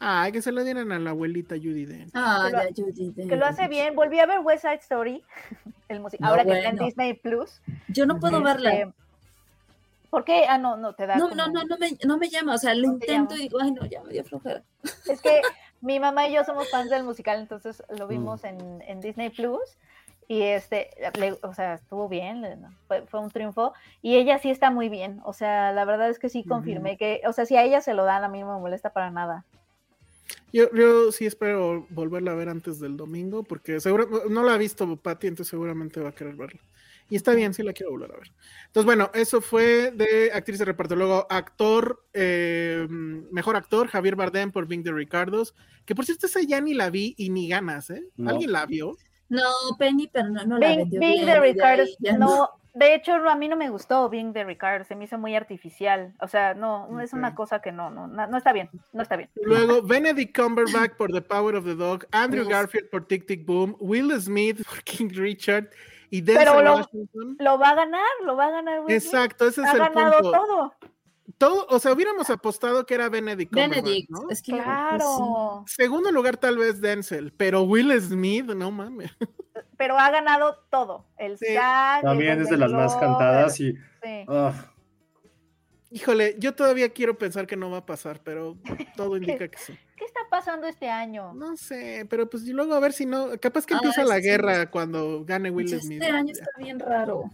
Speaker 6: Ay, Ah, que se lo dieran a la abuelita Judy Dench.
Speaker 7: Ah,
Speaker 8: Que lo-
Speaker 7: ya, Judy
Speaker 8: Que lo hace
Speaker 7: Dench.
Speaker 8: bien. Volví a ver West Side Story, el musi-
Speaker 7: No,
Speaker 8: ahora que está
Speaker 7: bueno.
Speaker 8: en Disney Plus.
Speaker 7: Yo no puedo
Speaker 8: Este,
Speaker 7: verla.
Speaker 8: ¿Por qué? Ah, no, no, te da.
Speaker 7: No,
Speaker 8: como-
Speaker 7: no, no, no me, no me llama. O sea, lo
Speaker 8: No te
Speaker 7: intento
Speaker 8: llama.
Speaker 7: y digo, ay, no, ya me dio flojera.
Speaker 8: Es que mi mamá y yo somos fans del musical, entonces
Speaker 9: Mm.
Speaker 8: lo vimos en, en Disney Plus. Y este, le- o sea, estuvo bien, le- no, fue, fue un triunfo. Y ella sí está muy bien. O sea, la verdad es que sí confirmé que, o sea, si a ella se lo dan, a mí no me molesta para nada.
Speaker 6: Yo, yo sí espero volverla a ver antes del domingo, porque seguro no la ha visto Pati, entonces seguramente va a querer verla. Y está bien, sí la quiero volver a ver. Entonces, bueno, eso fue de actriz de reparto. Luego, actor, eh, mejor actor, Javier Bardem por Bing de Ricardos, que por cierto, esa ya ni la vi y ni ganas, ¿eh?
Speaker 9: No.
Speaker 6: ¿Alguien la vio?
Speaker 7: No, Penny, pero no, no la
Speaker 8: Bing,
Speaker 7: vendió
Speaker 8: Bing
Speaker 7: bien,
Speaker 8: de
Speaker 7: y ahí
Speaker 8: Ricardo,
Speaker 7: ya
Speaker 8: no. De hecho, no, a mí no me gustó Bing de Ricardo, se me hizo muy artificial. O sea, no, es una
Speaker 6: Ok.
Speaker 8: cosa que no, no, no no está bien, no está bien.
Speaker 6: Luego, Benedict Cumberbatch por The Power of the Dog, Andrew
Speaker 7: Dios.
Speaker 6: Garfield por Tic Tic Boom, Will Smith por King Richard y Denzel
Speaker 8: Pero lo-
Speaker 6: Washington.
Speaker 8: Lo va a ganar, lo va a ganar. Will Smith.
Speaker 6: Exacto, ese es
Speaker 8: Ha
Speaker 6: el
Speaker 8: ganado
Speaker 6: punto.
Speaker 8: todo.
Speaker 6: todo, o sea, hubiéramos apostado que era Benedict. Cumberbatch,
Speaker 7: Benedict,
Speaker 6: ¿no?
Speaker 7: es que pues la-
Speaker 8: Claro.
Speaker 6: Segundo lugar tal vez Denzel, pero Will Smith, no mames.
Speaker 8: pero ha ganado todo. El
Speaker 6: Sí.
Speaker 8: SAG, el
Speaker 5: También es de las más
Speaker 8: Golden
Speaker 5: cantadas
Speaker 8: Globe,
Speaker 5: y.
Speaker 8: sí.
Speaker 5: ah,
Speaker 6: Híjole, yo todavía quiero pensar que no va a pasar, pero todo indica que sí.
Speaker 8: ¿Qué está pasando este año?
Speaker 6: No sé, pero pues y luego a ver si no, capaz que
Speaker 7: Ah,
Speaker 6: empieza la
Speaker 7: sí.
Speaker 6: guerra cuando gane
Speaker 7: sí.
Speaker 6: Will
Speaker 7: Ya
Speaker 6: Smith.
Speaker 7: Este año
Speaker 6: Ya.
Speaker 7: está bien raro.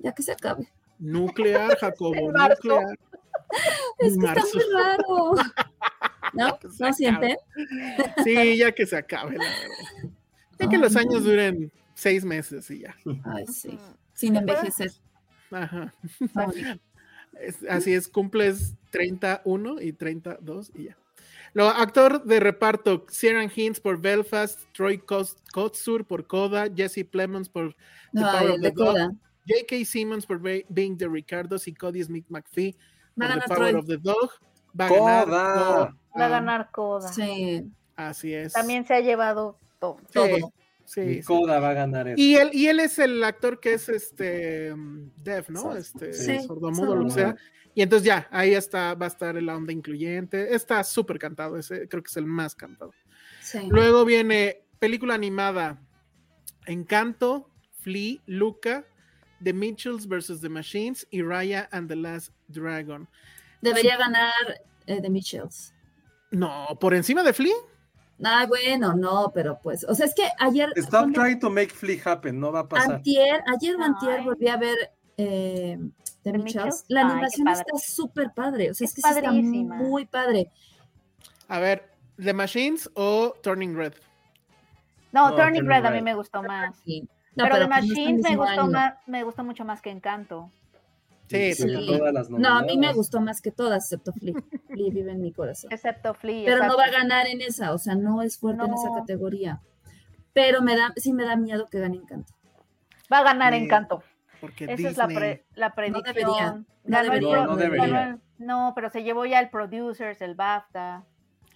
Speaker 7: Ya que se acabe.
Speaker 6: Nuclear, Jacobo,
Speaker 8: En marzo.
Speaker 6: nuclear.
Speaker 7: Es que
Speaker 6: Marzo.
Speaker 7: está muy raro.
Speaker 6: se
Speaker 7: ¿No?
Speaker 6: acabe.
Speaker 7: ¿No sienten?
Speaker 6: Sí, ya que se acabe, la verdad. Ya que los
Speaker 7: Ay,
Speaker 6: años
Speaker 7: no.
Speaker 6: duren seis meses y ya.
Speaker 7: Ay, sí.
Speaker 8: Mm,
Speaker 7: Sin envejecer.
Speaker 6: Ajá.
Speaker 7: Ay.
Speaker 6: Es- así es, cumples 31 y 32 y ya. Lo actor de reparto, Kieran Hines por Belfast, Troy Kos- Kotsur por Coda, Jesse Plemons por The
Speaker 7: No,
Speaker 6: Power
Speaker 7: ay,
Speaker 6: of
Speaker 7: el
Speaker 6: the
Speaker 7: de
Speaker 6: Dog,
Speaker 7: coda.
Speaker 6: J.K. Simmons por Be- Being the Ricardos y Cody Smith McPhee
Speaker 7: Va
Speaker 6: por
Speaker 7: a
Speaker 6: The
Speaker 7: ganar
Speaker 6: Power
Speaker 7: Troy.
Speaker 6: of the Dog. Va a
Speaker 9: Coda.
Speaker 6: ganar.
Speaker 8: Va a
Speaker 6: Coda.
Speaker 8: ganar Coda.
Speaker 7: Sí,
Speaker 6: Así es.
Speaker 8: También se ha llevado todo.
Speaker 6: Sí,
Speaker 7: todo.
Speaker 6: sí, sí.
Speaker 9: Coda va a ganar eso.
Speaker 6: Y él, y él es el actor que es este mm, deaf, ¿no?
Speaker 7: Sordo.
Speaker 6: Este
Speaker 7: Sí,
Speaker 6: sordomudo, lo que
Speaker 7: sordomudo.
Speaker 6: sea. Y entonces ya, ahí está, va a estar la onda incluyente. Está súper cantado, ese creo que es el más cantado.
Speaker 7: Sí.
Speaker 6: Luego viene película animada: Encanto, Flea, Luca, The Mitchells vs. The Machines y Raya and the Last Dragon.
Speaker 7: Debería ganar eh, The Mitchells.
Speaker 6: No, por encima de Flea.
Speaker 7: Ah, bueno, no, pero pues. O sea, es que ayer.
Speaker 9: Stop
Speaker 7: ¿cuándo?
Speaker 9: trying to make Flea happen, no va a pasar.
Speaker 7: Antier, ayer o antier
Speaker 8: Ay.
Speaker 7: volví a ver eh, The
Speaker 8: ¿The
Speaker 7: Mitchells.
Speaker 8: Mitchells?
Speaker 7: La
Speaker 8: Ay, qué
Speaker 7: animación
Speaker 8: padre.
Speaker 7: está súper padre. O sea, es
Speaker 8: Es
Speaker 7: que sí está
Speaker 8: padrísima.
Speaker 7: muy padre.
Speaker 6: A ver, The Machines o Turning Red.
Speaker 8: No,
Speaker 5: No,
Speaker 8: Turning
Speaker 5: Turning
Speaker 8: Red a mí
Speaker 5: Red.
Speaker 8: me gustó más.
Speaker 7: Sí. No,
Speaker 8: Pero The
Speaker 7: pues no está el
Speaker 8: Machines me
Speaker 7: mismo
Speaker 8: gustó
Speaker 7: año.
Speaker 8: más, me gustó mucho más que Encanto.
Speaker 6: Sí,
Speaker 7: Sí.
Speaker 5: todas las
Speaker 7: No, a mí me
Speaker 5: nominadas.
Speaker 7: gustó más que todas, excepto Flea. Flea vive en mi corazón.
Speaker 8: Excepto Flea.
Speaker 7: Pero no
Speaker 8: exacto.
Speaker 7: va a ganar en esa, o sea, no es fuerte en esa
Speaker 8: No.
Speaker 7: categoría. Pero me da, sí me da miedo que gane Encanto.
Speaker 8: Va a ganar
Speaker 6: Sí.
Speaker 8: Encanto.
Speaker 6: porque
Speaker 8: Esa
Speaker 6: Disney.
Speaker 8: es la, pre- la predicción.
Speaker 7: No
Speaker 8: Ganó el
Speaker 7: debería,
Speaker 8: pro-
Speaker 7: no
Speaker 9: debería.
Speaker 8: ganó el- no, pero se llevó ya el Producers, el BAFTA.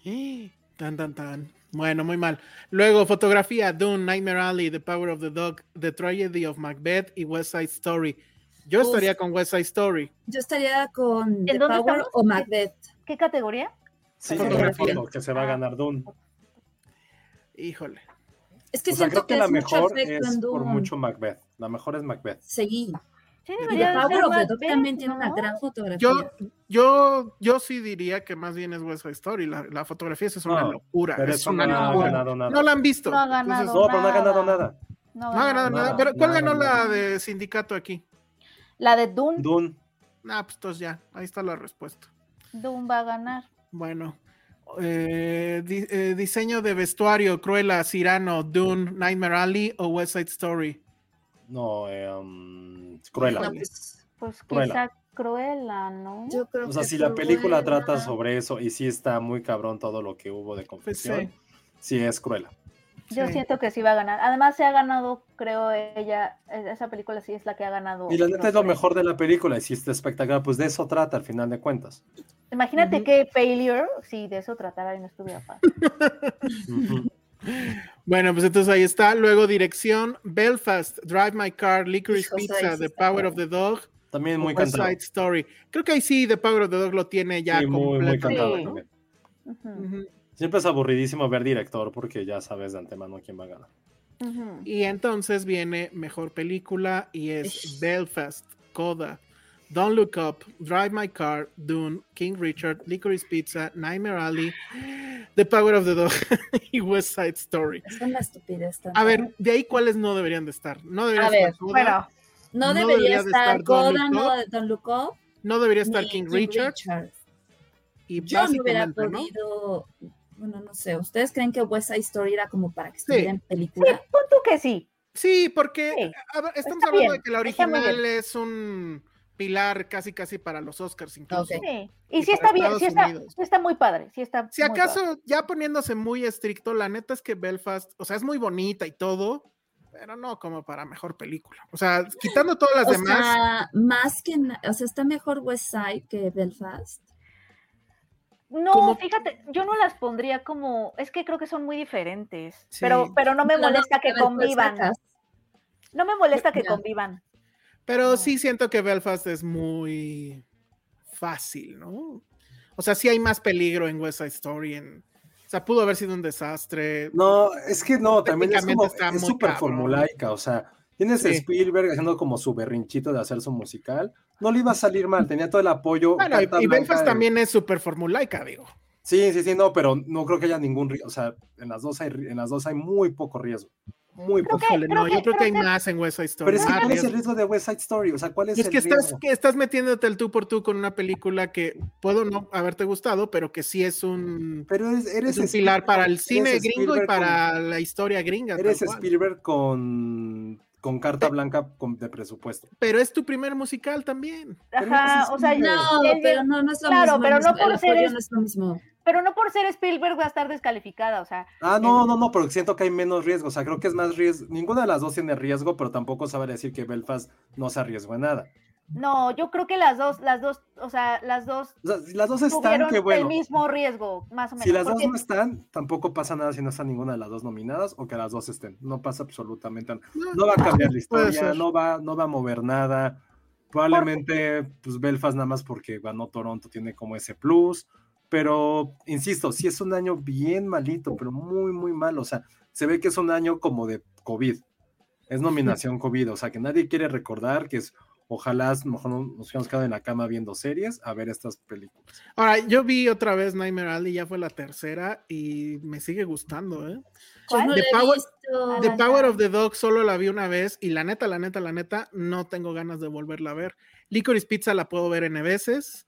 Speaker 6: ¡Eh! Tan, tan, tan. Bueno, muy mal. Luego, fotografía, Dune, Nightmare Alley, The Power of the Dog, The Tragedy of Macbeth y West Side Story. Yo
Speaker 7: Uf.
Speaker 6: estaría con West Side Story.
Speaker 7: Yo estaría con The
Speaker 8: dónde
Speaker 7: Power
Speaker 8: estamos?
Speaker 7: o Macbeth.
Speaker 8: ¿Qué categoría?
Speaker 5: Sí,
Speaker 6: Fotografía.
Speaker 5: foto que se va a ganar Dune.
Speaker 6: Híjole.
Speaker 7: Es que
Speaker 5: o sea, creo
Speaker 7: siento
Speaker 5: que,
Speaker 7: que,
Speaker 5: la
Speaker 7: es mucho
Speaker 5: mejor
Speaker 7: afecto
Speaker 5: es
Speaker 7: en
Speaker 5: por
Speaker 7: Dune.
Speaker 5: mucho Macbeth. La mejor es Macbeth.
Speaker 7: Sí.
Speaker 8: Sí,
Speaker 6: The
Speaker 7: Y
Speaker 8: debería
Speaker 7: The
Speaker 8: de ser
Speaker 7: Power of the
Speaker 8: Macbeth,
Speaker 7: Dog también tiene una
Speaker 8: ¿no?
Speaker 7: gran fotografía.
Speaker 6: Yo, yo, yo sí diría que más bien es West Side Story. La, la fotografía es una
Speaker 5: No,
Speaker 7: Ah,
Speaker 6: locura.
Speaker 5: Pero
Speaker 6: es
Speaker 5: eso
Speaker 6: una
Speaker 5: no ha
Speaker 6: locura.
Speaker 5: ganado nada.
Speaker 6: No la han visto.
Speaker 8: No ha ganado.
Speaker 6: Entonces,
Speaker 5: No, pero no ha ganado nada.
Speaker 8: No,
Speaker 6: no ha ganado
Speaker 5: Nada,
Speaker 6: nada. Pero, ¿cuál
Speaker 5: nada,
Speaker 6: ganó
Speaker 5: nada.
Speaker 6: la de sindicato aquí?
Speaker 8: La de Doom,
Speaker 5: Dune.
Speaker 6: Ah, pues entonces ya. Ahí está la respuesta.
Speaker 8: Doom va a ganar.
Speaker 6: Bueno. eh, di- eh, diseño de vestuario, Cruella, Cyrano, Dune, Nightmare Alley o West Side Story.
Speaker 5: No, eh, um, Cruella.
Speaker 7: No, pues,
Speaker 8: Pues
Speaker 5: Cruella.
Speaker 8: quizá Cruella, ¿no?
Speaker 7: yo creo
Speaker 5: o sea,
Speaker 7: que
Speaker 5: si la
Speaker 7: fue
Speaker 5: película
Speaker 7: buena.
Speaker 5: trata sobre eso y sí está muy cabrón todo lo que hubo de
Speaker 6: Pues sí.
Speaker 5: confesión, sí es Cruella.
Speaker 8: Yo
Speaker 6: Sí.
Speaker 8: siento que sí va a ganar. Además, se ha ganado, creo, ella, esa película sí es la que ha ganado.
Speaker 5: Y la neta
Speaker 8: los
Speaker 5: es lo
Speaker 8: premios.
Speaker 5: mejor de la película y sí está espectacular. Pues de eso trata al final de cuentas.
Speaker 8: Imagínate
Speaker 6: Ujú.
Speaker 8: que Failure, si de eso tratara y no estuviera paz.
Speaker 5: Ujú.
Speaker 6: Bueno, pues entonces ahí está. Luego dirección, Belfast, Drive My Car, Licorice
Speaker 7: Hijo, esa
Speaker 6: Pizza,
Speaker 7: sí
Speaker 6: The
Speaker 7: está
Speaker 6: Power of
Speaker 7: buena.
Speaker 6: the Dog,
Speaker 5: También
Speaker 6: o
Speaker 5: muy
Speaker 6: West
Speaker 5: cantado.
Speaker 6: Side Story. Creo que ahí sí, The Power of the Dog lo tiene ya
Speaker 5: Sí, muy, muy
Speaker 6: completo.
Speaker 5: cantado
Speaker 8: Sí.
Speaker 5: también.
Speaker 6: Ujú.
Speaker 5: Sí, Siempre es aburridísimo ver director porque ya sabes de antemano quién va a ganar.
Speaker 6: Ujú. Y entonces viene mejor película y es Belfast, Coda, Don't Look Up, Drive My Car, Dune, King Richard, Licorice Pizza, Nightmare Alley, The Power of the Dog y West Side Story.
Speaker 7: Es una estupidez. tanta.
Speaker 6: A ver, de ahí cuáles no deberían de estar. No debería
Speaker 8: A
Speaker 6: estar
Speaker 8: ver,
Speaker 6: Coda,
Speaker 8: bueno,
Speaker 7: no,
Speaker 6: no
Speaker 7: debería,
Speaker 6: debería de
Speaker 7: estar
Speaker 6: estar Don't
Speaker 7: Coda,
Speaker 6: Look
Speaker 7: no
Speaker 6: Up,
Speaker 7: de Don Luco.
Speaker 6: no debería estar King Richard y
Speaker 7: Yo no hubiera
Speaker 6: básicamente, ¿no?
Speaker 7: podido. Bueno, no sé. ¿Ustedes creen que West Side Story era como para que estuviera en película?
Speaker 8: pon tú que sí.
Speaker 6: Sí, porque
Speaker 8: Sí,
Speaker 6: a ver, estamos
Speaker 8: está
Speaker 6: hablando
Speaker 8: bien,
Speaker 6: de que la
Speaker 8: está muy
Speaker 6: original es un pilar casi casi para los Oscars incluso.
Speaker 7: Ok.
Speaker 8: Sí.
Speaker 6: eh, Y
Speaker 8: Y sí
Speaker 6: para
Speaker 8: está bien,
Speaker 6: Estados
Speaker 8: sí está,
Speaker 6: Unidos.
Speaker 8: sí está muy padre. Sí está
Speaker 6: Si
Speaker 8: muy
Speaker 6: acaso,
Speaker 8: padre.
Speaker 6: ya poniéndose muy estricto, la neta es que Belfast, o sea, es muy bonita y todo, pero no como para mejor película. O sea, quitando todas las
Speaker 7: O
Speaker 6: demás,
Speaker 7: sea, más que. na- O sea, está mejor West Side que Belfast.
Speaker 8: No,
Speaker 6: como-
Speaker 8: fíjate, yo no las pondría como, es que creo que son muy diferentes,
Speaker 6: Sí.
Speaker 8: pero, pero no me
Speaker 7: Las dos
Speaker 8: molesta que
Speaker 7: primeras pues,
Speaker 8: convivan.
Speaker 7: sacas.
Speaker 8: No me molesta que
Speaker 7: Ya.
Speaker 8: convivan.
Speaker 6: pero sí siento que Belfast es muy fácil, ¿no? O sea, sí hay más peligro en West Side Story. En, o sea, pudo haber sido un desastre.
Speaker 5: No, es que no, también es como,
Speaker 6: Técnicamente está
Speaker 5: es
Speaker 6: muy
Speaker 5: súper
Speaker 6: cabrón.
Speaker 5: formulaica, o sea, tienes a
Speaker 6: Sí.
Speaker 5: Spielberg haciendo como su berrinchito de hacer su musical, no le iba a salir mal, tenía todo el apoyo.
Speaker 6: Bueno, y,
Speaker 5: carta
Speaker 6: y
Speaker 5: blanca
Speaker 6: Belfast
Speaker 5: de-
Speaker 6: también es súper formulaica, digo.
Speaker 5: Sí, sí, sí, no, pero no creo que haya ningún riesgo, o sea, en las dos hay, ri- en las dos hay muy poco riesgo, muy poco.
Speaker 8: que-
Speaker 6: Híjole, no,
Speaker 8: creo
Speaker 6: yo creo
Speaker 8: que-
Speaker 6: que hay
Speaker 8: creo que-
Speaker 6: más en West Side Story.
Speaker 5: Pero es que
Speaker 6: más
Speaker 5: ¿cuál es el
Speaker 6: riesgo.
Speaker 5: riesgo de West Side Story? O sea, ¿cuál es,
Speaker 6: Y es
Speaker 5: el
Speaker 6: que estás,
Speaker 5: riesgo?
Speaker 6: que estás metiéndote el tú por tú con una película que puedo no haberte gustado, pero que sí es un,
Speaker 5: Pero eres, eres
Speaker 6: es un
Speaker 5: Spielberg-
Speaker 6: pilar para el
Speaker 5: eres
Speaker 6: cine gringo y
Speaker 5: Spielberg
Speaker 6: para la historia gringa.
Speaker 5: con-
Speaker 6: tal
Speaker 5: eres
Speaker 6: cual.
Speaker 5: Spielberg con, con carta blanca con- de presupuesto.
Speaker 6: Pero es tu primer musical también.
Speaker 5: Pero ese es
Speaker 8: Ajá, o sea,
Speaker 5: un-
Speaker 7: No,
Speaker 8: él-
Speaker 7: pero no, no es lo
Speaker 8: Claro,
Speaker 7: mismo.
Speaker 8: pero
Speaker 7: es-
Speaker 8: no por
Speaker 7: el
Speaker 8: ser
Speaker 7: apoyo
Speaker 8: es-
Speaker 7: no es lo mismo.
Speaker 8: pero no por ser Spielberg va a estar descalificada, o sea,
Speaker 5: Ah, no, no, no, pero siento que hay menos riesgo. O sea, creo que es más riesgo. Ninguna de las dos tiene riesgo, pero tampoco sabe decir que Belfast no se arriesgó en nada.
Speaker 8: no, yo creo que las dos, las dos, o sea, las dos
Speaker 5: O sea, si las dos están,
Speaker 8: tuvieron
Speaker 5: qué
Speaker 8: el
Speaker 5: bueno.
Speaker 8: mismo riesgo, más o menos.
Speaker 5: Si las dos
Speaker 8: porque-
Speaker 5: no están, tampoco pasa nada si no están ninguna de las dos nominadas o que las dos estén. No pasa absolutamente nada. No va a cambiar la
Speaker 6: Puede
Speaker 5: historia,
Speaker 6: ser.
Speaker 5: no va, no va a mover nada. Probablemente, pues Belfast nada más porque ganó Toronto tiene como ese plus. Pero, insisto, sí es un año bien malito, pero muy, muy malo. O sea, se ve que es un año como de COVID. Es nominación COVID, o sea, que nadie quiere recordar que es, ojalá mejor no- nos hubiéramos quedado en la cama viendo series a ver estas películas.
Speaker 6: Ahora, yo vi otra vez Nightmare Alley, ya fue la tercera y me sigue gustando, ¿eh?
Speaker 7: Yo
Speaker 8: ¿Cuál?
Speaker 7: no
Speaker 6: The
Speaker 7: lo he
Speaker 6: Power-
Speaker 7: visto.
Speaker 6: The
Speaker 8: Ajá.
Speaker 6: Power of the Dog solo la vi una vez y la neta, la neta, la neta, no tengo ganas de volverla a ver. Licorice Pizza la puedo ver N veces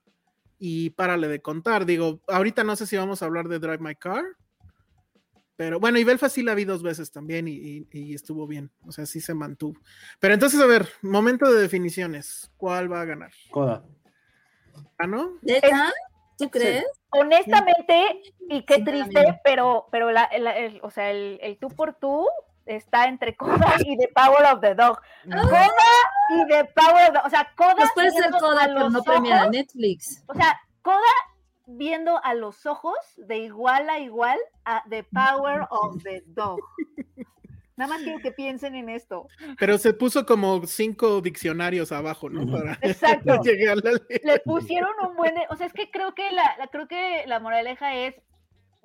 Speaker 6: y párale de contar. Digo, ahorita no sé si vamos a hablar de Drive My Car, pero bueno, y Belfast sí la vi dos veces también y, y- y estuvo bien, o sea, sí se mantuvo. Pero entonces, a ver, momento de definiciones. ¿Cuál va a ganar?
Speaker 5: Coda.
Speaker 6: ¿Ah, no?
Speaker 7: ¿Neta? ¿Tú crees?
Speaker 8: honestamente, y qué
Speaker 7: Sí, también.
Speaker 8: triste, pero, pero la, la- el, o sea, el, el tú por tú está entre Coda y The Power of the Dog. Coda y The Power of the O sea, Coda.
Speaker 7: Pues puede ser
Speaker 8: viendo
Speaker 7: Coda,
Speaker 8: a
Speaker 7: pero
Speaker 8: los
Speaker 7: no premiada
Speaker 8: ojos-
Speaker 7: Netflix.
Speaker 8: O sea, Coda viendo a los ojos de igual a igual a The Power of the Dog. Nada más quiero que piensen en esto.
Speaker 6: Pero se puso como cinco diccionarios abajo, ¿no? Para
Speaker 8: Exacto.
Speaker 6: llegar a la ley.
Speaker 8: le pusieron un buen, o sea, es que creo que la, la- creo que la moraleja es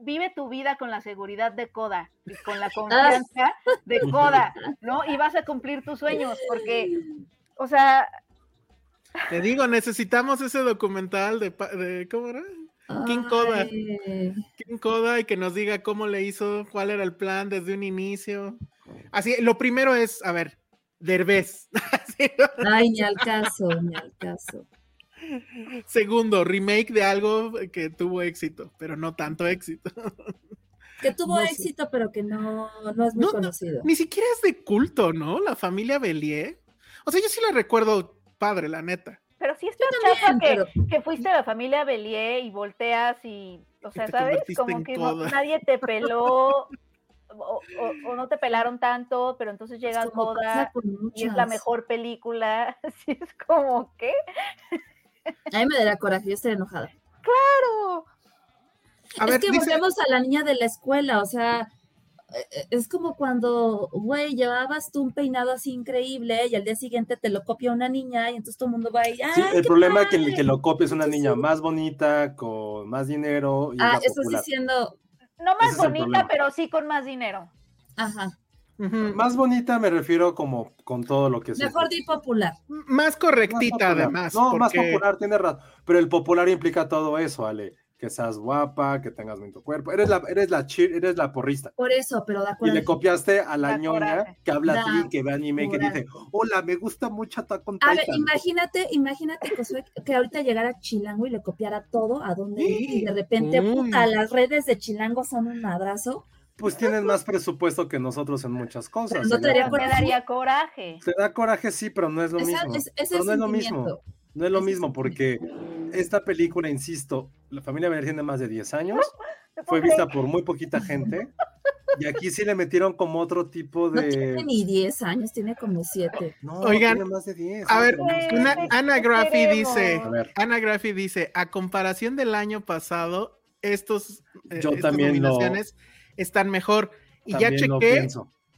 Speaker 8: vive tu vida con la seguridad de Coda y con
Speaker 7: Ah,
Speaker 8: la confianza de Coda, ¿no? Y vas a cumplir tus sueños porque o sea,
Speaker 6: Te digo, necesitamos ese documental de, pa- de ¿cómo era? King Coda.
Speaker 7: Ay.
Speaker 6: King Koda y que nos diga cómo le hizo, cuál era el plan desde un inicio. Así, lo primero es, a ver, Derbez. Así, ¿no?
Speaker 7: Ay, ni al caso, ni al caso.
Speaker 6: Segundo, remake de algo que tuvo éxito, pero no tanto éxito.
Speaker 7: Que tuvo
Speaker 6: No sé.
Speaker 7: éxito, pero que no, no es muy
Speaker 6: No, no,
Speaker 7: conocido.
Speaker 6: Ni siquiera es de culto, ¿no? La familia Bellier. O sea, yo sí la recuerdo padre, la neta.
Speaker 8: pero si está chafa
Speaker 7: También,
Speaker 8: que,
Speaker 7: pero
Speaker 8: que fuiste a la familia Bellier y volteas y, o sea,
Speaker 6: te
Speaker 8: ¿sabes?
Speaker 6: convertiste en
Speaker 8: Como que no-
Speaker 6: Coda.
Speaker 8: nadie te peló o, o- o no te pelaron tanto, pero entonces llega
Speaker 7: es pues, como
Speaker 8: Coda
Speaker 7: pasa con
Speaker 8: y es la
Speaker 7: muchas.
Speaker 8: mejor película, así es como, ¿qué?
Speaker 7: A mí me daría coraje, yo estaría enojada.
Speaker 8: Claro.
Speaker 6: A
Speaker 7: es
Speaker 6: ver,
Speaker 7: que
Speaker 6: dice-
Speaker 7: volvemos a la niña de la escuela, o sea, eh, eh, es como cuando, güey, llevabas tú un peinado así increíble y al día siguiente te lo copia una niña y entonces todo el mundo va y, ¡ay,
Speaker 5: Sí, el
Speaker 7: qué
Speaker 5: problema es que, el
Speaker 7: padre!
Speaker 5: que lo copia es una
Speaker 7: Sí,
Speaker 5: niña
Speaker 7: sí.
Speaker 5: más bonita, con más dinero y
Speaker 7: Ah,
Speaker 5: más
Speaker 7: estás
Speaker 5: popular.
Speaker 7: diciendo,
Speaker 8: No más bonita, pero sí con más dinero.
Speaker 7: Ajá.
Speaker 5: Uh -huh. Más bonita me refiero como con todo lo que es.
Speaker 7: Mejor di popular.
Speaker 6: Más correctita más además.
Speaker 5: No, porque... más popular, tiene razón. Pero el popular implica todo eso, Ale. Que seas guapa, que tengas bonito cuerpo. Eres la, eres la cheer, eres la porrista.
Speaker 7: Por eso, pero de
Speaker 5: acuerdo. Y le copiaste a la ñoña que habla da, así, que ve anime, da. que dice, hola, me gusta mucho Attack on
Speaker 7: Titan. A ver, imagínate, imagínate que, que ahorita llegara Chilango y le copiara todo a donde sí. y de repente, mm. puta, las redes de Chilango son un madrazo
Speaker 5: pues tienen más presupuesto que nosotros en muchas cosas.
Speaker 8: Pero no te, ¿no? te daría coraje.
Speaker 5: Te da coraje, sí, pero no es lo es, mismo. Es, es pero no es lo mismo. No es lo mismo porque esta película, insisto, la familia Verde tiene más de 10 años, fue vista por muy poquita gente y aquí sí le metieron como otro tipo de...
Speaker 7: No tiene ni 10 años, tiene como 7.
Speaker 5: No, Oigan, no tiene más de 10.
Speaker 6: A ver, una, Ana Graffi dice, Ana Graffi dice, a comparación del año pasado, estos, eh,
Speaker 5: Yo
Speaker 6: estas
Speaker 5: también
Speaker 6: nominaciones...
Speaker 5: Lo
Speaker 6: están mejor. Y También ya chequé.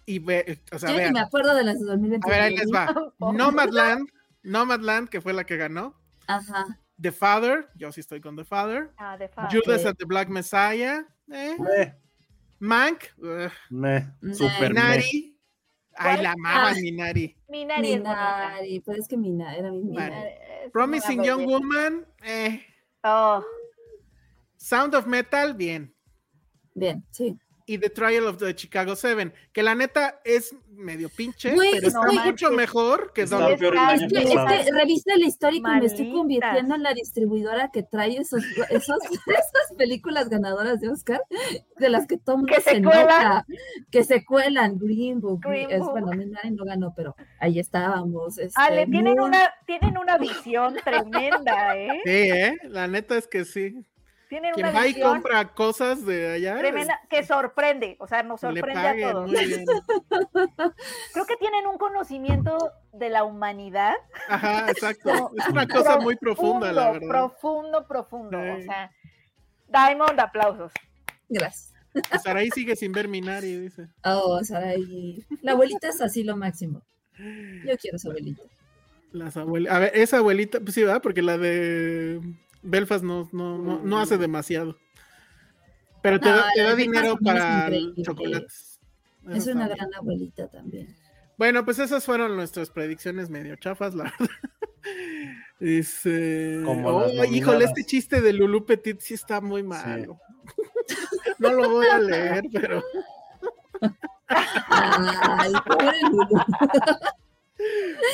Speaker 6: Y ve, o
Speaker 5: Pues,
Speaker 6: sea,
Speaker 7: Yo
Speaker 6: vean.
Speaker 7: ni me acuerdo de las de 2021.
Speaker 6: A ver, ahí les va. Nomadland, Nomadland, que fue la que ganó.
Speaker 7: Ajá.
Speaker 6: The Father, yo sí estoy con The Father.
Speaker 8: Ah, The Father.
Speaker 6: Judas and the Black Messiah. Eh. Meh. Mank.
Speaker 5: Meh. Meh.
Speaker 6: Super Nari. Ay, la amaba ah. Minari.
Speaker 8: Minari.
Speaker 7: Minari, pero es que Minari era mi Minari.
Speaker 6: Promising Young Woman. Eh.
Speaker 8: Oh.
Speaker 6: Sound of Metal, bien.
Speaker 7: Bien, sí
Speaker 6: y The Trial of the Chicago Seven, que la neta es medio pinche, wey, pero está wey, mucho wey, mejor que Don
Speaker 7: es que, es que Este, revista el histórico Malita. me estoy convirtiendo en la distribuidora que trae esos, esos esas películas ganadoras de Oscar, de las que todo
Speaker 8: que se, cuelan. Nota,
Speaker 7: que se cuelan, Green Book, Green es, Book. bueno, no ganó, pero ahí estábamos. Este,
Speaker 8: Ale, tienen, muy... una, tienen una visión tremenda, ¿eh? Sí,
Speaker 6: ¿eh? La neta es que sí
Speaker 8: tienen
Speaker 6: Quien
Speaker 8: una
Speaker 6: va y compra cosas de allá
Speaker 8: tremenda, es... que sorprende, o sea, nos sorprende paguen, a todos. Creo que tienen un conocimiento de la humanidad.
Speaker 6: Ajá, exacto. Como, es una cosa muy profunda,
Speaker 8: profundo,
Speaker 6: la verdad.
Speaker 8: Profundo, profundo. Sí. O sea, Diamond, aplausos.
Speaker 7: Gracias.
Speaker 6: Saraí sigue sin ver Minari, dice.
Speaker 7: Oh, Saraí. La abuelita es así lo máximo. Yo quiero su abuelita.
Speaker 6: Las abuelitas. A ver, esa abuelita, pues sí, ¿verdad? Porque la de Belfast no, no, no, no,
Speaker 8: Mm.
Speaker 6: hace demasiado. Pero te, da, te da dinero para chocolates.
Speaker 7: Eso es una gran abuelita también.
Speaker 6: Bueno, pues esas fueron nuestras predicciones medio chafas, la verdad. Es, eh... oh, híjole, este chiste de Lulu Petit sí está muy malo. Sí. no lo voy a leer, pero.
Speaker 7: Ay, pobre Lulu.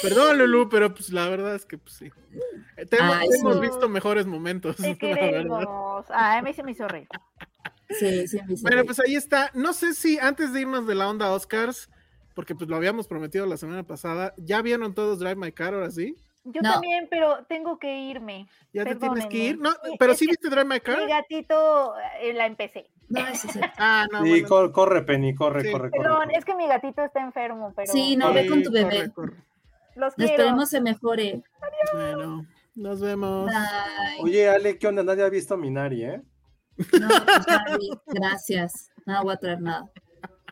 Speaker 6: Perdón, Lulu, pero pues la verdad es que pues sí. Te hemos, Ay, te hemos sí. visto mejores momentos.
Speaker 8: Te queremos. Ay, me hice mi sonreír.
Speaker 7: Sí, sí, me hizo
Speaker 6: Bueno, pues ahí está. No sé si antes de irnos de la onda Oscars, porque pues lo habíamos prometido la semana pasada, ¿ya vieron todos Drive My Car ahora sí?
Speaker 8: Yo no. también, pero tengo que irme.
Speaker 6: Ya Perdónenme. te tienes que ir. No, pero sí viste Drive My Car.
Speaker 8: Mi gatito eh, la empecé.
Speaker 7: No, eso sí.
Speaker 6: Ah, no.
Speaker 5: Sí, bueno. corre, corre, Penny, corre,
Speaker 8: sí.
Speaker 5: corre,
Speaker 8: Perdón,
Speaker 5: corre.
Speaker 8: es que mi gatito está enfermo, pero.
Speaker 7: Sí, no, ve
Speaker 6: eh,
Speaker 7: con tu bebé. Corre, corre.
Speaker 8: Los
Speaker 7: quiero. Esperemos se mejore.
Speaker 8: Adiós.
Speaker 6: Bueno, nos vemos.
Speaker 7: Bye.
Speaker 5: Oye, Ale, ¿qué onda? Nadie ha visto a Minari, ¿eh?
Speaker 7: No, Javi, gracias. No voy a traer nada.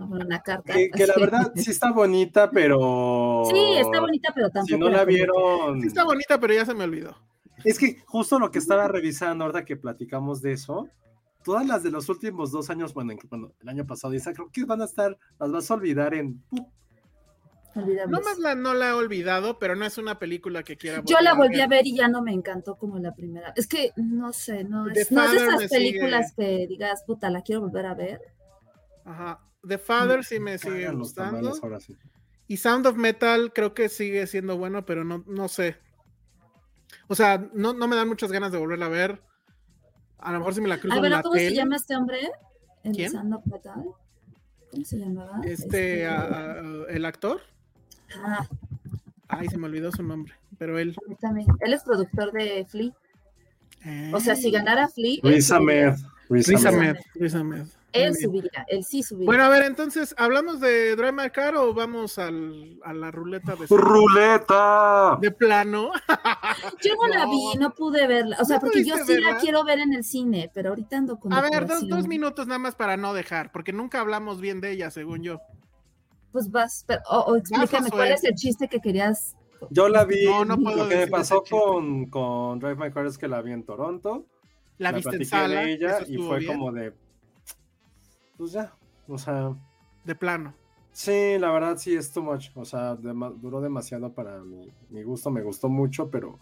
Speaker 7: Una carta.
Speaker 5: Que, que, la verdad sí está bonita, pero.
Speaker 7: Sí, está bonita, pero tampoco.
Speaker 5: Si no la vieron.
Speaker 6: Sí, está bonita, pero ya se me olvidó.
Speaker 5: Es que justo lo que estaba revisando ahorita que platicamos de eso, todas las de los últimos dos años, bueno, bueno el año pasado, y esa creo que van a estar, las vas a olvidar en.
Speaker 6: No más la, no la he olvidado, pero no es una película que quiera.
Speaker 7: Yo la volví a ver y ya no me encantó como la primera. Es que no sé, no es, no es de esas películas sigue. que digas, puta, la quiero volver a ver.
Speaker 6: Ajá. The Father sí me sigue gustando. Sí. Y Sound of Metal creo que sigue siendo bueno, pero no, no sé. O sea, no, no me dan muchas ganas de volverla a ver. A lo mejor si me la cruzo.
Speaker 7: A ver, ¿cómo
Speaker 6: tele.
Speaker 7: se llama este hombre? ¿El
Speaker 6: ¿Quién?
Speaker 7: Sound of Metal. ¿Cómo se llamaba?
Speaker 6: Este, este... Uh, el actor.
Speaker 7: Ah.
Speaker 6: Ay, se me olvidó su nombre, pero él.
Speaker 7: También. Él es productor de Flea. Eh. O
Speaker 6: Mm.
Speaker 7: sea, si ganara Flea.
Speaker 5: Luis Ahmed.
Speaker 6: Luis Ahmed. Luis Ahmed.
Speaker 7: Él subirá, él sí subirá.
Speaker 6: Bueno, a ver, entonces, ¿hablamos de Drive My Car o vamos al, a la ruleta de...
Speaker 5: ¡Ruleta!
Speaker 6: De plano.
Speaker 7: yo no, no, la vi, no pude verla. O sea, porque yo sí verla? la quiero ver en el cine, pero ahorita ando con...
Speaker 6: A ver, dos, dos, minutos nada más para no dejar, porque nunca hablamos bien de ella, según yo.
Speaker 7: Pues vas, pero, o, o explícame cuál es el chiste que querías...
Speaker 5: Yo la vi, no, no puedo lo que me pasó con, con, Drive My Car es que la vi en Toronto.
Speaker 6: La, viste en sala.
Speaker 5: Ella, y fue bien. como de, pues ya, o sea.
Speaker 6: De plano.
Speaker 5: Sí, la verdad sí es too much. O sea, de, duró demasiado para mi, mi, gusto. Me gustó mucho, pero.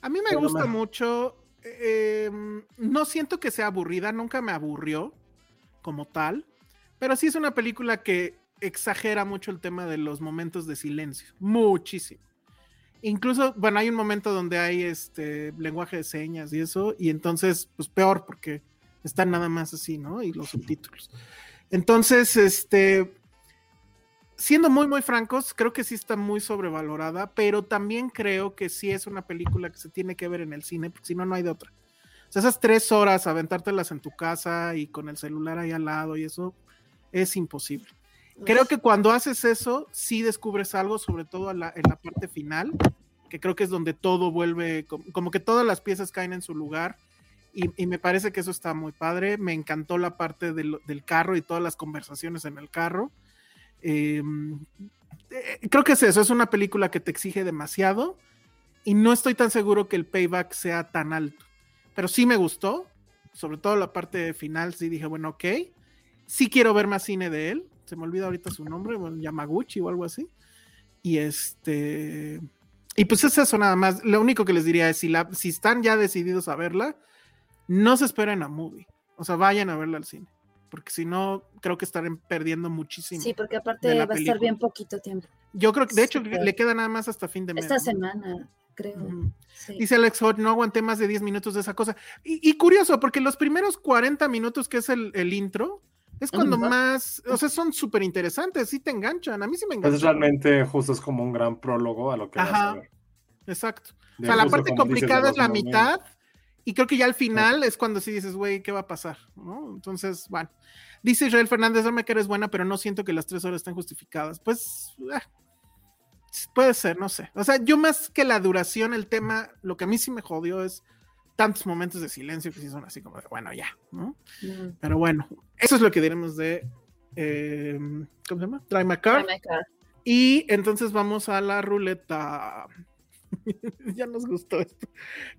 Speaker 6: A mí me pero gusta me... mucho. Eh, no siento que sea aburrida, nunca me aburrió como tal. Pero sí es una película que exagera mucho el tema de los momentos de silencio. Muchísimo. Incluso, bueno, hay un momento donde hay este lenguaje de señas y eso, y entonces, pues peor, porque están nada más así, ¿no? Y los subtítulos. Entonces, este, siendo muy, muy francos, creo que sí está muy sobrevalorada, pero también creo que sí es una película que se tiene que ver en el cine, porque si no, no hay de otra. O sea, esas tres horas, aventártelas en tu casa y con el celular ahí al lado y eso, es imposible. Creo
Speaker 8: Pues
Speaker 6: que cuando haces eso, sí descubres algo, sobre todo en la, en la parte final, que creo que es donde todo vuelve, como que todas las piezas caen en su lugar. Y, y, me parece que eso está muy padre. Me encantó la parte del, del carro y todas las conversaciones en el carro. Eh, eh, creo que es eso, es una película que te exige demasiado y no estoy tan seguro que el payback sea tan alto, pero sí me gustó, sobre todo la parte final, sí dije, bueno, ok, sí quiero ver más cine de él, se me olvida ahorita su nombre, bueno, Yamaguchi o algo así, y este... Y pues es eso nada más. Lo único que les diría es si, la, si están ya decididos a verla, no se esperen a movie. O sea, vayan a verla al cine. Porque si no, creo que estarán perdiendo muchísimo.
Speaker 7: Sí, porque aparte va película. a estar bien poquito tiempo.
Speaker 6: Yo creo que, de hecho, sí, le queda nada más hasta fin de mes.
Speaker 7: Esta ¿no? semana, creo. Mm.
Speaker 6: Sí. Dice Alex Hot, no aguanté más de 10 minutos de esa cosa. Y, y curioso, porque los primeros 40 minutos, que es el, el intro, es cuando ¿No? más, o sea, son súper interesantes, sí te enganchan. A mí sí me enganchan.
Speaker 5: Pues realmente justo es como un gran prólogo a lo que Ajá. vas a ver.
Speaker 6: Exacto. De o sea, la parte complicada es la momentos. mitad. Y creo que ya al final es cuando sí dices, güey, ¿qué va a pasar? ¿No? Entonces, bueno. Dice Israel Fernández, dame que eres buena, pero no siento que las tres horas estén justificadas. Pues, eh, puede ser, no sé. O sea, yo más que la duración, el tema, lo que a mí sí me jodió es tantos momentos de silencio que sí son así como de, bueno, ya, ¿no? Mm. Pero bueno, eso es lo que diremos de, eh, ¿cómo se llama? Try my
Speaker 7: ¿Ah?
Speaker 6: car. Try my car. Y entonces vamos a la ruleta ya nos gustó esto.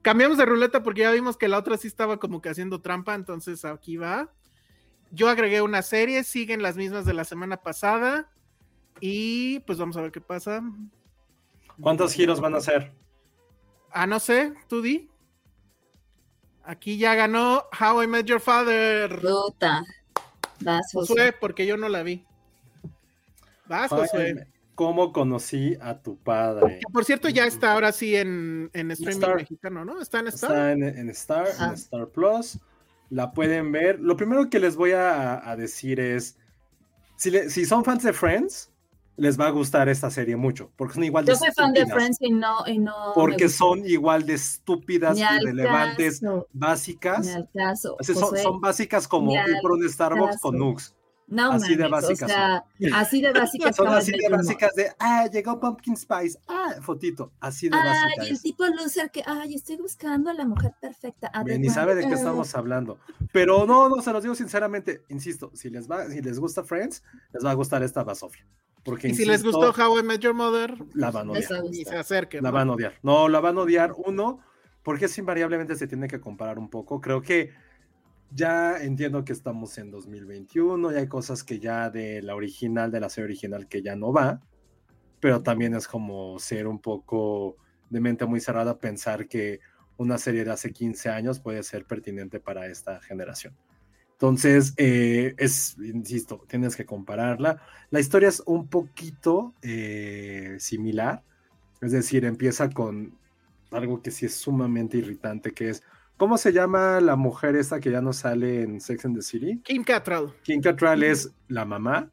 Speaker 6: Cambiamos de ruleta porque ya vimos que la otra sí estaba como que haciendo trampa, entonces aquí va. Yo agregué una serie, siguen las mismas de la semana pasada y pues vamos a ver qué pasa.
Speaker 5: ¿Cuántos giros van a hacer?
Speaker 6: Ah, no sé, tú di. Aquí ya ganó How I Met Your Father.
Speaker 7: Ruta.
Speaker 6: Vas,
Speaker 7: Pues
Speaker 6: Josué, porque yo no la vi. Vas, Josué.
Speaker 5: ¿Cómo conocí a tu padre?
Speaker 6: por cierto, ya está ahora sí en, en streaming Star. mexicano, ¿no? Está en Star.
Speaker 5: Está en, en Star, ah. en Star Plus. La pueden ver. Lo primero que les voy a, a decir es: si, le, si, son fans de Friends, les va a gustar esta serie mucho. Porque son igual
Speaker 7: Yo de soy fan de Friends y no. Y no
Speaker 5: porque son igual de estúpidas, irrelevantes, caso. básicas.
Speaker 7: Ni al caso.
Speaker 5: Así son, José, son, básicas como ir por un Starbucks caso. con Nux.
Speaker 7: No,
Speaker 5: así,
Speaker 7: man,
Speaker 5: de básicas,
Speaker 7: o sea, así de básicas.
Speaker 5: Son así de básicas de, ah, llegó Pumpkin Spice, ah, fotito, así de
Speaker 7: ah,
Speaker 5: básicas.
Speaker 7: y el tipo loser que, ay, estoy buscando a la mujer perfecta. Ah,
Speaker 5: A Bien, ni sabe de qué estamos hablando. Pero no, no, se los digo sinceramente, insisto, si les va, si les gusta Friends, les va a gustar esta Basofia. Porque,
Speaker 6: y
Speaker 5: insisto,
Speaker 6: si les gustó How I Met Your Mother,
Speaker 5: la van a odiar.
Speaker 6: Ni se acerquen.
Speaker 5: La van a odiar. No, la van a odiar, uno, porque es invariablemente se tiene que comparar un poco. Creo que ya entiendo que estamos en 2021 y hay cosas que ya de la original, de la serie original que ya no va, pero también es como ser un poco de mente muy cerrada pensar que una serie de hace 15 años puede ser pertinente para esta generación. Entonces, eh, es, insisto, tienes que compararla. La historia es un poquito eh, similar, es decir, empieza con algo que sí es sumamente irritante, que es ¿Cómo se llama la mujer esta que ya no sale en Sex and the City?
Speaker 6: Kim Cattrall.
Speaker 5: Kim Cattrall es la mamá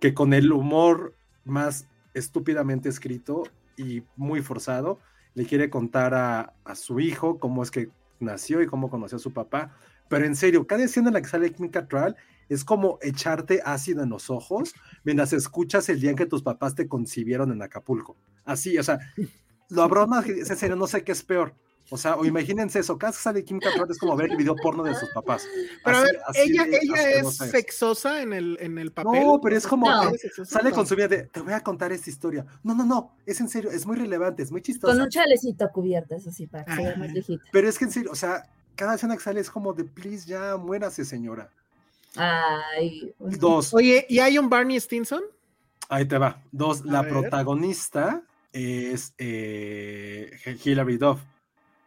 Speaker 5: que con el humor más estúpidamente escrito y muy forzado le quiere contar a, a, su hijo cómo es que nació y cómo conoció a su papá. Pero en serio, cada escena en la que sale Kim Cattrall es como echarte ácido en los ojos mientras escuchas el día en que tus papás te concibieron en Acapulco. Así, o sea, lo broma, en serio, no sé qué es peor. O sea, o imagínense eso, cada sale Kim Cattrall es como ver el video porno de sus papás.
Speaker 6: Pero así, a ver, así ella, de, ella es sexosa en el, en el papel.
Speaker 5: No, pero es como, no. eh, sale con su vida de, te voy a contar esta historia. No, no, no, es en serio, es muy relevante, es muy chistosa.
Speaker 7: Con un chalecito cubierto, eso sí, para que sea más viejita.
Speaker 5: Pero es que en serio, o sea, cada escena que sale es como de, please, ya, muérase, señora.
Speaker 7: Ay.
Speaker 5: Dos.
Speaker 6: Oye, ¿y hay un Barney Stinson?
Speaker 5: Ahí te va. Dos, la protagonista es eh, Hilary Duff,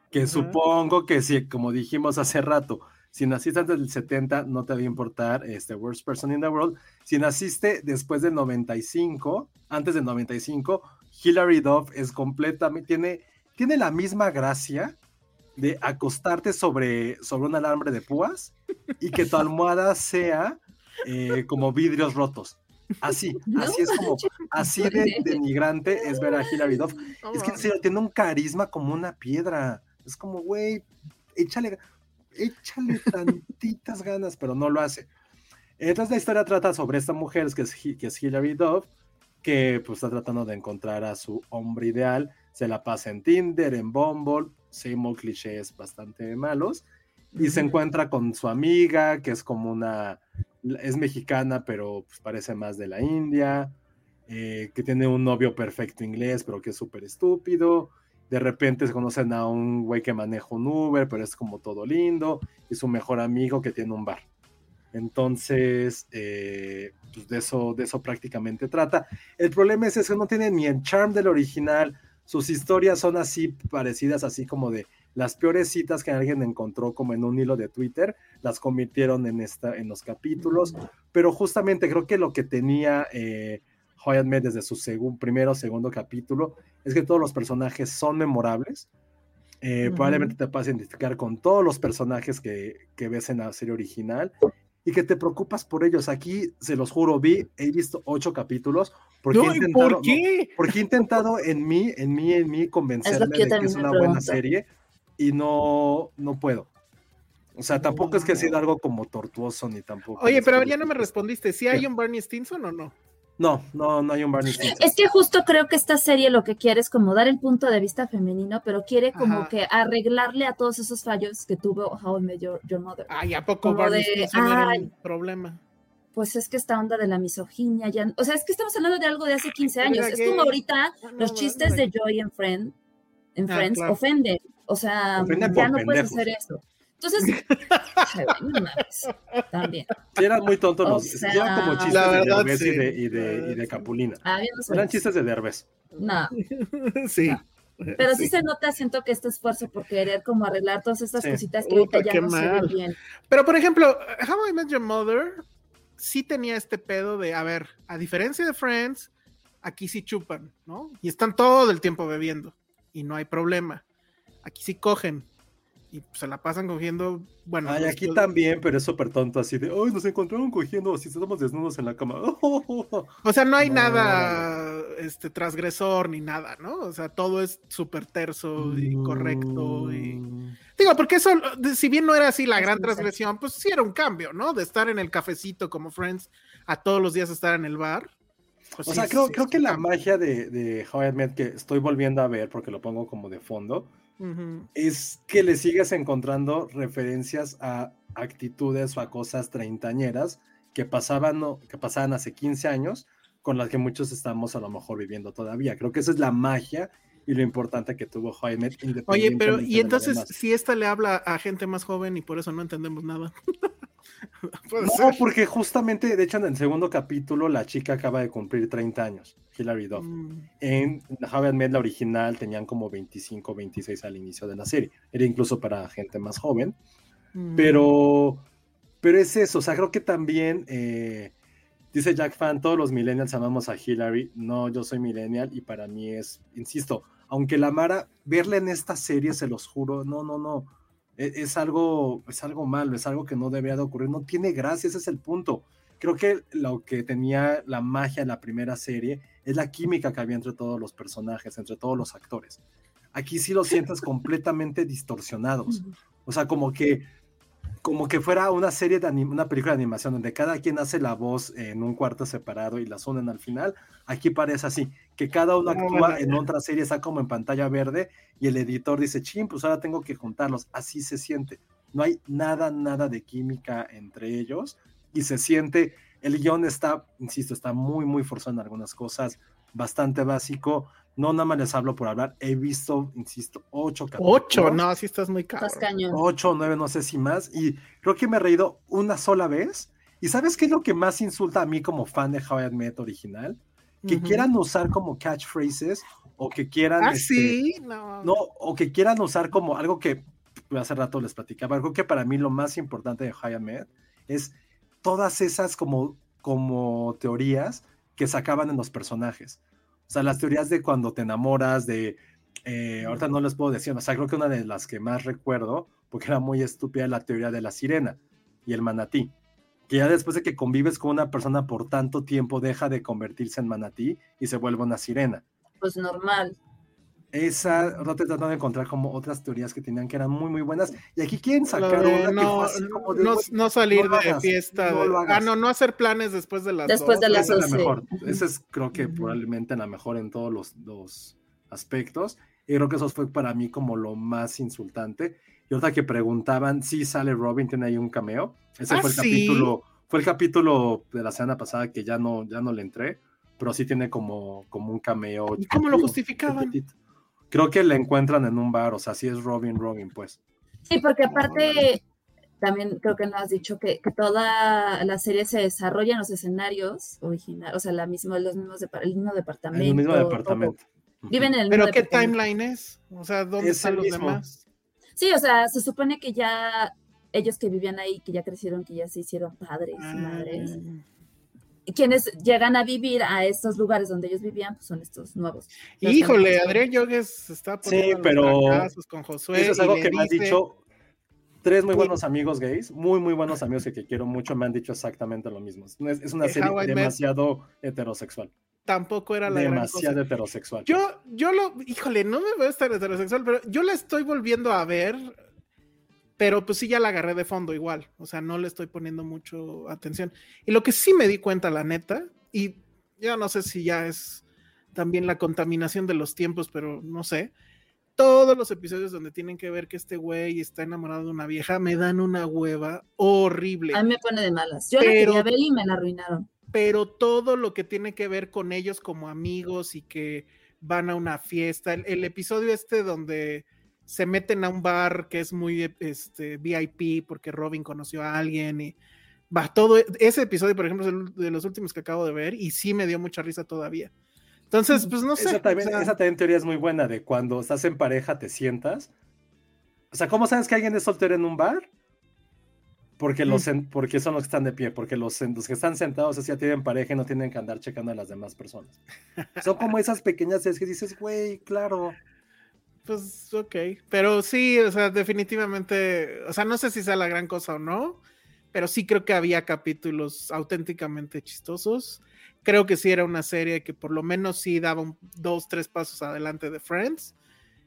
Speaker 5: que Ajá. supongo que sí, como dijimos hace rato, si naciste antes del 70 no te va a importar este Worst Person in the World. Si naciste después del 95, antes del 95, Hilary Duff es completamente, tiene, tiene la misma gracia de acostarte sobre, sobre un alambre de púas y que tu almohada sea eh, como vidrios rotos. Así, no, así es como, así de denigrante es ver a Hilary Duff. Oh, es que en serio tiene un carisma como una piedra. Es como, güey, échale, échale tantitas ganas, pero no lo hace. Entonces la historia trata sobre esta mujer que es, que es Hilary Duff, que pues está tratando de encontrar a su hombre ideal. Se la pasa en Tinder, en Bumble, Seymour clichés bastante malos. Y se encuentra con su amiga, que es como una es mexicana, pero pues, parece más de la India, eh, que tiene un novio perfecto inglés, pero que es súper estúpido. De repente se conocen a un güey que maneja un Uber, pero es como todo lindo, y su mejor amigo que tiene un bar. Entonces, eh, pues de eso, de eso prácticamente trata. El problema es, es que no tiene ni el charm del original. Sus historias son así parecidas, así como de las peores citas que alguien encontró como en un hilo de Twitter, las convirtieron en, esta, en los capítulos, pero justamente creo que lo que tenía eh, Hoyat Med desde su segun, primero segundo capítulo es que todos los personajes son memorables, eh, uh -huh. probablemente te puedas identificar con todos los personajes que, que, ves en la serie original y que te preocupas por ellos. Aquí, se los juro, vi, he visto ocho capítulos. Porque, no, he, intentado, ¿por qué? No, porque he intentado en mí, en mí, en mí convencerme que de que es una buena serie y no, no puedo. O sea, tampoco no, es que sea no. algo como tortuoso ni tampoco.
Speaker 6: Oye, pero ya no me respondiste, ¿si ¿sí hay un Barney Stinson o no?
Speaker 5: pues No, no, no hay un Barney Stinson.
Speaker 7: Es que justo creo que esta serie lo que quiere es como dar el punto de vista femenino, pero quiere como Ajá. que arreglarle a todos esos fallos que tuvo How I Met Your, Your Mother.
Speaker 6: Ay, ¿a poco como Barney de, Stinson era un problema?
Speaker 7: Pues es que esta onda de la misoginia ya. O sea, es que estamos hablando de algo de hace 15 años. Es como ahorita no, los chistes de Joy and Friend en ah, Friends claro. ofenden. O sea, Ofende ya no pendejos. puedes hacer eso. Entonces, también.
Speaker 5: Sí, eran muy tontos los. O sea, eran como chistes la verdad, de Derbez sí. y, de, y, de, y, de, Capulina. Ah, no eran chistes de Derbez.
Speaker 7: No.
Speaker 6: Sí.
Speaker 7: No. Pero sí. sí. se nota, siento que este esfuerzo por querer como arreglar todas estas cositas que ahorita Uy, ya no mal. se bien.
Speaker 6: Pero por ejemplo, How I Met Your Mother sí tenía este pedo de, a ver, a diferencia de Friends, aquí sí chupan, ¿no? Y están todo el tiempo bebiendo y no hay problema. Aquí sí cogen y pues, se la pasan cogiendo. Bueno, pues,
Speaker 5: Ay, aquí todo... también, pero es súper tonto así de hoy nos encontraron cogiendo si estamos desnudos en la cama. Oh, oh,
Speaker 6: oh. O sea, no hay no, nada no, no, este transgresor ni nada, ¿no? O sea, todo es súper terso y correcto. Y... Digo, porque eso, si bien no era así la gran transgresión, pues sí era un cambio, ¿no? De estar en el cafecito como Friends a todos los días estar en el bar.
Speaker 5: Pues o sea, sí, creo, sí, creo sí, que la magia de, de How I Met, que estoy volviendo a ver porque lo pongo como de fondo, uh -huh. es que le sigues encontrando referencias a actitudes o a cosas treintañeras que pasaban, que pasaban hace 15 años, con las que muchos estamos a lo mejor viviendo todavía. Creo que esa es la magia y lo importante que tuvo How I Met.
Speaker 6: Oye, pero y entonces si esta le habla a gente más joven y por eso no entendemos nada.
Speaker 5: no, ser? porque justamente, de hecho, en el segundo capítulo, la chica acaba de cumplir 30 años, Hilary Duff. Mm. En Javier Med, la original, tenían como 25, 26 al inicio de la serie. Era incluso para gente más joven. Mm. Pero, pero es eso, o sea, creo que también, eh, dice Jack Fan, todos los millennials amamos a Hillary. No, yo soy millennial y para mí es, insisto, aunque la Mara, verla en esta serie, se los juro, no, no, no E, es, algo es algo malo, es algo que no debería de ocurrir, no tiene gracia, ese es el punto. Creo que lo que tenía la magia en la primera serie es la química que había entre todos los personajes, entre todos los actores. Aquí sí los sientes completamente distorsionados. O sea, como que como que fuera una serie de una película de animación donde cada quien hace la voz en un cuarto separado y las unen al final. Aquí parece así, que cada uno actúa en otra serie, está como en pantalla verde y el editor dice, chin, pues ahora tengo que juntarlos. Así se siente. No hay nada, nada de química entre ellos y se siente, el guión está, insisto, está muy, muy forzado en algunas cosas, bastante básico. No, nada más les hablo por hablar. He visto, insisto, ocho
Speaker 6: capítulos. Ocho, no, sí estás muy caro.
Speaker 5: Ocho, nueve, no sé si más. Y creo que me he reído una sola vez ¿Y sabes qué es lo que más insulta a mí como fan de How I Met original? Que uh -huh. quieran usar como catchphrases o que quieran.
Speaker 6: Ah, este, sí, no.
Speaker 5: no. O que quieran usar como algo que hace rato les platicaba, algo que para mí lo más importante de How I Met es todas esas como, como teorías que sacaban en los personajes. O sea, las teorías de cuando te enamoras, de. Eh, ahorita no les puedo decir, o sea, creo que una de las que más recuerdo, porque era muy estúpida, la teoría de la sirena y el manatí. Que ya después de que convives con una persona por tanto tiempo, deja de convertirse en manatí y se vuelve una sirena.
Speaker 7: Pues normal.
Speaker 5: Esa, no te tratando de encontrar como otras teorías que tenían que eran muy, muy buenas. Y aquí quieren sacar de, una
Speaker 6: no, que fue así como de, no, no, salir no de hagas, fiesta. No de, ah, no, no hacer planes después de las
Speaker 7: Después dos, pues de las
Speaker 5: esa
Speaker 7: dos,
Speaker 5: es la mejor. Sí. Esa es, creo que probablemente la mejor en todos los, los aspectos. Y creo que eso fue para mí como lo más insultante. Y otra que preguntaban si ¿sí sale Robin, tiene ahí un cameo. Ese ¿Ah, fue el sí? capítulo, fue el capítulo de la semana pasada que ya no, ya no le entré, pero sí tiene como, como un cameo.
Speaker 6: ¿Y cómo lo justificaban?
Speaker 5: Creo que la encuentran en un bar, o sea, sí es Robin, Robin, pues.
Speaker 7: Sí, porque aparte, también creo que nos has dicho que, que toda la serie se desarrolla en los escenarios originales, o sea, la misma, los mismos de, el mismo departamento.
Speaker 5: El mismo departamento.
Speaker 7: Todo. Viven en el
Speaker 6: ¿Pero qué timeline es? O sea, ¿dónde es están los mismo. demás?
Speaker 7: Sí, o sea, se supone que ya ellos que vivían ahí, que ya crecieron, que ya se hicieron padres, ah, madres. Quienes llegan a vivir a estos lugares donde ellos vivían, pues son estos nuevos.
Speaker 6: Híjole, Adrián Yogues está
Speaker 5: poniendo sí, pero
Speaker 6: los con Josué.
Speaker 5: Eso es algo que dice... me han dicho tres muy buenos amigos gays, muy, muy buenos amigos que, que quiero mucho, me han dicho exactamente lo mismo. Es, es una serie demasiado met... heterosexual
Speaker 6: tampoco era la
Speaker 5: demasiado heterosexual.
Speaker 6: Yo, yo lo, híjole, no me voy a estar heterosexual, pero yo la estoy volviendo a ver, pero pues sí ya la agarré de fondo igual, o sea, no le estoy poniendo mucho atención. Y lo que sí me di cuenta, la neta, y yo no sé si ya es también la contaminación de los tiempos, pero no sé. Todos los episodios donde tienen que ver que este güey está enamorado de una vieja me dan una hueva horrible.
Speaker 7: A mí me pone de malas. Yo pero, la quería ver y me la arruinaron
Speaker 6: pero todo lo que tiene que ver con ellos como amigos y que van a una fiesta, el, el, episodio este donde se meten a un bar que es muy este, VIP porque Robin conoció a alguien y va todo ese episodio, por ejemplo, es de los últimos que acabo de ver y sí me dio mucha risa todavía. Entonces, pues no sé.
Speaker 5: Mm, Esa también, o sea, esa también teoría es muy buena de cuando estás en pareja te sientas. O sea, ¿cómo sabes que alguien es soltero en un bar? Porque, los, mm. porque son los que están de pie, porque los, los que están sentados así ya tienen pareja y no tienen que andar checando a las demás personas. Son como esas pequeñas es que dices, güey, claro.
Speaker 6: Pues ok, pero sí, o sea, definitivamente, o sea, no sé si sea la gran cosa o no, pero sí creo que había capítulos auténticamente chistosos. Creo que sí era una serie que por lo menos sí daba un, dos, tres pasos adelante de Friends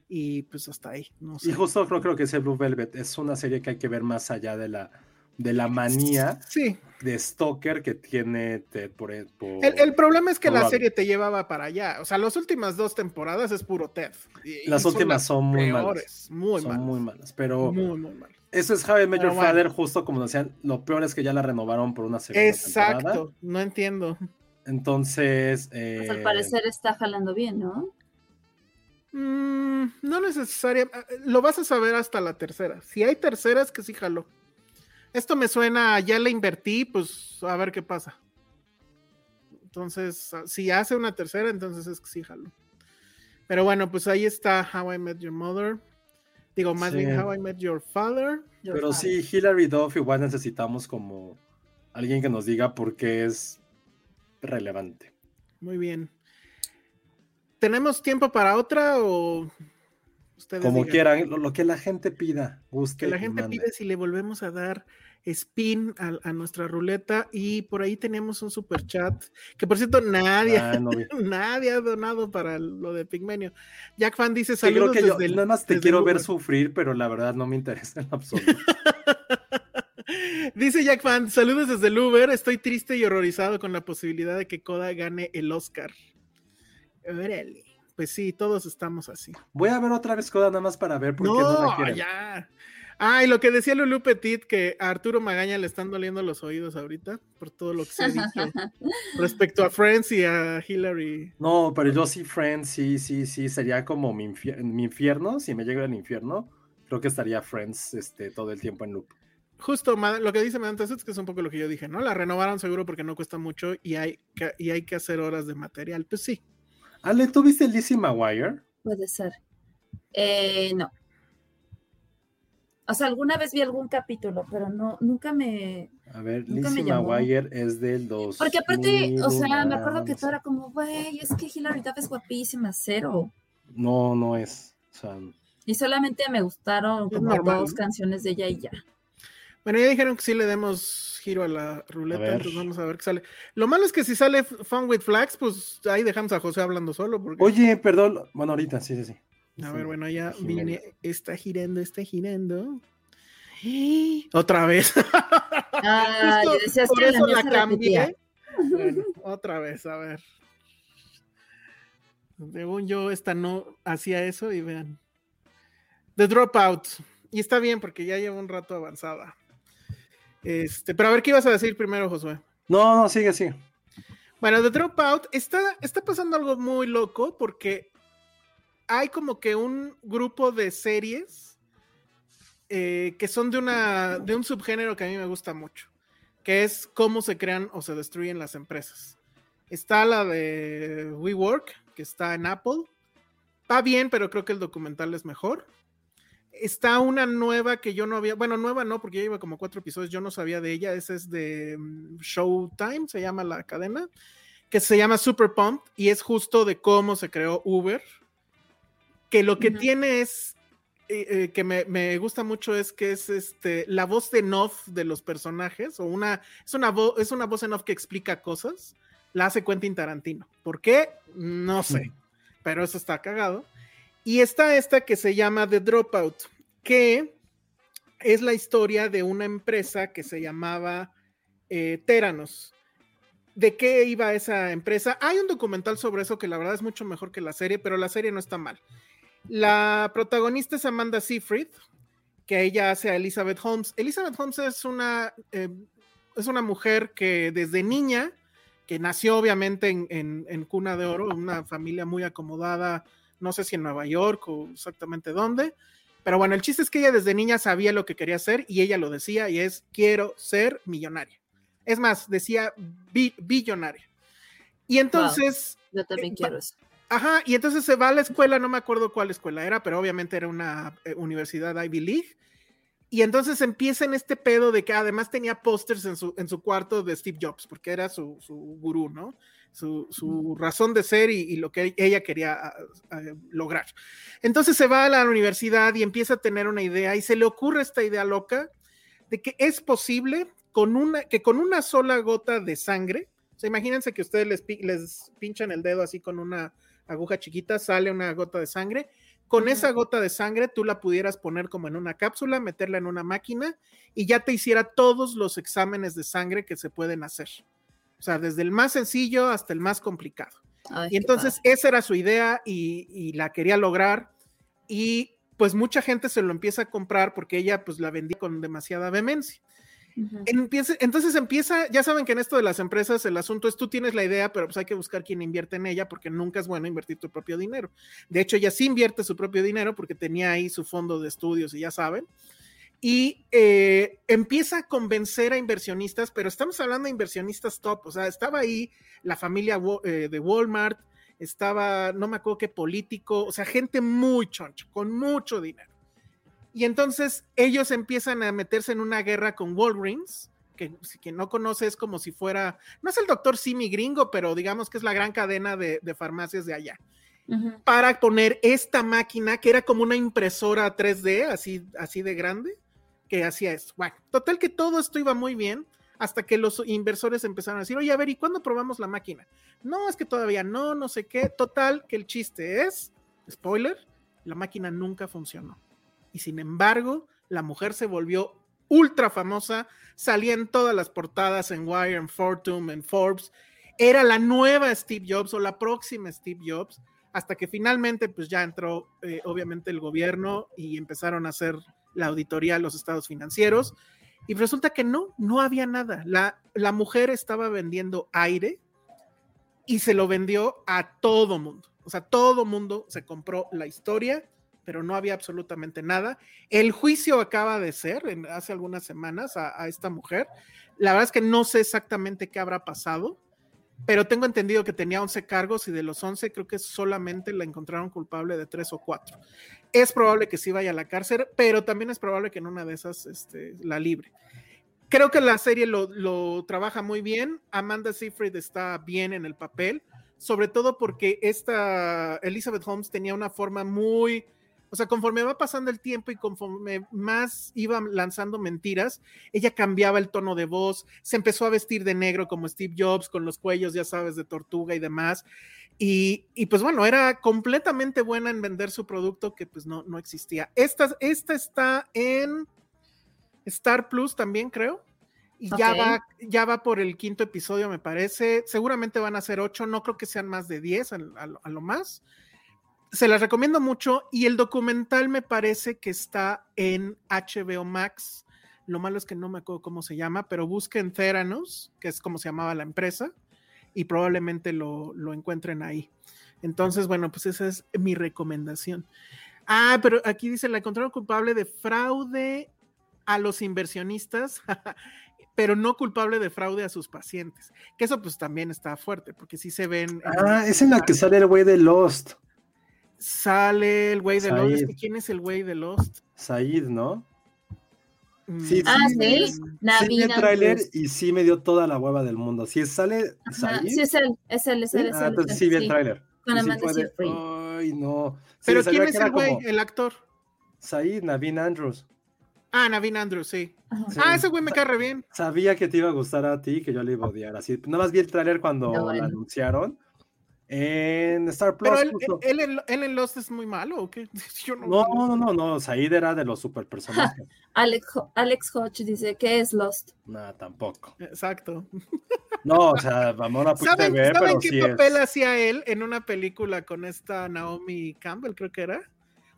Speaker 6: y pues hasta ahí. No sé.
Speaker 5: Y justo creo, creo que ese Blue Velvet es una serie que hay que ver más allá de la, de la manía
Speaker 6: sí.
Speaker 5: de Stalker que tiene Ted por, e, por
Speaker 6: el, el, problema es que la serie te llevaba para allá. O sea, las últimas dos temporadas es puro Ted.
Speaker 5: Y, las y últimas son, muy peores,
Speaker 6: malas. Muy
Speaker 5: son
Speaker 6: malas.
Speaker 5: muy malas. Pero
Speaker 6: muy, muy malas.
Speaker 5: eso es Javier Major bueno, Father, justo como decían, lo peor es que ya la renovaron por una segunda
Speaker 6: Exacto,
Speaker 5: temporada.
Speaker 6: no entiendo.
Speaker 5: Entonces. Eh,
Speaker 7: pues al parecer está jalando bien, ¿no?
Speaker 6: Mm, no necesariamente. Lo vas a saber hasta la tercera. Si hay terceras, que sí jaló esto me suena, ya le invertí, pues a ver qué pasa. Entonces, ah, si hace una tercera, entonces es que sí, jalo. Pero bueno, pues ahí está How I Met Your Mother. Digo, más sí. bien How I Met Your Father. Your
Speaker 5: Pero
Speaker 6: father.
Speaker 5: sí, Hillary Duff igual necesitamos como alguien que nos diga por qué es relevante.
Speaker 6: Muy bien. ¿Tenemos tiempo para otra o Ustedes
Speaker 5: como digan. quieran, lo, lo, que la gente pida, guste.
Speaker 6: Que la gente mande. pide si le volvemos a dar spin a, a, nuestra ruleta y por ahí tenemos un super chat que por cierto nadie ah, no nadie ha donado para lo de Pigmenio. Jack Fan dice
Speaker 5: sí, saludos creo que desde yo, el, nada más te quiero ver sufrir, pero la verdad no me interesa en absoluto.
Speaker 6: Dice Jack Fan, saludos desde el Uber, estoy triste y horrorizado con la posibilidad de que Koda gane el Oscar. Órale pues sí, todos estamos así.
Speaker 5: Voy a ver otra vez Coda nada más para ver por no, qué no la quieren.
Speaker 6: ya. Ah, y lo que decía Lulu Petit, que a Arturo Magaña le están doliendo los oídos ahorita por todo lo que se ha dicho respecto a Friends y a Hillary.
Speaker 5: No, pero yo sí, Friends, sí, sí, sí, sería como mi, infier mi infierno, si me llega al infierno, creo que estaría Friends este, todo el tiempo en loop.
Speaker 6: justo lo que dice Madame Tassitz, que es un poco lo que yo dije, ¿no? La renovaron seguro porque no cuesta mucho y hay que, y hay que hacer horas de material. Pues sí.
Speaker 5: Ale, ¿tú viste Lizzie Maguire?
Speaker 7: Puede ser. Eh, no. O sea, alguna vez vi algún capítulo, pero no, nunca me.
Speaker 5: A ver, Lizzie Maguire es del 2.
Speaker 7: Porque aparte, o sea, me acuerdo que todo era como, güey, es que Hilary Duff es guapísima, cero.
Speaker 5: No, no es. O sea,
Speaker 7: y solamente me gustaron como normal, dos ¿no? canciones de ella y ya.
Speaker 6: Bueno, ya dijeron que sí le demos giro a la ruleta, a entonces vamos a ver qué sale. Lo malo es que si sale Fun with Flags, pues ahí dejamos a José hablando solo. Porque...
Speaker 5: Oye, perdón. Bueno, ahorita, sí, sí, sí.
Speaker 6: A ver, bueno, ya vine, está girando, está girando. ¡Eh! Otra vez.
Speaker 7: Ah, Justo, decías
Speaker 6: por que eso la, la cambié. Bueno, otra vez, a ver. Según yo, esta no hacía eso y vean. The Dropout. Y está bien porque ya lleva un rato avanzada. Este, pero a ver qué ibas a decir primero, Josué.
Speaker 5: No, no, sigue, sigue.
Speaker 6: Bueno, The Dropout está, está pasando algo muy loco porque hay como que un grupo de series eh, que son de, una, de un subgénero que a mí me gusta mucho, que es cómo se crean o se destruyen las empresas. Está la de WeWork, que está en Apple. Va bien, pero creo que el documental es mejor. Está una nueva que yo no había, bueno, nueva no, porque ya iba como cuatro episodios, yo no sabía de ella, esa es de mm, Showtime, se llama la cadena, que se llama Super Pump y es justo de cómo se creó Uber, que lo que uh -huh. tiene es eh, eh, que me, me, gusta mucho es que es este la voz de off de los personajes o una es una voz es una voz en off que explica cosas la hace Quentin Tarantino ¿por qué? no sé uh -huh. pero eso está cagado y está esta que se llama The Dropout que es la historia de una empresa que se llamaba eh, Teranos de qué iba esa empresa hay un documental sobre eso que la verdad es mucho mejor que la serie pero la serie no está mal la protagonista es Amanda Seyfried, que ella hace a Elizabeth Holmes. Elizabeth Holmes es una, eh, es una mujer que desde niña, que nació obviamente en, en, en, Cuna de Oro, una familia muy acomodada, no sé si en Nueva York o exactamente dónde, pero bueno, el chiste es que ella desde niña sabía lo que quería hacer y ella lo decía y es, quiero ser millonaria. Es más, decía bi billonaria. Y entonces...
Speaker 7: Wow, yo también eh, quiero eso.
Speaker 6: Ajá, y entonces se va a la escuela, no me acuerdo cuál escuela era, pero obviamente era una eh, universidad Ivy League. Y entonces empieza en este pedo de que además tenía pósters en su, en su cuarto de Steve Jobs, porque era su, su gurú, ¿no? Su, su, razón de ser y, y lo que ella quería a, a, lograr. Entonces se va a la universidad y empieza a tener una idea y se le ocurre esta idea loca de que es posible con una, que con una sola gota de sangre, o sea, imagínense que ustedes les, les pinchan el dedo así con una aguja chiquita, sale una gota de sangre. Con mm. esa gota de sangre tú la pudieras poner como en una cápsula, meterla en una máquina y ya te hiciera todos los exámenes de sangre que se pueden hacer. O sea, desde el más sencillo hasta el más complicado. Ay, y entonces padre. esa era su idea y, y, la quería lograr y pues mucha gente se lo empieza a comprar porque ella pues la vendía con demasiada vehemencia. Uh -huh. empieza, entonces empieza, ya saben que en esto de las empresas el asunto es tú tienes la idea, pero pues hay que buscar quién invierte en ella porque nunca es bueno invertir tu propio dinero. De hecho, ella sí invierte su propio dinero porque tenía ahí su fondo de estudios y ya saben. Y eh, empieza a convencer a inversionistas, pero estamos hablando de inversionistas top, o sea, estaba ahí la familia eh, de Walmart, estaba, no me acuerdo qué político, o sea, gente muy choncho, con mucho dinero. Y entonces ellos empiezan a meterse en una guerra con Walgreens, que si quien no conoce es como si fuera, no es el doctor Simi gringo, pero digamos que es la gran cadena de, de farmacias de allá, uh -huh. para poner esta máquina que era como una impresora 3D, así, así de grande, que hacía esto. Bueno, total que todo esto iba muy bien hasta que los inversores empezaron a decir, oye, a ver, ¿y cuándo probamos la máquina? No, es que todavía no, no sé qué. Total, que el chiste es, spoiler, la máquina nunca funcionó y sin embargo la mujer se volvió ultra famosa, salía en todas las portadas en Wire, en Fortune, en Forbes, era la nueva Steve Jobs o la próxima Steve Jobs, hasta que finalmente pues ya entró eh, obviamente el gobierno y empezaron a hacer la auditoría a los estados financieros y resulta que no, no había nada, la, la mujer estaba vendiendo aire y se lo vendió a todo mundo, o sea, todo mundo se compró la historia pero no había absolutamente nada. El juicio acaba de ser en, hace algunas semanas a, a esta mujer. La verdad es que no sé exactamente qué habrá pasado, pero tengo entendido que tenía 11 cargos y de los 11 creo que solamente la encontraron culpable de 3 o 4. Es probable que sí vaya a la cárcel, pero también es probable que en una de esas este, la libre. Creo que la serie lo, lo, trabaja muy bien. Amanda Seyfried está bien en el papel, sobre todo porque esta Elizabeth Holmes tenía una forma muy... O sea, conforme va pasando el tiempo y conforme más iba lanzando mentiras, ella cambiaba el tono de voz, se empezó a vestir de negro como Steve Jobs, con los cuellos, ya sabes, de tortuga y demás. Y, y pues bueno, era completamente buena en vender su producto que pues no, no existía. Esta, esta está en Star Plus también, creo. Y okay. ya, va, ya va por el quinto episodio, me parece. Seguramente van a ser ocho, no creo que sean más de diez a, a, a lo más se las recomiendo mucho y el documental me parece que está en HBO Max. Lo malo es que no me acuerdo cómo se llama, pero busquen Theranos, que es como se llamaba la empresa, y probablemente lo, lo encuentren ahí. Entonces, bueno, pues esa es mi recomendación. Ah, pero aquí dice, la encontraron culpable de fraude a los inversionistas, pero no culpable de fraude a sus pacientes. Que eso pues también está fuerte, porque sí se ven...
Speaker 5: Ah, es en la que sale el güey de Lost
Speaker 6: sale el güey de
Speaker 5: Pues
Speaker 6: Said. Lost. ¿Quién es el güey de Lost? Mm,
Speaker 5: Said, ¿no?
Speaker 7: Sí, ah, sí. sí,
Speaker 5: sí el trailer y sí me dio toda la hueva del mundo. Si sale Said.
Speaker 7: Sí, es él, es él, es él. Es
Speaker 5: ah,
Speaker 7: él,
Speaker 5: entonces sí vi el trailer.
Speaker 7: Con
Speaker 5: sí
Speaker 7: Amanda Seyfried.
Speaker 5: Ay, no.
Speaker 6: Pero ¿quién es el güey, el actor?
Speaker 5: Said, Navin Andrews.
Speaker 6: Ah, Navin Andrews, sí. Ah, ese güey me cae re bien.
Speaker 5: Sabía que te iba a gustar a ti, que yo le iba a odiar. Así, nada más vi el trailer cuando no, bueno. lo anunciaron. En Star Plus.
Speaker 6: Pero él, él, él, él, en Lost es muy malo, ¿o qué?
Speaker 5: Yo no, no, no, no, no, Said era de los super personajes.
Speaker 7: Alex, Alex Hodge dice, ¿qué es Lost?
Speaker 5: No, nah, tampoco.
Speaker 6: Exacto.
Speaker 5: No, o sea, vamos a
Speaker 6: ¿Saben,
Speaker 5: ver,
Speaker 6: ¿saben
Speaker 5: pero
Speaker 6: qué
Speaker 5: sí
Speaker 6: papel
Speaker 5: es...
Speaker 6: hacía él en una película con esta Naomi Campbell, creo que era?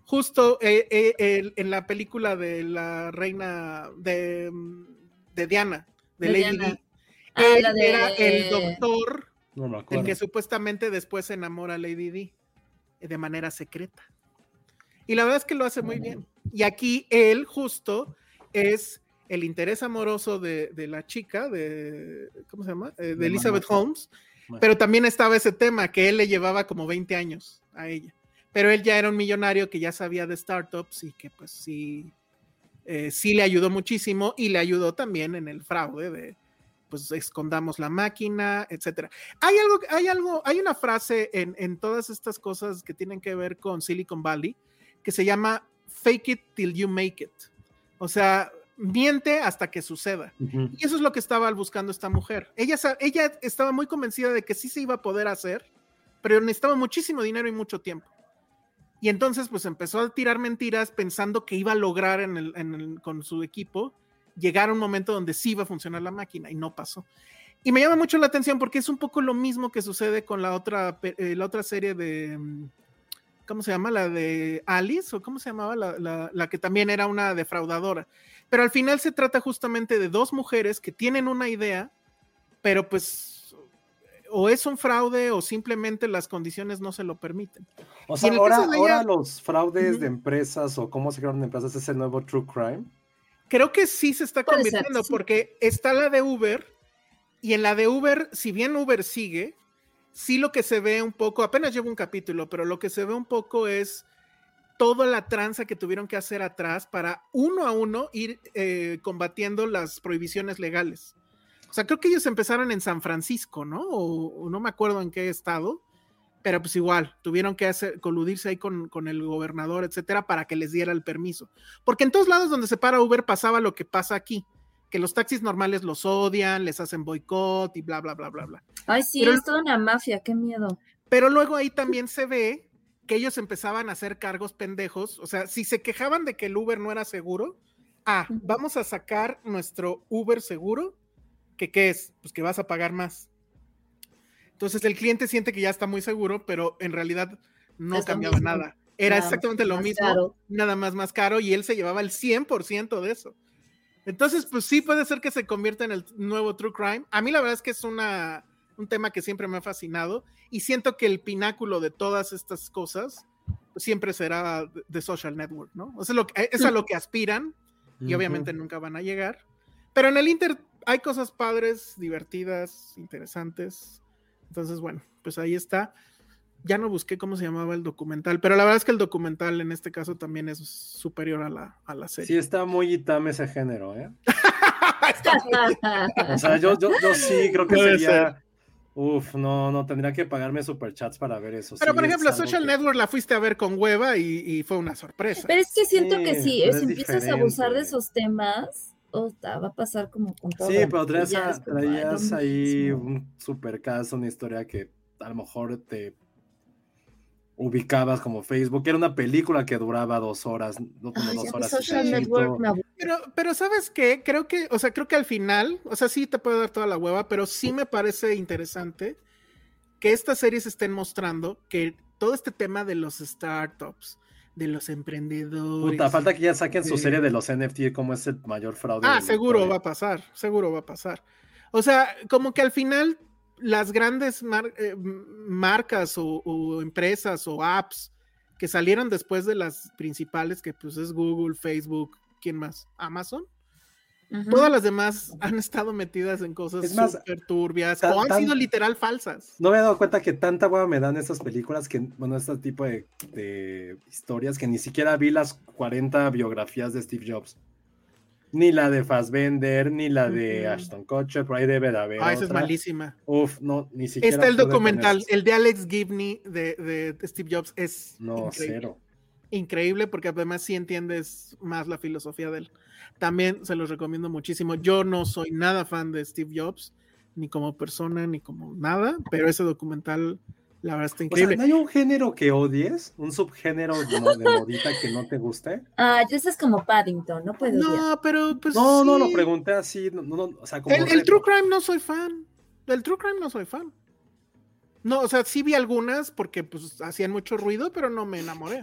Speaker 6: Justo eh, eh, el, en la película de la reina de, mm, de Diana, de, de Lady Diana. Ah, él la de... era el doctor
Speaker 5: no me
Speaker 6: el que supuestamente después se enamora a Lady D de manera secreta. Y la verdad es que lo hace muy mm. bien. Y aquí él justo es el interés amoroso de, de la chica, de, ¿cómo se llama? Eh, de, Elizabeth mamá. Holmes. Bueno. Pero también estaba ese tema, que él le llevaba como 20 años a ella. Pero él ya era un millonario que ya sabía de startups y que pues sí, eh, sí le ayudó muchísimo y le ayudó también en el fraude de, pues escondamos la máquina, etcétera. Hay algo, hay algo, hay una frase en, en, todas estas cosas que tienen que ver con Silicon Valley que se llama fake it till you make it. O sea, miente hasta que suceda. Uh -huh. Y eso es lo que estaba buscando esta mujer. Ella, ella estaba muy convencida de que sí se iba a poder hacer, pero necesitaba muchísimo dinero y mucho tiempo. Y entonces pues empezó a tirar mentiras pensando que iba a lograr en el, en el, con su equipo llegar a un momento donde sí iba a funcionar la máquina y no pasó. Y me llama mucho la atención porque es un poco lo mismo que sucede con la otra, eh, la otra serie de, mm, ¿cómo se llama? La de Alice o cómo se llamaba la, la, la, que también era una defraudadora. Pero al final se trata justamente de dos mujeres que tienen una idea, pero pues o es un fraude o simplemente las condiciones no se lo permiten.
Speaker 5: O sea, ahora, ella... ahora, los fraudes uh -huh. de empresas o cómo se crearon empresas es el nuevo true crime
Speaker 6: creo que sí se está convirtiendo ser, sí. porque está la de Uber y en la de Uber, si bien Uber sigue, sí lo que se ve un poco, apenas llevo un capítulo, pero lo que se ve un poco es toda la tranza que tuvieron que hacer atrás para uno a uno ir eh, combatiendo las prohibiciones legales. O sea, creo que ellos empezaron en San Francisco, ¿no? O, o no me acuerdo en qué estado, pero pues igual, tuvieron que hacer, coludirse ahí con, con, el gobernador, etcétera, para que les diera el permiso. Porque en todos lados donde se para Uber pasaba lo que pasa aquí, que los taxis normales los odian, les hacen boicot y bla, bla, bla, bla, bla.
Speaker 7: Ay, sí, pero, es toda una mafia, qué miedo.
Speaker 6: Pero luego ahí también se ve que ellos empezaban a hacer cargos pendejos, o sea, si se quejaban de que el Uber no era seguro, ah, uh -huh. vamos a sacar nuestro Uber seguro, que qué es, pues que vas a pagar más. Entonces el cliente siente que ya está muy seguro, pero en realidad no es cambiaba nada. Era claro, exactamente lo mismo, caro. nada más más caro y él se llevaba el 100% de eso. Entonces, pues sí puede ser que se convierta en el nuevo True Crime. A mí la verdad es que es una, un tema que siempre me ha fascinado y siento que el pináculo de todas estas cosas siempre será The Social Network, ¿no? O sea, lo que, es a lo que aspiran y uh -huh. obviamente nunca van a llegar. Pero en el Inter hay cosas padres, divertidas, interesantes. Entonces, bueno, pues ahí está. Ya no busqué cómo se llamaba el documental, pero la verdad es que el documental en este caso también es superior a la, a la serie.
Speaker 5: Sí, está muy itame ese género, ¿eh? o sea, yo, yo, yo, sí creo que Puede sería. Ser. Uf, no, no, tendría que pagarme superchats para ver eso.
Speaker 6: Pero, sí, por ejemplo, Social que... Network la fuiste a ver con hueva y, y, fue una sorpresa.
Speaker 7: Pero es que siento sí, que sí, si empiezas a abusar de esos temas, oh, va a pasar como con todo.
Speaker 5: Sí, pero traes, a, traías, ahí un super caso, una historia que a lo mejor te ubicabas como Facebook, era una película que duraba dos horas, no como Ay, dos horas.
Speaker 7: Social Network me
Speaker 6: pero, pero sabes qué, creo que, o sea, creo que al final, o sea, sí te puede dar toda la hueva, pero sí me parece interesante que estas series estén mostrando que todo este tema de los startups, de los emprendedores.
Speaker 5: Puta, falta que ya saquen de... su serie de los NFT, como es el mayor fraude.
Speaker 6: Ah, seguro va a pasar, seguro va a pasar. O sea, como que al final las grandes mar eh, marcas o, o, empresas o apps que salieron después de las principales, que pues es Google, Facebook, ¿quién más? Amazon. Uh -huh. Todas las demás han estado metidas en cosas súper turbias o han tan, sido literal falsas.
Speaker 5: No me he dado cuenta que tanta hueva me dan estas películas, que, bueno, este tipo de, de historias que ni siquiera vi las 40 biografías de Steve Jobs ni la de Fassbender, ni la de uh -huh. Ashton Kutcher, por ahí debe de haber.
Speaker 6: Ah, esa es malísima.
Speaker 5: Uf, no, ni siquiera.
Speaker 6: Está el documental, el de Alex Gibney de, de Steve Jobs es.
Speaker 5: No, increíble. cero.
Speaker 6: Increíble, porque además sí entiendes más la filosofía de él. También se los recomiendo muchísimo. Yo no soy nada fan de Steve Jobs, ni como persona, ni como nada, pero ese documental. La verdad está increíble.
Speaker 5: O sea, ¿no hay un género que odies? ¿Un subgénero como de modita que no te guste?
Speaker 7: Ah, yo es como Paddington, no puedo
Speaker 6: No, odiar. pero pues
Speaker 5: No,
Speaker 6: sí.
Speaker 5: no, lo pregunté así, no, no, o sea, como
Speaker 6: el, el, True Crime no soy fan. Del True Crime no soy fan. No, o sea, sí vi algunas porque pues hacían mucho ruido, pero no me enamoré.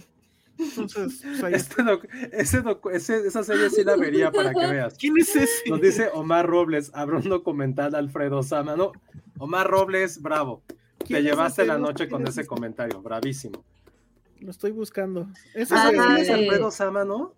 Speaker 6: Entonces, pues, ahí
Speaker 5: este doc, ese doc, ese, esa serie sí la vería para que veas.
Speaker 6: ¿Quién es ese?
Speaker 5: Nos dice Omar Robles, abro un documental Alfredo Sama. No, Omar Robles, bravo. Te llevaste la noche con ese comentario, bravísimo.
Speaker 6: Lo estoy buscando.
Speaker 5: ¿Eso es Alfredo Sama, no?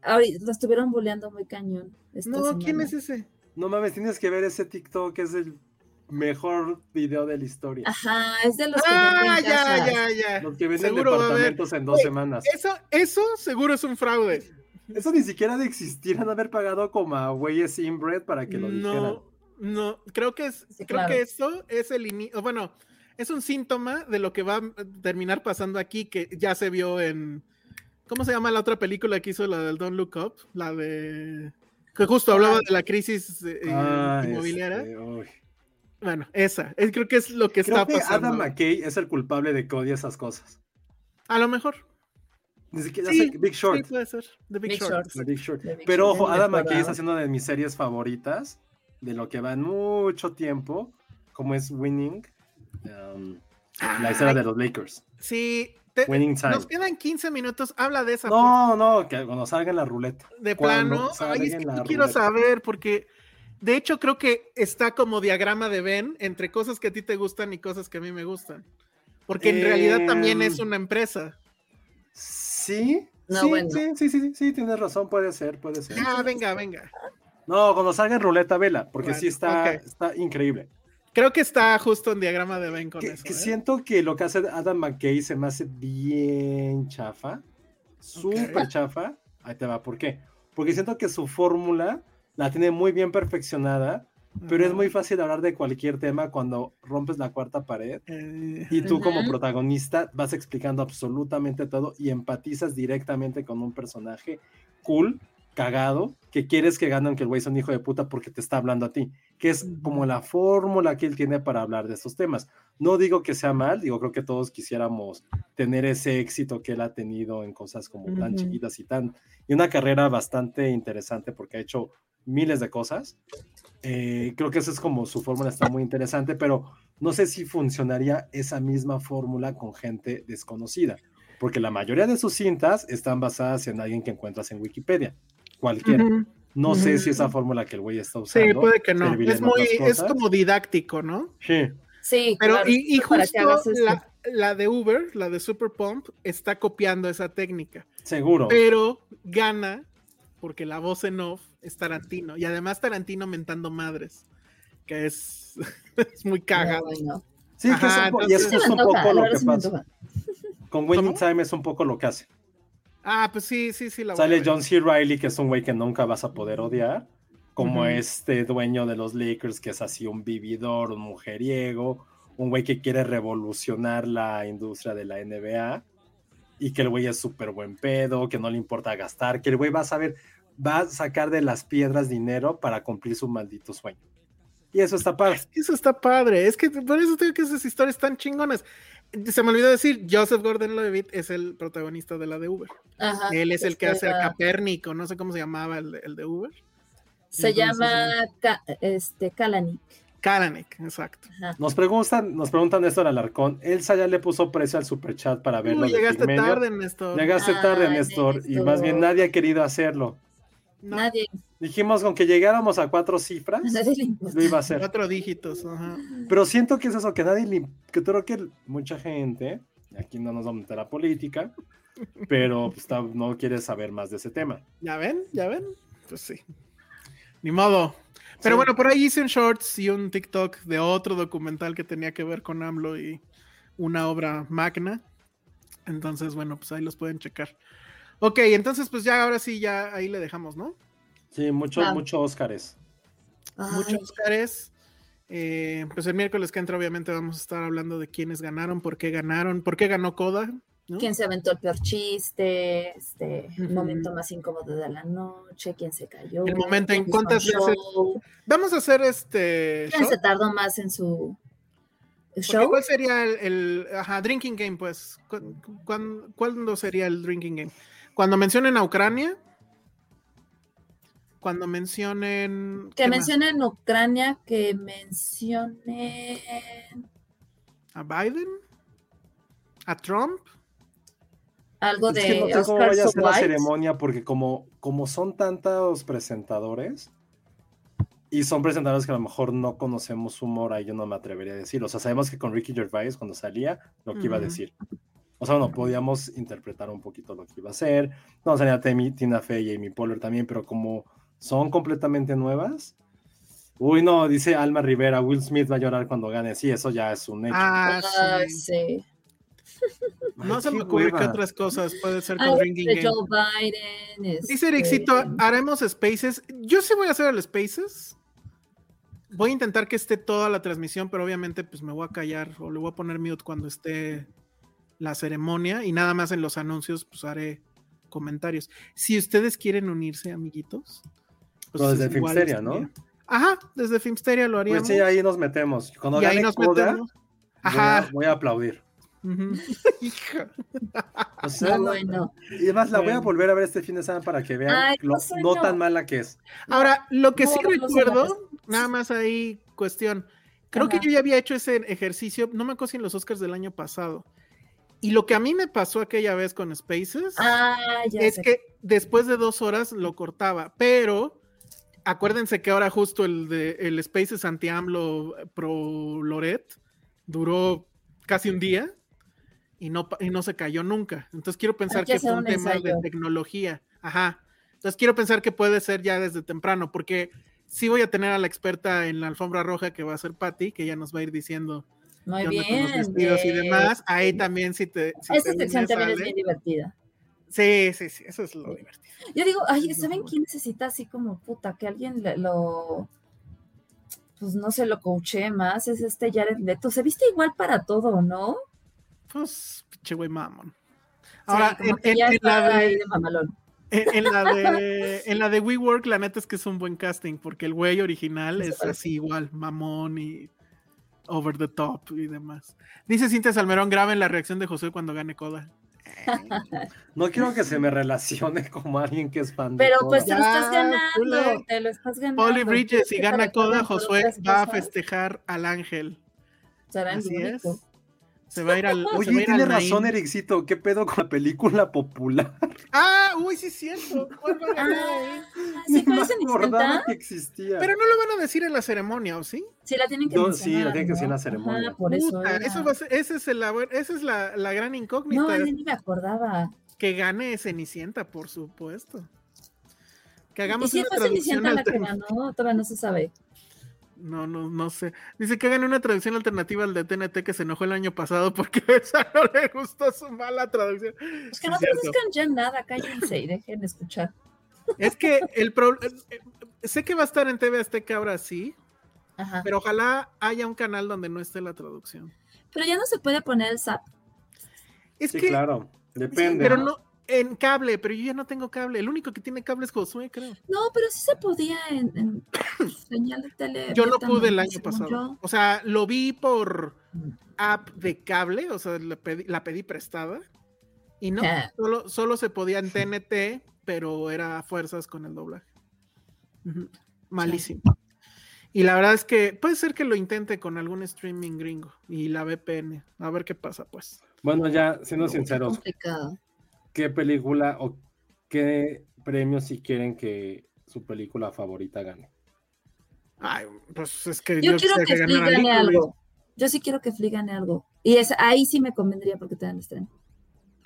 Speaker 7: Ay, lo estuvieron bulleando muy cañón.
Speaker 6: no, semana. ¿quién es ese?
Speaker 5: No mames, tienes que ver ese TikTok, es el mejor video de la historia.
Speaker 7: Ajá, es de los
Speaker 6: ah, que ya, casa. ya, ya.
Speaker 5: Los que venden seguro departamentos en dos Oye, semanas.
Speaker 6: Eso, eso seguro es un fraude.
Speaker 5: Eso ni siquiera de existir, han haber pagado como a güeyes inbred para que lo dijeran.
Speaker 6: No, no, creo que es, sí, creo claro. que eso es el inicio, bueno, es un síntoma de lo que va a terminar pasando aquí, que ya se vio en. ¿Cómo se llama la otra película que hizo la del Don't Look Up? La de. que justo hablaba de la crisis eh, ah, inmobiliaria. Este, bueno, esa. Es, creo que es lo que
Speaker 5: creo
Speaker 6: está
Speaker 5: que
Speaker 6: pasando.
Speaker 5: Adam McKay es el culpable de que odie esas cosas.
Speaker 6: A lo mejor.
Speaker 5: Ni siquiera sí, Big Short.
Speaker 6: Sí, puede ser. The Big, Big, Short. Short. The
Speaker 5: Big, Short. The Big Pero ojo, Adam McKay está haciendo de mis series favoritas, de lo que va en mucho tiempo, como es Winning. Um,
Speaker 6: Ah,
Speaker 5: la historia de los Lakers.
Speaker 6: Eh, Sí. Te, nos quedan 15 minutos, habla de esa.
Speaker 5: No, por... no, que cuando salga en la ruleta.
Speaker 6: De plano, Ay, es que no quiero saber porque, de hecho, creo que está como diagrama de Ben entre cosas que a ti te gustan y cosas que a mí me gustan. Porque en eh... realidad también es
Speaker 5: Em.
Speaker 6: una empresa.
Speaker 5: Sí, no, sí, bueno. sí, sí, sí, sí, sí, tienes razón, puede ser, puede ser.
Speaker 6: Ah, venga, venga.
Speaker 5: No, cuando salga en ruleta, vela, porque bueno, sí está, okay. está increíble.
Speaker 6: Creo que está justo en diagrama de Ben con
Speaker 5: que,
Speaker 6: eso.
Speaker 5: Que ¿eh? Siento que lo que hace Adam McKay se me hace bien chafa. Súper okay. chafa. Ahí te va, ¿por qué? Porque siento que su fórmula la tiene muy bien perfeccionada, uh -huh. pero es muy fácil hablar de cualquier tema cuando rompes la cuarta pared uh
Speaker 6: Eh,
Speaker 5: -huh. y tú como protagonista vas explicando absolutamente todo y empatizas directamente con un personaje cool, cagado, que quieres que gane aunque el güey sea un hijo de puta porque te está hablando a ti, que es como la fórmula que él tiene para hablar de estos temas. No digo que sea mal, digo, creo que todos quisiéramos tener ese éxito que él ha tenido en cosas como uh -huh. tan chiquitas y tan, y una carrera bastante interesante porque ha hecho miles de cosas. Eh, creo que esa es como su fórmula, está muy interesante, pero no sé si funcionaría esa misma fórmula con gente desconocida, porque la mayoría de sus cintas están basadas en alguien que encuentras en Wikipedia cualquiera. Uh -huh. No uh -huh. sé si esa fórmula que el güey está usando.
Speaker 6: Sí, puede que no. Es muy, es como didáctico, ¿no?
Speaker 5: Sí.
Speaker 7: Sí,
Speaker 6: pero claro, y, y justo la, la de Uber, la de Super Pump, está copiando esa técnica.
Speaker 5: Seguro.
Speaker 6: Pero gana porque la voz en off es Tarantino. Y además Tarantino mentando madres, que es, es muy cagado.
Speaker 5: No, sí, Ajá, que es un entonces, y es justo un poco lo que pasa. Con Winning Time es un poco lo que hace.
Speaker 6: Ah, pues sí, sí, sí. La
Speaker 5: Sale John C. Riley, que es un güey que nunca vas a poder odiar, como uh -huh. este dueño de los Lakers, que es así un vividor, un mujeriego, un güey que quiere revolucionar la industria de la NBA y que el güey es súper buen pedo, que no le importa gastar, que el güey va a saber, va a sacar de las piedras dinero para cumplir su maldito sueño. Y eso está padre.
Speaker 6: Eso está padre. Es que por eso tengo que esas historias tan chingonas. Se me olvidó decir, Joseph Gordon Levitt es el protagonista de la de Uber. Ajá,
Speaker 7: Ah,
Speaker 6: Él es el que hace a
Speaker 7: Este,
Speaker 6: Capernico, no sé cómo se llamaba el de, el de Uber.
Speaker 7: Se Entonces, llama Ka este, Kalanick.
Speaker 6: Kalanick, exacto. Ajá.
Speaker 5: Nos preguntan, nos preguntan Néstor Alarcón. Elsa ya le puso precio al superchat para verlo. Uy,
Speaker 6: llegaste de tarde, Néstor.
Speaker 5: Llegaste ah, tarde, Néstor, Néstor, y más bien nadie ha querido hacerlo.
Speaker 7: No. Nadie.
Speaker 5: Dijimos con que llegáramos a cuatro cifras, lo iba a hacer.
Speaker 6: Cuatro dígitos, ajá.
Speaker 5: Pero siento que es eso, que nadie, le, que creo que mucha gente, aquí no nos vamos a meter a política, pero pues, no quiere saber más de ese tema.
Speaker 6: ¿Ya ven? ¿Ya ven? Pues sí. Ni modo. Pero sí. bueno, por ahí hice un shorts y un TikTok de otro documental que tenía que ver con AMLO y una obra magna. Entonces, bueno, pues ahí los pueden checar. Ok, entonces pues ya ahora sí, ya ahí le dejamos, ¿no?
Speaker 5: Sí, muchos, ah. muchos Óscares.
Speaker 6: Muchos Óscares. Eh, pues el miércoles que entra obviamente vamos a estar hablando de quiénes ganaron, por qué ganaron, por qué ganó Coda.
Speaker 7: ¿no? ¿Quién se aventó el peor chiste? Este, el mm. momento más incómodo de la noche, quién se cayó.
Speaker 6: El momento en cuántas veces. Vamos a hacer este.
Speaker 7: ¿Quién show? se tardó más en su
Speaker 6: Show? ¿Cuál sería el, el ajá, drinking game? Pues, ¿Cu, cu cuándo sería el drinking game? Cuando mencionen a Ucrania. Cuando mencionen.
Speaker 7: Que mencionen más? Ucrania, que mencionen.
Speaker 6: ¿A Biden? ¿A Trump?
Speaker 7: Algo
Speaker 5: es
Speaker 7: de.
Speaker 5: Que no sé cómo vaya a ser la ceremonia, porque como, como son tantos presentadores y son presentadores que a lo mejor no conocemos humor, ahí yo no me atrevería a decir. O sea, sabemos que con Ricky Gervais cuando salía lo que uh -huh. iba a decir. O sea, no bueno, podíamos interpretar un poquito lo que iba a hacer. No, salía Tina Fey y Amy Poehler también, pero como son completamente nuevas. Uy, no, dice Alma Rivera, Will Smith va a llorar cuando gane. Sí, eso ya es un hecho.
Speaker 7: Ah, sí. sí.
Speaker 6: No Ay, se me ocurre que otras cosas puede ser con Ringing
Speaker 7: Joe Biden. Este...
Speaker 6: Dice Ericito,
Speaker 5: mm.
Speaker 6: haremos spaces. Yo sí voy a hacer el spaces voy a intentar que esté toda la transmisión, pero obviamente pues me voy a callar o le voy a poner mute cuando esté la ceremonia y nada más en los anuncios pues haré comentarios. Si ustedes quieren unirse, amiguitos.
Speaker 5: Pues, desde Filmsteria, ¿no?
Speaker 6: este Ajá, desde Filmsteria lo haríamos.
Speaker 5: Pues sí, ahí nos metemos. Cuando y ahí nos coda, metemos. Ajá. Voy, a, voy a aplaudir.
Speaker 6: Uh -huh. Hija.
Speaker 5: O
Speaker 7: Ah,
Speaker 5: sea, no, bueno. Y además la bueno. voy a volver a ver este fin de semana para que vean Ay, lo, no, no, tan mala que es.
Speaker 6: Ahora, lo que no, sí recuerdo, nada más ahí cuestión. Creo Ajá. que yo ya había hecho ese ejercicio, no me acuerdo si en los Oscars del año pasado. Y lo que a mí me pasó aquella vez con Spaces
Speaker 7: ah,
Speaker 6: es sé. que después de dos horas lo cortaba, pero acuérdense que ahora justo el de el Spaces anti-AMLO pro Loret duró casi un día y no, y no se cayó nunca. Entonces quiero pensar que fue un, tema ensayo. de tecnología. Ajá. Entonces quiero pensar que puede ser ya desde temprano, porque sí voy a tener a la experta en la alfombra roja que va a ser Patty, que ya nos va a ir diciendo
Speaker 7: Muy bien, con los
Speaker 6: vestidos de... y demás. Ahí también si te... Si
Speaker 7: Esa sección también es bien divertida.
Speaker 6: Sí, sí, sí, eso es lo divertido.
Speaker 7: Yo digo, ay, ¿saben quién necesita así como puta? Que alguien le, lo, pues no se lo coaché más, es este Jared Leto. Se viste igual para todo, ¿no?
Speaker 6: pues, pinche güey mamón. Ahora, sí, en, en, en, la de, de en, la de, en, la de WeWork, la neta es que es un buen casting, porque el güey original no es así igual, mamón y over the top y demás. Dice Cintia Salmerón, graben la reacción de José cuando gane Coda.
Speaker 5: No quiero que se me relacione como alguien que es fan
Speaker 7: de Pero Coda. pues te lo estás ganando, te lo estás ganando.
Speaker 6: Polly Bridges, si gana Coda, Josué va a festejar al ángel.
Speaker 7: Será el Así único. es.
Speaker 6: Se va a ir al.
Speaker 5: Oye,
Speaker 6: se va a ir
Speaker 5: tiene
Speaker 6: al
Speaker 5: razón,
Speaker 6: Naim.
Speaker 5: Ericito. ¿Qué pedo con la película popular?
Speaker 6: Ah, uy, sí es cierto. ¿Cuál va a ganar
Speaker 7: Ah.
Speaker 6: ahí?
Speaker 7: ¿Sí
Speaker 5: no me
Speaker 7: conocen
Speaker 5: acordaba que existía.
Speaker 6: Pero no lo van a decir en la ceremonia, ¿o sí?
Speaker 7: Sí, la tienen que
Speaker 5: No,
Speaker 7: mencionar,
Speaker 5: sí, la tienen que
Speaker 7: ¿no?
Speaker 5: hacer en la ceremonia.
Speaker 7: Ajá, por eso.
Speaker 6: Puta,
Speaker 7: era.
Speaker 6: eso va a ser- ese es el, la- esa es la, la gran incógnita.
Speaker 7: No, yo ni me acordaba.
Speaker 6: Que gane Cenicienta, por supuesto. Que
Speaker 7: ¿Y
Speaker 6: hagamos
Speaker 7: si
Speaker 6: una
Speaker 7: fue
Speaker 6: traducción
Speaker 7: Cenicienta la que
Speaker 6: alternativa.
Speaker 7: ganó? Todavía no se sabe.
Speaker 6: No, no, no sé. Dice que hagan una traducción alternativa al de TNT que se enojó el año pasado porque esa no le gustó su mala traducción.
Speaker 7: Pues
Speaker 6: Sí,
Speaker 7: que no
Speaker 6: cierto.
Speaker 7: produzcan ya nada, cállense y dejen de escuchar.
Speaker 6: Es que el problema. Sé que va a estar en TV Azteca ahora sí,
Speaker 7: Ajá. Pero,
Speaker 6: pero ojalá haya un canal donde no esté la traducción.
Speaker 7: ya no se puede poner el SAP.
Speaker 6: Es
Speaker 5: Sí,
Speaker 6: que.
Speaker 5: claro. Depende.
Speaker 6: Pero no. En cable, pero yo ya no tengo cable. El único que tiene cable es Josué, creo.
Speaker 7: No, pero sí se podía en, en señal de tele.
Speaker 6: Yo no
Speaker 7: abierta,
Speaker 6: pude el
Speaker 7: ¿no?
Speaker 6: año
Speaker 7: Eh, Según
Speaker 6: pasado.
Speaker 7: yo.
Speaker 6: O sea, lo vi por
Speaker 5: Mm.
Speaker 6: app de cable, o sea, la pedí, la pedí prestada. Y no,
Speaker 7: Ah.
Speaker 6: solo, solo se podía en TNT, pero era a fuerzas con el doblaje. Ujú, Malísimo. Y la verdad es que puede ser que lo intente con algún streaming gringo y la VPN. A ver qué pasa, pues.
Speaker 5: Bueno, ya, siendo
Speaker 7: Qué
Speaker 5: sinceros,
Speaker 7: complicado.
Speaker 5: ¿qué película o qué premio si quieren que su película favorita gane?
Speaker 6: Ay, pues es que
Speaker 7: Yo, quiero
Speaker 6: quisiera
Speaker 7: que Flea
Speaker 6: ganara
Speaker 7: gane
Speaker 6: Nickelback.
Speaker 7: algo. Yo sí quiero que Flea gane algo. Y es, ahí sí me convendría porque te dan estreno.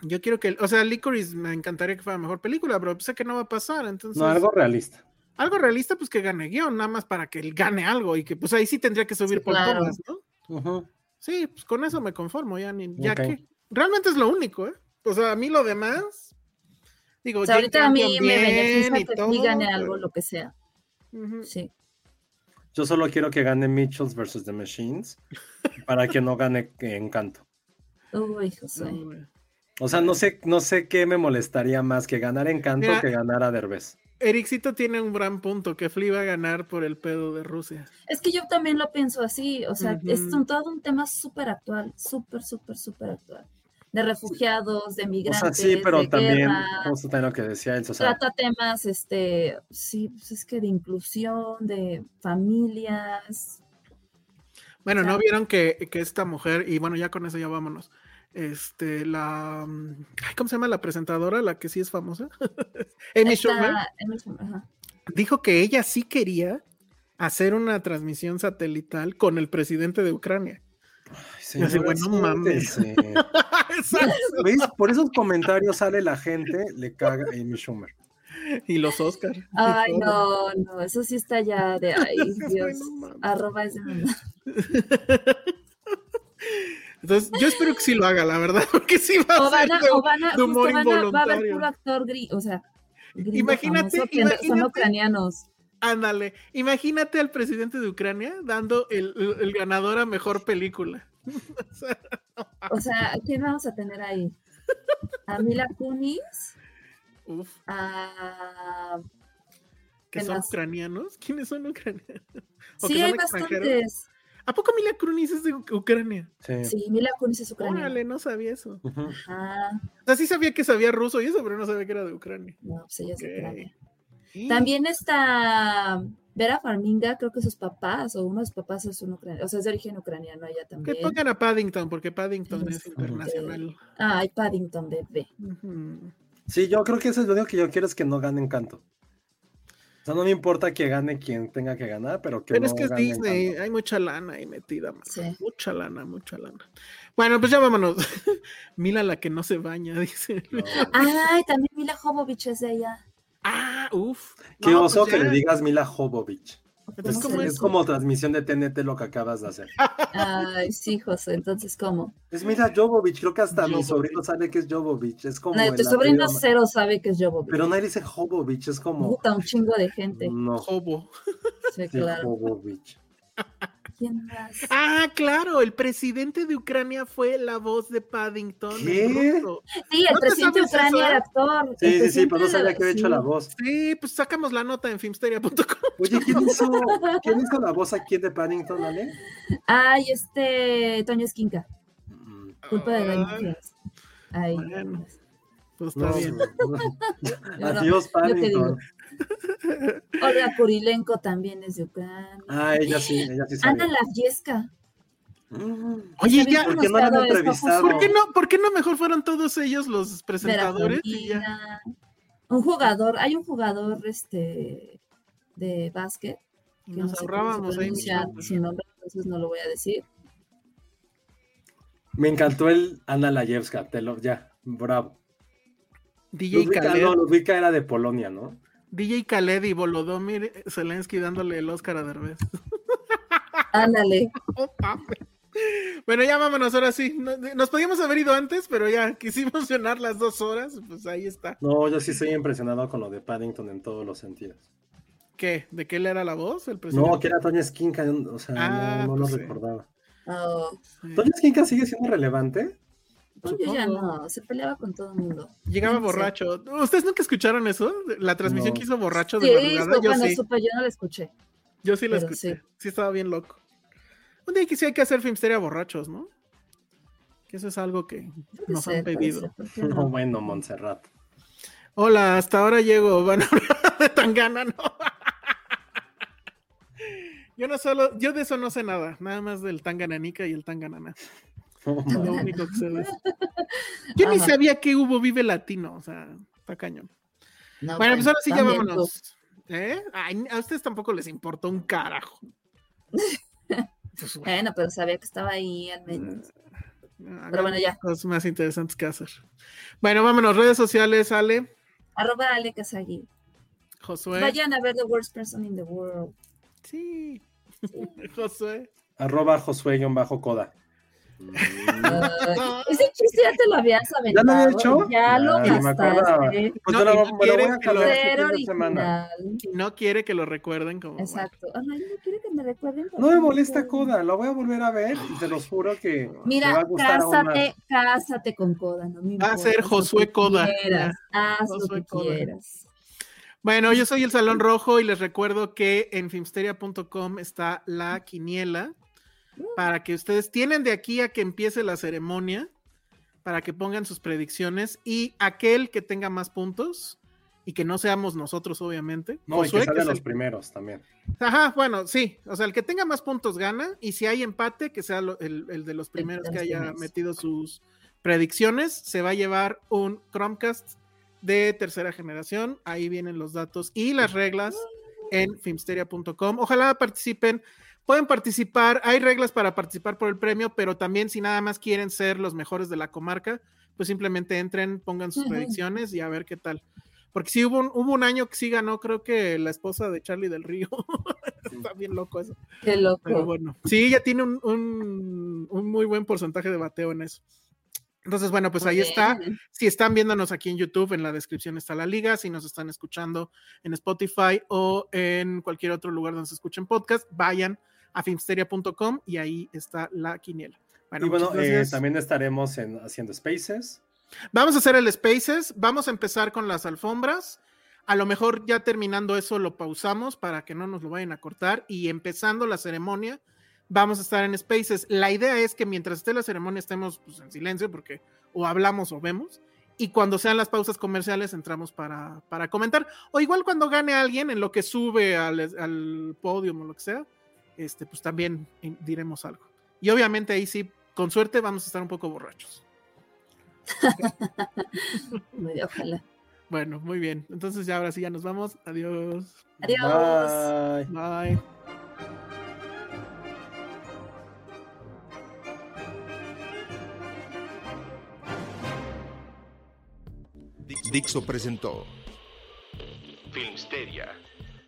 Speaker 6: Yo quiero que, o sea, Licorice me encantaría que fuera mejor película, pero sé que no va a pasar, entonces.
Speaker 5: No, algo realista.
Speaker 6: algo realista, pues que gane guión, nada más para que él gane algo y que pues ahí sí tendría que subir
Speaker 7: Sí,
Speaker 6: por
Speaker 7: claro.
Speaker 6: todas, ¿no?
Speaker 5: Ujú.
Speaker 6: Sí, pues con eso me conformo, ya ni, ya
Speaker 5: Ok.
Speaker 6: que. Realmente es lo único, ¿eh? O sea, a mí lo demás. Digo,
Speaker 7: O sea,
Speaker 6: Jane
Speaker 7: ahorita a mí
Speaker 6: Campion
Speaker 7: me
Speaker 6: bien
Speaker 7: beneficia
Speaker 6: y
Speaker 7: que
Speaker 6: todo,
Speaker 7: Flea gane
Speaker 6: pero-
Speaker 7: algo, lo que sea.
Speaker 6: Ujú.
Speaker 7: Sí.
Speaker 5: Yo solo quiero que gane Mitchells versus The Machines para que no gane Encanto.
Speaker 7: Uy, José.
Speaker 6: No, güey.
Speaker 5: O sea, no sé, no sé qué me molestaría más que ganar Encanto
Speaker 6: Mira.
Speaker 5: que ganara Derbez.
Speaker 6: Ericito tiene un gran punto, que Flea va a ganar por el pedo de Rusia.
Speaker 7: Es que yo también lo pienso así, o sea, es
Speaker 6: Ujú.
Speaker 7: un, todo un tema súper actual, súper, súper, súper actual. De refugiados, de
Speaker 5: O
Speaker 7: migrantes,
Speaker 5: sea, sí, pero
Speaker 7: de
Speaker 5: también,
Speaker 7: guerra,
Speaker 5: justo también lo que decía él, o sea,
Speaker 7: trata temas, este, sí, pues es que de inclusión, de familias.
Speaker 6: Bueno, ¿no
Speaker 7: Claro.
Speaker 6: vieron que, que esta mujer, y bueno, ya con eso ya vámonos. Este, la. mm, ay, ¿Cómo se llama la presentadora? La que sí es famosa. Amy
Speaker 7: Esta-
Speaker 6: Schumer.
Speaker 7: Amy Schumer, ajá.
Speaker 6: dijo que ella sí quería hacer una transmisión satelital con el presidente de Ucrania.
Speaker 5: ay,
Speaker 6: yo digo,
Speaker 5: señora,
Speaker 6: bueno, mames.
Speaker 5: siéntese. ¿Veis? Por esos comentarios sale la gente, le caga Amy Schumer.
Speaker 6: y los Oscars.
Speaker 7: Ay, no, no, eso sí está ya de ay,
Speaker 6: Bueno,
Speaker 7: Dios.
Speaker 6: mames.
Speaker 7: Arroba es de mamá.
Speaker 6: Entonces, yo espero que sí lo haga, la verdad, porque sí va
Speaker 7: O
Speaker 6: a ser
Speaker 7: van a,
Speaker 6: de-
Speaker 7: o van a,
Speaker 6: de
Speaker 7: justo
Speaker 6: humor
Speaker 7: van a- va a haber
Speaker 6: involuntario.
Speaker 7: puro actor gris, o sea, gringo
Speaker 6: Imagínate,
Speaker 7: famoso que no- son
Speaker 6: imagínate.
Speaker 7: ucranianos.
Speaker 6: Ándale, imagínate al presidente de Ucrania dando el, el- el ganador a mejor película. O sea,
Speaker 7: O sea, ¿a ¿quién vamos a tener ahí? A Mila Kunis,
Speaker 6: uf,
Speaker 7: a...
Speaker 6: que
Speaker 7: ¿Qué
Speaker 6: son
Speaker 7: más?
Speaker 6: ucranianos. ¿Quiénes son ucranianos? ¿O que
Speaker 7: Sí, hay
Speaker 6: son extranjeros?
Speaker 7: bastantes.
Speaker 6: ¿A poco Mila Kunis es de Uc- Ucrania?
Speaker 5: Sí.
Speaker 7: Sí, Mila Kunis es ucraniana.
Speaker 6: Eh. Órale, no sabía eso.
Speaker 5: Ujú.
Speaker 7: Ajá,
Speaker 6: O sea, sí sabía que sabía ruso y eso, pero no sabía que era de Ucrania.
Speaker 7: no, pues ella es
Speaker 6: Ok.
Speaker 7: ucraniana.
Speaker 6: Y-
Speaker 7: También está Vera Farminga, creo que sus papás o uno de sus papás es un ucraniano, o sea, es de origen ucraniano ella
Speaker 6: Que
Speaker 7: también.
Speaker 6: pongan a Paddington, porque Paddington es
Speaker 7: Este,
Speaker 6: internacional.
Speaker 7: Ah, hay Paddington bebé.
Speaker 6: Ujú.
Speaker 5: Sí, yo creo que eso es lo único que yo quiero es que no gane Encanto. O sea, no me importa que gane quien tenga que ganar, pero que
Speaker 6: Pero
Speaker 5: no
Speaker 6: es que es
Speaker 5: gane
Speaker 6: Disney,
Speaker 5: Encanto.
Speaker 6: hay mucha lana ahí metida. mano.
Speaker 7: Sí.
Speaker 6: Mucha lana, mucha lana. Bueno, pues ya vámonos. Mila la que no se baña, dice.
Speaker 5: No.
Speaker 7: Ay, también Mila Jovovich es de ella.
Speaker 6: Ah, pues uff.
Speaker 5: Qué oso que le digas Mila Jovovich.
Speaker 6: Entonces,
Speaker 5: Es,
Speaker 6: ¿cómo
Speaker 5: es
Speaker 6: es?
Speaker 5: como transmisión de TNT lo que acabas de hacer.
Speaker 7: Ay, sí, José, entonces, ¿cómo?
Speaker 5: Es Mila Jovovich, creo que hasta mi
Speaker 6: Jovovich.
Speaker 5: sobrino sabe que es Jovovich. Es como.
Speaker 7: No,
Speaker 5: el
Speaker 7: tu sobrino
Speaker 5: apellido-
Speaker 7: cero sabe que es Jovovich.
Speaker 5: Pero nadie dice Jovovich, es como.
Speaker 7: Puta, un chingo de gente.
Speaker 5: No,
Speaker 6: Jobo.
Speaker 7: Sí,
Speaker 5: sí,
Speaker 7: claro.
Speaker 5: Jovovich.
Speaker 7: ¿Quién más?
Speaker 6: Ah, claro, el presidente de Ucrania fue la voz de Paddington. en
Speaker 5: ¿Qué?
Speaker 6: ruso.
Speaker 7: Sí, el
Speaker 6: ¿No te
Speaker 7: presidente de
Speaker 6: sabes eso? eh?
Speaker 7: Ucrania era actor. el
Speaker 5: Sí, sí, sí,
Speaker 7: presidente
Speaker 5: pero no
Speaker 7: de-
Speaker 5: sabía que había hecho
Speaker 7: sí.
Speaker 5: la voz.
Speaker 6: Sí, pues sacamos la nota en filmsteria.com.
Speaker 5: Oye, ¿quién hizo, ¿quién hizo la voz aquí de Paddington, Ale?
Speaker 7: Ay, este, Toño Esquinca,
Speaker 5: Mm,
Speaker 7: culpa de Doña
Speaker 6: Ah,
Speaker 7: Frías. Ay,
Speaker 6: bueno. Pues está
Speaker 5: no,
Speaker 6: bien.
Speaker 5: no.
Speaker 7: Yo no-
Speaker 5: Adiós,
Speaker 7: yo te digo.
Speaker 5: Paddington.
Speaker 7: Olga Kurilenko también es de Ucrania.
Speaker 5: Ah, ella sí, ella sí
Speaker 7: Ana
Speaker 5: sabe. Mm.
Speaker 7: Lavieska.
Speaker 6: Oye,
Speaker 7: Había
Speaker 6: ya,
Speaker 5: ¿Por qué no la han
Speaker 7: anunciado eso,
Speaker 5: entrevistado?
Speaker 6: ¿por qué no, por qué no mejor fueron todos ellos los
Speaker 7: Vera
Speaker 6: presentadores? y ya?
Speaker 7: Farmiga, Un jugador, hay un jugador este de básquet que
Speaker 6: Nos
Speaker 7: no sé cómo se
Speaker 6: ahorrábamos ahí. pues.
Speaker 7: pronuncia
Speaker 6: millones.
Speaker 7: su nombre, entonces no lo voy a decir.
Speaker 5: Me encantó el Ana Layevska, te lo, ya, bravo.
Speaker 6: DJ
Speaker 5: Ludwika,
Speaker 6: Khaled,
Speaker 5: no, Ludwika era de Polonia, ¿no?
Speaker 6: DJ Khaled y Volodymyr Zelensky dándole el Oscar a Derbez.
Speaker 7: Ándale.
Speaker 6: No mames. Bueno, ya vámonos, ahora sí. No- Nos podíamos haber ido antes, pero ya quisimos llenar las dos horas, pues ahí está.
Speaker 5: No, yo sí estoy impresionado con lo de Paddington en todos los sentidos.
Speaker 6: ¿Qué? ¿De qué le era la voz? ¿El presidente?
Speaker 5: No, que era Toña Esquinca, o sea,
Speaker 6: Ah,
Speaker 5: no, no
Speaker 6: pues
Speaker 5: lo
Speaker 6: sí.
Speaker 5: recordaba.
Speaker 7: Oh,
Speaker 5: ¿Toña Esquinca sigue siendo relevante?
Speaker 7: pues yo ya
Speaker 6: Supongo.
Speaker 7: no, se peleaba con todo el mundo.
Speaker 6: Llegaba
Speaker 7: Sí.
Speaker 6: borracho. ¿Ustedes nunca escucharon eso? La transmisión
Speaker 5: No.
Speaker 6: que hizo borracho de
Speaker 7: Sí,
Speaker 6: madrugada.
Speaker 7: esto,
Speaker 6: Yo
Speaker 7: bueno,
Speaker 6: sí,
Speaker 7: supe, yo no la escuché.
Speaker 6: yo sí la
Speaker 7: pero
Speaker 6: escuché.
Speaker 7: sí.
Speaker 6: Sí. estaba bien loco. Un día que sí hay que hacer Filmsteria borrachos, ¿no? Que eso es algo que
Speaker 7: Puede
Speaker 6: nos
Speaker 7: ser,
Speaker 6: han
Speaker 7: puede
Speaker 6: pedido.
Speaker 7: ser, ¿por qué
Speaker 5: No,
Speaker 7: no?
Speaker 5: bueno, Montserrat.
Speaker 6: Hola, hasta ahora llego. Van a hablar de Tangana, no. Yo no solo, yo de eso no sé nada, nada más del Tangananica y el Tanganana.
Speaker 5: No,
Speaker 6: Lo
Speaker 5: man.
Speaker 6: único que sé de eso. Yo ni
Speaker 7: Ajá.
Speaker 6: sabía que hubo Vive Latino, o sea, está cañón.
Speaker 7: No,
Speaker 6: Bueno, pues ahora sí ya
Speaker 7: también,
Speaker 6: vámonos. ¿Eh? Ay, a ustedes tampoco les importó un carajo. Pues,
Speaker 7: pues,
Speaker 6: bueno,
Speaker 7: Bueno, pero sabía que estaba ahí al menos.
Speaker 6: hagan
Speaker 7: bueno, ya.
Speaker 6: Cosas más interesantes que hacer. Bueno, vámonos, redes sociales, Ale,
Speaker 7: Arroba Ale Casagui.
Speaker 5: Pues
Speaker 6: Josué.
Speaker 7: Vayan a ver The Worst Person in the World.
Speaker 6: Sí. Josué.
Speaker 5: Arroba Josué-Coda.
Speaker 7: Ay, ese chiste ya te lo habías aventado.
Speaker 5: había hecho?
Speaker 7: Ya lo
Speaker 5: Ay, me acordaba.
Speaker 7: gastaste.
Speaker 5: Pues me
Speaker 6: No,
Speaker 5: lo-
Speaker 6: y
Speaker 5: me
Speaker 6: no
Speaker 5: lo voy a
Speaker 6: quieren
Speaker 5: jalar
Speaker 6: que lo-
Speaker 5: este
Speaker 7: Ser
Speaker 5: fin de semana.
Speaker 7: original.
Speaker 6: No quiere que lo recuerden como.
Speaker 7: Exacto. Ay, no quiero que me recuerden.
Speaker 5: No me
Speaker 7: porque-
Speaker 5: molesta Coda, lo voy a volver a ver y te los juro que me va a
Speaker 7: Mira,
Speaker 5: gustar aún
Speaker 7: cásate,
Speaker 5: más.
Speaker 7: cásate con Coda. No me
Speaker 6: Va a
Speaker 7: importa,
Speaker 6: ser
Speaker 7: haz lo
Speaker 6: Josué
Speaker 7: que
Speaker 6: Coda.
Speaker 7: quieras, Haz lo
Speaker 6: Josué
Speaker 7: que
Speaker 6: Coda.
Speaker 7: quieras.
Speaker 6: Bueno, yo soy el Salón Rojo y les recuerdo que en filmsteria.com está la quiniela para que ustedes tienen de aquí a que empiece la ceremonia para que pongan sus predicciones y aquel que tenga más puntos y que no seamos nosotros obviamente.
Speaker 5: No, y que
Speaker 6: Josué, que
Speaker 5: salgan
Speaker 6: es
Speaker 5: los
Speaker 6: el-
Speaker 5: primeros también.
Speaker 6: Ajá, bueno, sí, o sea, el que tenga más puntos gana y si hay empate, que sea lo- el, el de los primeros
Speaker 7: de
Speaker 6: que
Speaker 7: los
Speaker 6: haya
Speaker 7: primeros.
Speaker 6: metido sus predicciones, se va a llevar un Chromecast de tercera generación, ahí vienen los datos y las reglas en filmsteria.com. Ojalá participen, pueden participar, hay reglas para participar por el premio, pero también si nada más quieren ser los mejores de la comarca, pues simplemente entren, pongan sus
Speaker 7: Ujú.
Speaker 6: predicciones y a ver qué tal. Porque sí hubo un, hubo un año que sí ganó, creo que la esposa de Charlie del Río. Está bien loco eso.
Speaker 7: Qué
Speaker 6: Pero
Speaker 7: loco.
Speaker 6: bueno, sí, ya tiene un, un- un muy buen porcentaje de bateo en eso. Entonces, bueno, pues ahí
Speaker 7: Muy
Speaker 6: está.
Speaker 7: bien.
Speaker 6: Si están viéndonos aquí en YouTube, en la descripción está la liga. Si nos están escuchando en Spotify o en cualquier otro lugar donde se escuchen podcast, vayan a filmsteria.com y ahí está la quiniela.
Speaker 5: Y bueno,
Speaker 6: muchas
Speaker 5: eh,
Speaker 6: gracias.
Speaker 5: también estaremos en, haciendo Spaces.
Speaker 6: Vamos a hacer el Spaces, vamos a empezar con las alfombras. A lo mejor ya terminando eso lo pausamos para que no nos lo vayan a cortar y empezando la ceremonia vamos a estar en Spaces. La idea es que mientras esté la ceremonia estemos pues, en silencio porque o hablamos o vemos y cuando sean las pausas comerciales entramos para, para comentar o igual cuando gane alguien en lo que sube al, al podio o lo que sea, este, pues también eh, diremos algo. Y obviamente ahí sí, con suerte vamos a estar un poco borrachos.
Speaker 7: Muy- Ojalá.
Speaker 6: Bueno, muy bien. Entonces ya ahora sí ya nos vamos. Adiós.
Speaker 7: Adiós.
Speaker 5: Bye.
Speaker 6: Bye.
Speaker 2: Dixo presentó
Speaker 3: Filmsteria.